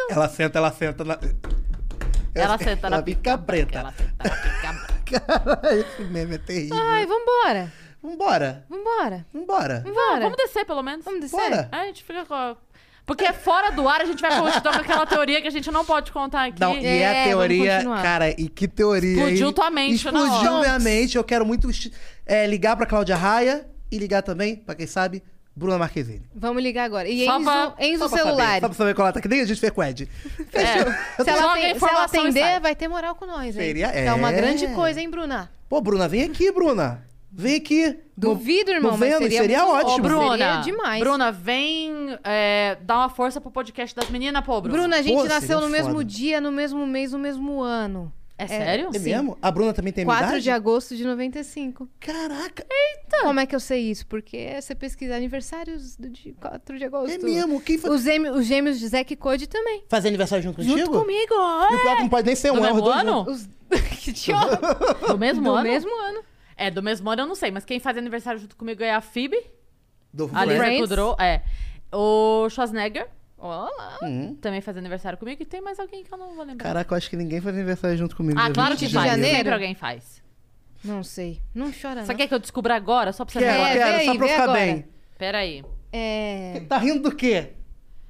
Ela senta, ela senta. Na... Ela senta na ela fica preta. Ela senta na pica. Cara, esse meme é terrível. Ai, vambora. Vambora, Vambora. vambora. Vambora. Vamos descer, pelo menos. Vamos descer? Bora. Aí a gente fica com. a- Porque é fora do ar, a gente vai continuar com aquela teoria que a gente não pode contar aqui. Não, e É, é a vamos teoria, continuar. cara, e que teoria. Explodiu hein? tua mente na Explodiu hora. minha mente. Eu quero muito é, ligar pra Cláudia Raia e ligar também, pra quem sabe, Bruna Marquezine. Vamos ligar agora. E Só Enzo, pra- Enzo Só pra celular. Saber, só pra saber qual ela tá, que nem a gente fez com o Ed. É. Se ela, Joga tem- a se ela informação e atender, sai. vai ter moral com nós, hein? Seria- Tá uma é. grande coisa, hein, Bruna? Pô, Bruna, vem aqui, Bruna. Vem aqui. Duvido, No- irmão, no mas Vênus, seria seria muito bom. ótimo. Ô, Bruna. Seria demais. Bruna, vem é, dar uma força pro podcast das meninas, pô, Bruna. Bruna, a gente Pô, nasceu seria no mesmo foda. dia, no mesmo mês, no mesmo ano. É sério? É mesmo? A Bruna também tem 4 idade? de agosto de 95. Caraca, Como é que eu sei isso? Porque você pesquisa é aniversários do dia 4 de agosto. é mesmo? Quem foi... Os, gêmeos, os gêmeos de Zack e Cody também. Fazer aniversário junto contigo? Junto comigo. E o pior que não pode nem ser um, Do é os mesmo dois ano? juntos. Os... que idiota. Do mesmo Do ano? mesmo ano. É, do mesmo ano eu não sei, mas quem faz aniversário junto comigo é a Phoebe, Do a Lisa Friends? Kudrow, é. O Schwarzenegger Olá. Hum. também faz aniversário comigo e tem mais alguém que eu não vou lembrar. Caraca, eu acho que ninguém faz aniversário junto comigo. ah, dia claro 20 que de faz, janeiro. sempre alguém faz. Não sei. Não chora, Só não. quer que eu descubra agora, só pra você Quero, É, ver? vê quero, aí, só pra eu vê ficar agora. bem. Peraí, É... Tá rindo do quê?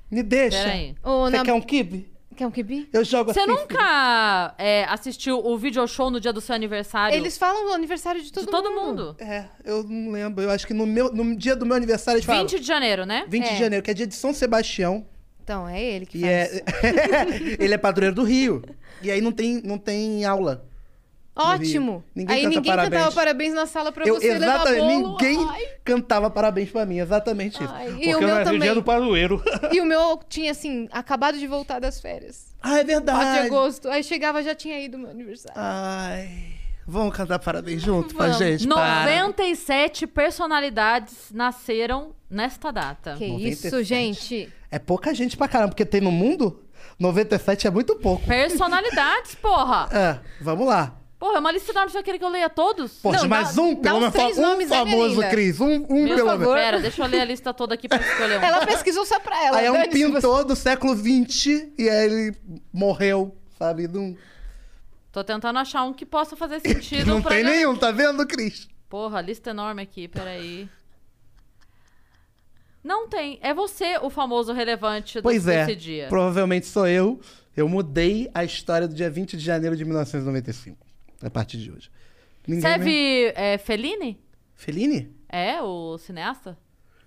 Me deixa. peraí. Ô, Você na- quer um kibe? Quer um kibi? Eu jogo Você assim. nunca é, assistiu o video show no dia do seu aniversário? Eles falam o aniversário de todo, de todo mundo. É, eu não lembro. Eu acho que no, meu, no dia do meu aniversário eles falam. 20 de janeiro, né? 20 É. de janeiro, que é dia de São Sebastião. Então, é ele que E faz. é... ele é padroeiro do Rio. E aí não tem, não tem aula. Ótimo. Ninguém Aí canta ninguém cantava parabéns. parabéns na sala pra eu, você levar exatamente, bolo. ninguém Ai. cantava parabéns pra mim, exatamente isso. Ai, Porque E o meu é também. dia do padroeiro. E o meu tinha, assim, acabado de voltar das férias. Ah, é 4 de verdade. agosto. Aí chegava, já tinha ido meu aniversário. Ai. Vamos cantar parabéns junto pra Vamos. gente? para. 97 personalidades nasceram nesta data. Que 97. isso, gente. É pouca gente pra caramba, porque tem no mundo 97 é muito pouco. Personalidades, porra! É, vamos lá. Porra, é uma lista enorme, você quer que eu leia todos? Poxa, Não, mais dá- um, dá pelo uns menos. três um nomes né, aí, famoso, Melinda. Cris. Um, um Meu pelo favor. menos. Pera, deixa eu ler a lista toda aqui pra escolher um. Ela pesquisou só pra ela. Aí é um dane-se você. pintor do século XX e aí ele morreu, sabe? um, Não, Tô tentando achar um que possa fazer que sentido. não pra tem galera. nenhum, tá vendo, Cris? Porra, lista enorme aqui, peraí. Não tem. É você o famoso relevante do- Pois é, desse dia. provavelmente sou eu. Eu mudei a história do dia 20 de janeiro de 1995, a partir de hoje. me- Serve é, Fellini? Fellini? É, o cineasta?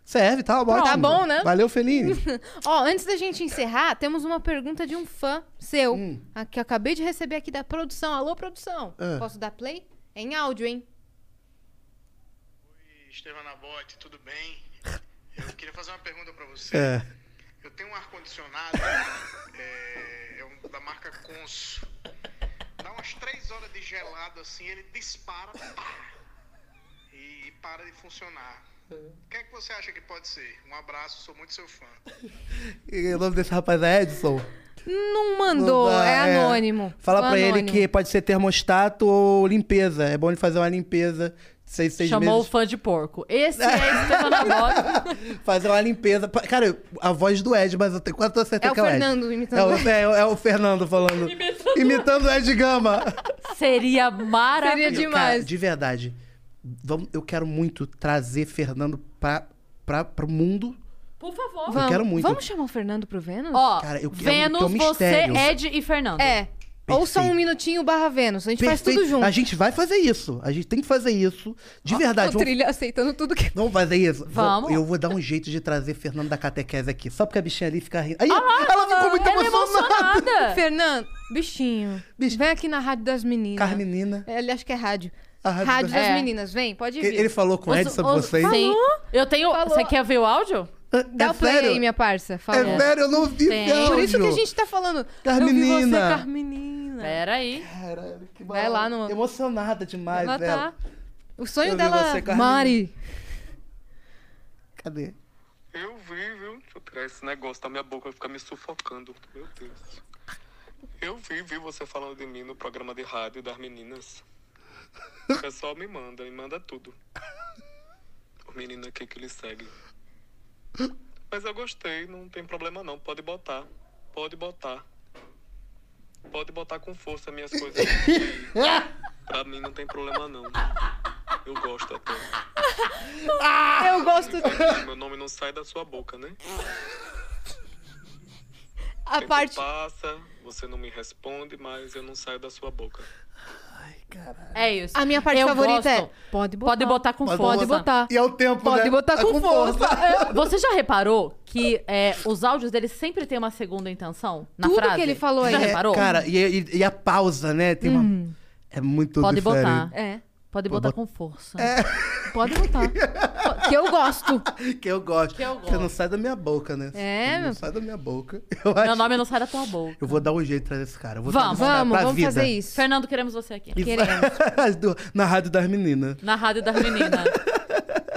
Serve, tá bom. Tá bom, né? Valeu, Fellini. Ó, antes da gente encerrar, temos uma pergunta de um fã seu, Hum. a- que eu acabei de receber aqui da produção. Alô, produção. Ah. Posso dar play? É em áudio, hein? Estevam Nabote, tudo bem? Eu queria fazer uma pergunta pra você. É. Eu tenho um ar-condicionado, é, é um da marca Consul. Dá umas três horas de gelado assim, ele dispara pá, e para de funcionar. O que é que você acha que pode ser? Um abraço, sou muito seu fã. E o nome desse rapaz é Edson? Não mandou, Não dá, é anônimo. Fala Fã pra ele anônimo. que pode ser termostato ou limpeza. É bom ele fazer uma limpeza de seis, seis Chamou o meses. fã de porco. Esse é Estevam Nabote. Fazer uma limpeza. Pa- Cara, eu- a voz do Ed, mas eu tenho quase toda certeza É o que é o Ed. Fernando imitando é o o Ed. É, é o Fernando falando. Imitando- Imitando o Ed Gama. Seria É maravilhoso. Cara, de verdade. Vamos, eu quero muito trazer Fernando pra, pra, pro mundo. Por favor. Eu quero muito. Vamos chamar o Fernando pro Vênus? Ó, Cara, eu quero- Vênus, que é um você, mistério. Ed e Fernando. É. Ou só um minutinho barra Vênus. A gente faz tudo Perfeito. junto. A gente vai fazer isso. A gente tem que fazer isso. De verdade. O trilha aceitando tudo que. Vamos fazer isso? Vou- Vamos. Eu vou dar um jeito de trazer Fernando da Catequese aqui. Só porque a bichinha ali fica rindo. Aí, Ah lá, ela ficou muito ela é emocionada. Fernando, bichinho, Vem aqui na Rádio das Meninas. Carmenina. Ele acha que é rádio. A Rádio, Rádio das, das- É. Meninas, vem, pode vir. Ele- ele falou com o Ed sobre vocês? Sim. Falou. Eu tenho. Falou. Você quer ver o áudio? Dá o play É, sério? aí, minha parça. Fala. É sério, eu não vi Tem. esse Por isso que a áudio. gente tá falando. Eu vi você, Carmenina. Carmenina. Peraí. Caralho, que Vai lá no... Emocionada demais Ela dela. tá... O sonho Eu vi dela... você, Carmenina. Mari. Cadê? Eu vi, viu? Deixa eu tirar esse negócio da minha boca, vai ficar me sufocando. Meu Deus. Eu vi, vi você falando de mim no programa de rádio das meninas. O pessoal me manda, me manda tudo. O menino aqui que ele segue. Mas eu gostei, não tem problema não. Pode botar. Pode botar. Pode botar com força minhas coisas. pra mim não tem problema não. Eu gosto até. Ah! eu gosto... Meu nome não sai da sua boca, né? A tempo parte... passa, você não me responde, mas eu não saio da sua boca. É isso. A minha parte Eu favorita gosto. é... Pode botar. Pode botar com força. Pode botar. E é o tempo, Pode né? botar Tá com, com força. É, Você já reparou que é, os áudios dele sempre tem uma segunda intenção na Tudo frase? que ele falou Você já É, reparou? Cara, e, e- e a pausa, né? Tem uma- Uhum. É muito Pode diferente. É. botar. Pode botar bot- com força. É, Pode botar. que eu gosto. Que eu gosto. Que eu Você não gosto. sai da minha boca, É, né? Você meu- Não sai da minha boca. Meu nome não sai da tua boca. Eu vou dar um jeito de trazer esse cara. Eu vou Vamos, trazer esse cara vamos, pra vamos vida. fazer isso. Fernando, queremos você aqui. E- As duas- Na rádio das meninas. Na rádio das meninas.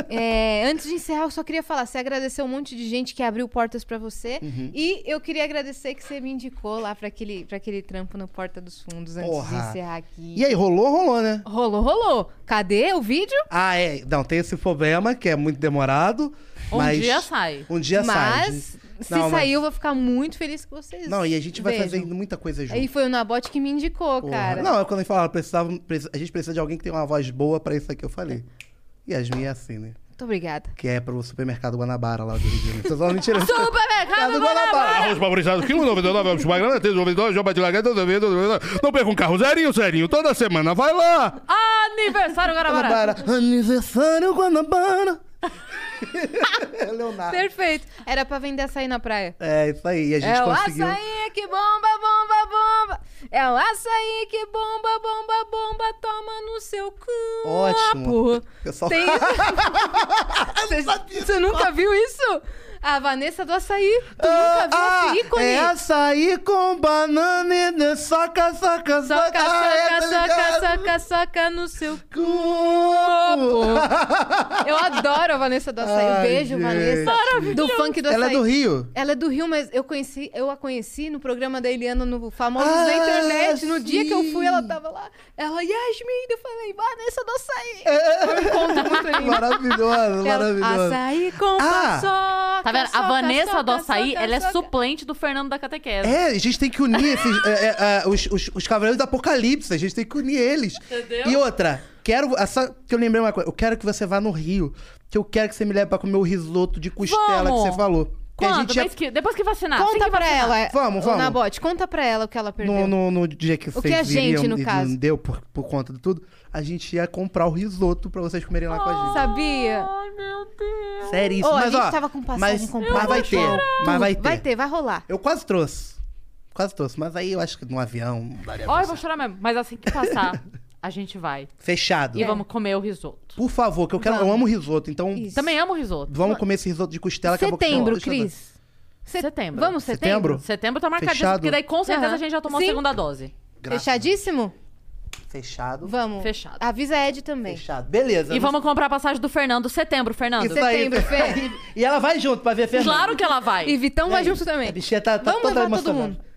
É, antes de encerrar, eu só queria falar, você agradeceu um monte de gente que abriu portas pra você. Uhum. E eu queria agradecer que você me indicou lá pra aquele, pra aquele trampo no Porta dos Fundos antes de Porra. encerrar aqui. E aí, rolou, rolou, né? Rolou, rolou. Cadê o vídeo? Ah, é. Não, tem esse problema que é muito demorado. Um mas dia sai. Um dia sai. Mas, se Não, mas- sair, eu vou ficar muito feliz com vocês. Não, e a gente vai vejam. fazendo muita coisa junto. Aí foi o Nabote que me indicou, Porra. cara. Não, é quando ele falava, precisava, precis- a gente precisa de alguém que tenha uma voz boa pra isso aqui, eu falei. E as minhas é assim, né? Muito obrigada. Que é pro supermercado Guanabara lá do Rio de Janeiro. Vocês vão me tirar. Supermercado Guanabara! Arroz vaporizado, um quilo 99, ovos magrana, 13, ovos dois, jomba de lagarto, não perca um carro zerinho, zerinho, toda semana, vai lá! Aniversário Guarabara. Guanabara. Aniversário Guanabara. Perfeito. Era pra vender açaí na praia. É, isso aí. E a gente é conseguiu. o açaí que bomba, bomba, bomba. É o açaí que bomba, bomba, bomba. Toma no seu cu. Ótimo. Pessoal, Tem isso. Você nunca viu isso? A Vanessa do açaí. Tu nunca viu esse ícone? Ah, é açaí com banana e de soca, soca, soca. Soca, Ah, é, soca, tá soca, ligado? soca, soca no seu cu. Corpo. Eu adoro a Vanessa do Açaí. Um Ai, beijo, gente. Vanessa. Do Maravilhoso. funk do Açaí. Ela é do Rio? Ela é do Rio, mas eu, conheci, eu a conheci no programa da Eliana no Famosos Ah, da Internet. No dia que eu fui, ela sim. tava lá. Ela, Yasmin, eu falei, Vanessa do Açaí. É. Foi um encontro muito lindo. é Maravilhoso, Ela, É maravilhoso. Açaí com Ah! paçoca, Tá vendo? soca, a Vanessa soca, do Açaí, soca, ela é soca. suplente do Fernando da Catequese. É, a gente tem que unir esses, é, é, é, os, os, os Cavaleiros do Apocalipse, a gente tem que unir eles. Entendeu? E outra, quero. ah, Só que eu lembrei uma coisa, eu quero que você vá no Rio que eu quero que você me leve pra comer o risoto de costela Vamos! que você falou. Que a Quando? gente ia- Mas que- depois que vacinar. assim Conta que pra vacinar. ela. Vamos, vamos. Nabote, conta pra ela o que ela perdeu. no, no, no dia que O vocês que a viriam gente, no e caso? não deu por, por conta de tudo, a gente ia comprar o risoto pra vocês comerem lá com a gente. Sabia? Sério isso, Ô, a mas gente ó, tava com passagem mas, comprada. mas vai ter, mas vai ter. Vai ter, vai rolar. Eu quase trouxe. Quase trouxe, mas aí eu acho que num avião não daria Ó, pra- eu vou chorar mesmo. Mas assim que passar, a gente vai. Fechado. É. E vamos comer o risoto. Por favor, que eu quero, eu amo risoto, então Também amo risoto. vamos comer esse risoto de costela que eu vou Setembro, eu vou- Cris. Setembro. Vamos, setembro? Setembro? Setembro tá marcadíssimo, Fechado. porque daí com certeza Aham. a gente já tomou Sim. a segunda dose. Graças- Fechadíssimo? Fechado. Vamos. Fechado. Avisa a Ed também. Fechado. Beleza. E vamos comprar a passagem do Fernando. Setembro, Fernando. Isso aí, Fê. E ela vai junto pra ver a Fernanda. Claro que ela vai. E Vitão vai junto A também. bichinha tá, tá Vamos toda levar todo emocionada.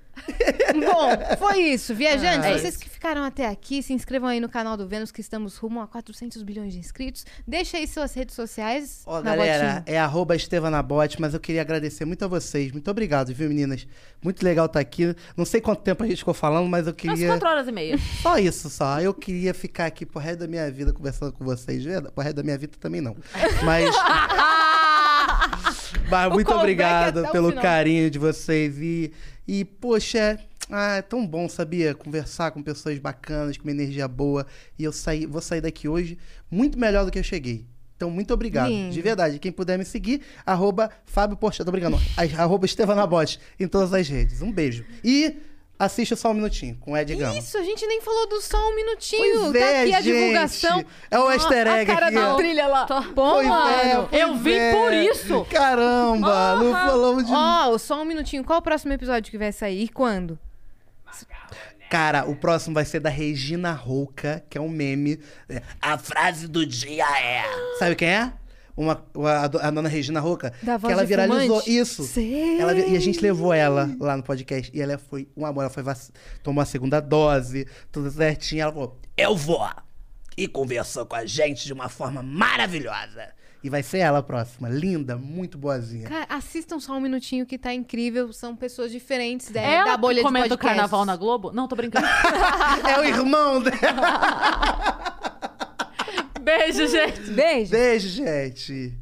Bom, foi isso. Viajantes, Ah, é vocês isso. que ficaram até aqui, se inscrevam aí no canal do Vênus, que estamos rumo a 400 bilhões de inscritos. Deixa aí suas redes sociais. Ó, na galera, botinha. é arroba Estevanabote, mas eu queria agradecer muito a vocês. Muito obrigado, viu, meninas? Muito legal estar aqui. Não sei quanto tempo a gente ficou falando, mas eu Umas queria. quatro horas e meia. Só isso, só. Eu queria ficar aqui pro resto da minha vida conversando com vocês. Verdade, Pro resto da minha vida também não. Mas, Ah! mas O muito callback obrigado até o pelo final. carinho de vocês. E, e poxa, ah, é tão bom, sabia? Conversar com pessoas bacanas, com uma energia boa. E eu saí, vou sair daqui hoje muito melhor do que eu cheguei. Então, muito obrigado. Lindo. De verdade. Quem puder me seguir, arroba Fábio Porchat. Tô brincando. a- Arroba Estevanabote em todas as redes. Um beijo. E assista só um minutinho com o Ed Gama. Isso, a gente nem falou do só um minutinho. Pois tá é, aqui a gente. divulgação. É o Ó, easter egg A cara aqui, da ó. trilha lá. Bom, Pois é, mano. pois é. Caramba, não falamos de... Ó, só um minutinho. Qual o próximo episódio que vai sair e quando? Cara, o próximo vai ser da Regina Rouca, que é um meme. É, A frase do dia é... Sabe quem é? Uma, a, do- a dona Regina Rouca. Da que voz ela de viralizou fumante? isso. Sei. Ela vi- e a gente levou ela lá no podcast. E ela foi um amor. Ela foi vac... tomou a segunda dose, tudo certinho. Ela falou, eu vou. E conversou com a gente de uma forma maravilhosa. E vai ser ela a próxima. Linda, muito boazinha. Cara, assistam só um minutinho que tá incrível. São pessoas diferentes da, Ela da bolha que comenta de o podcast. carnaval na Globo? Não, tô brincando. é o irmão dela. Beijo, gente. Beijo. Beijo, gente.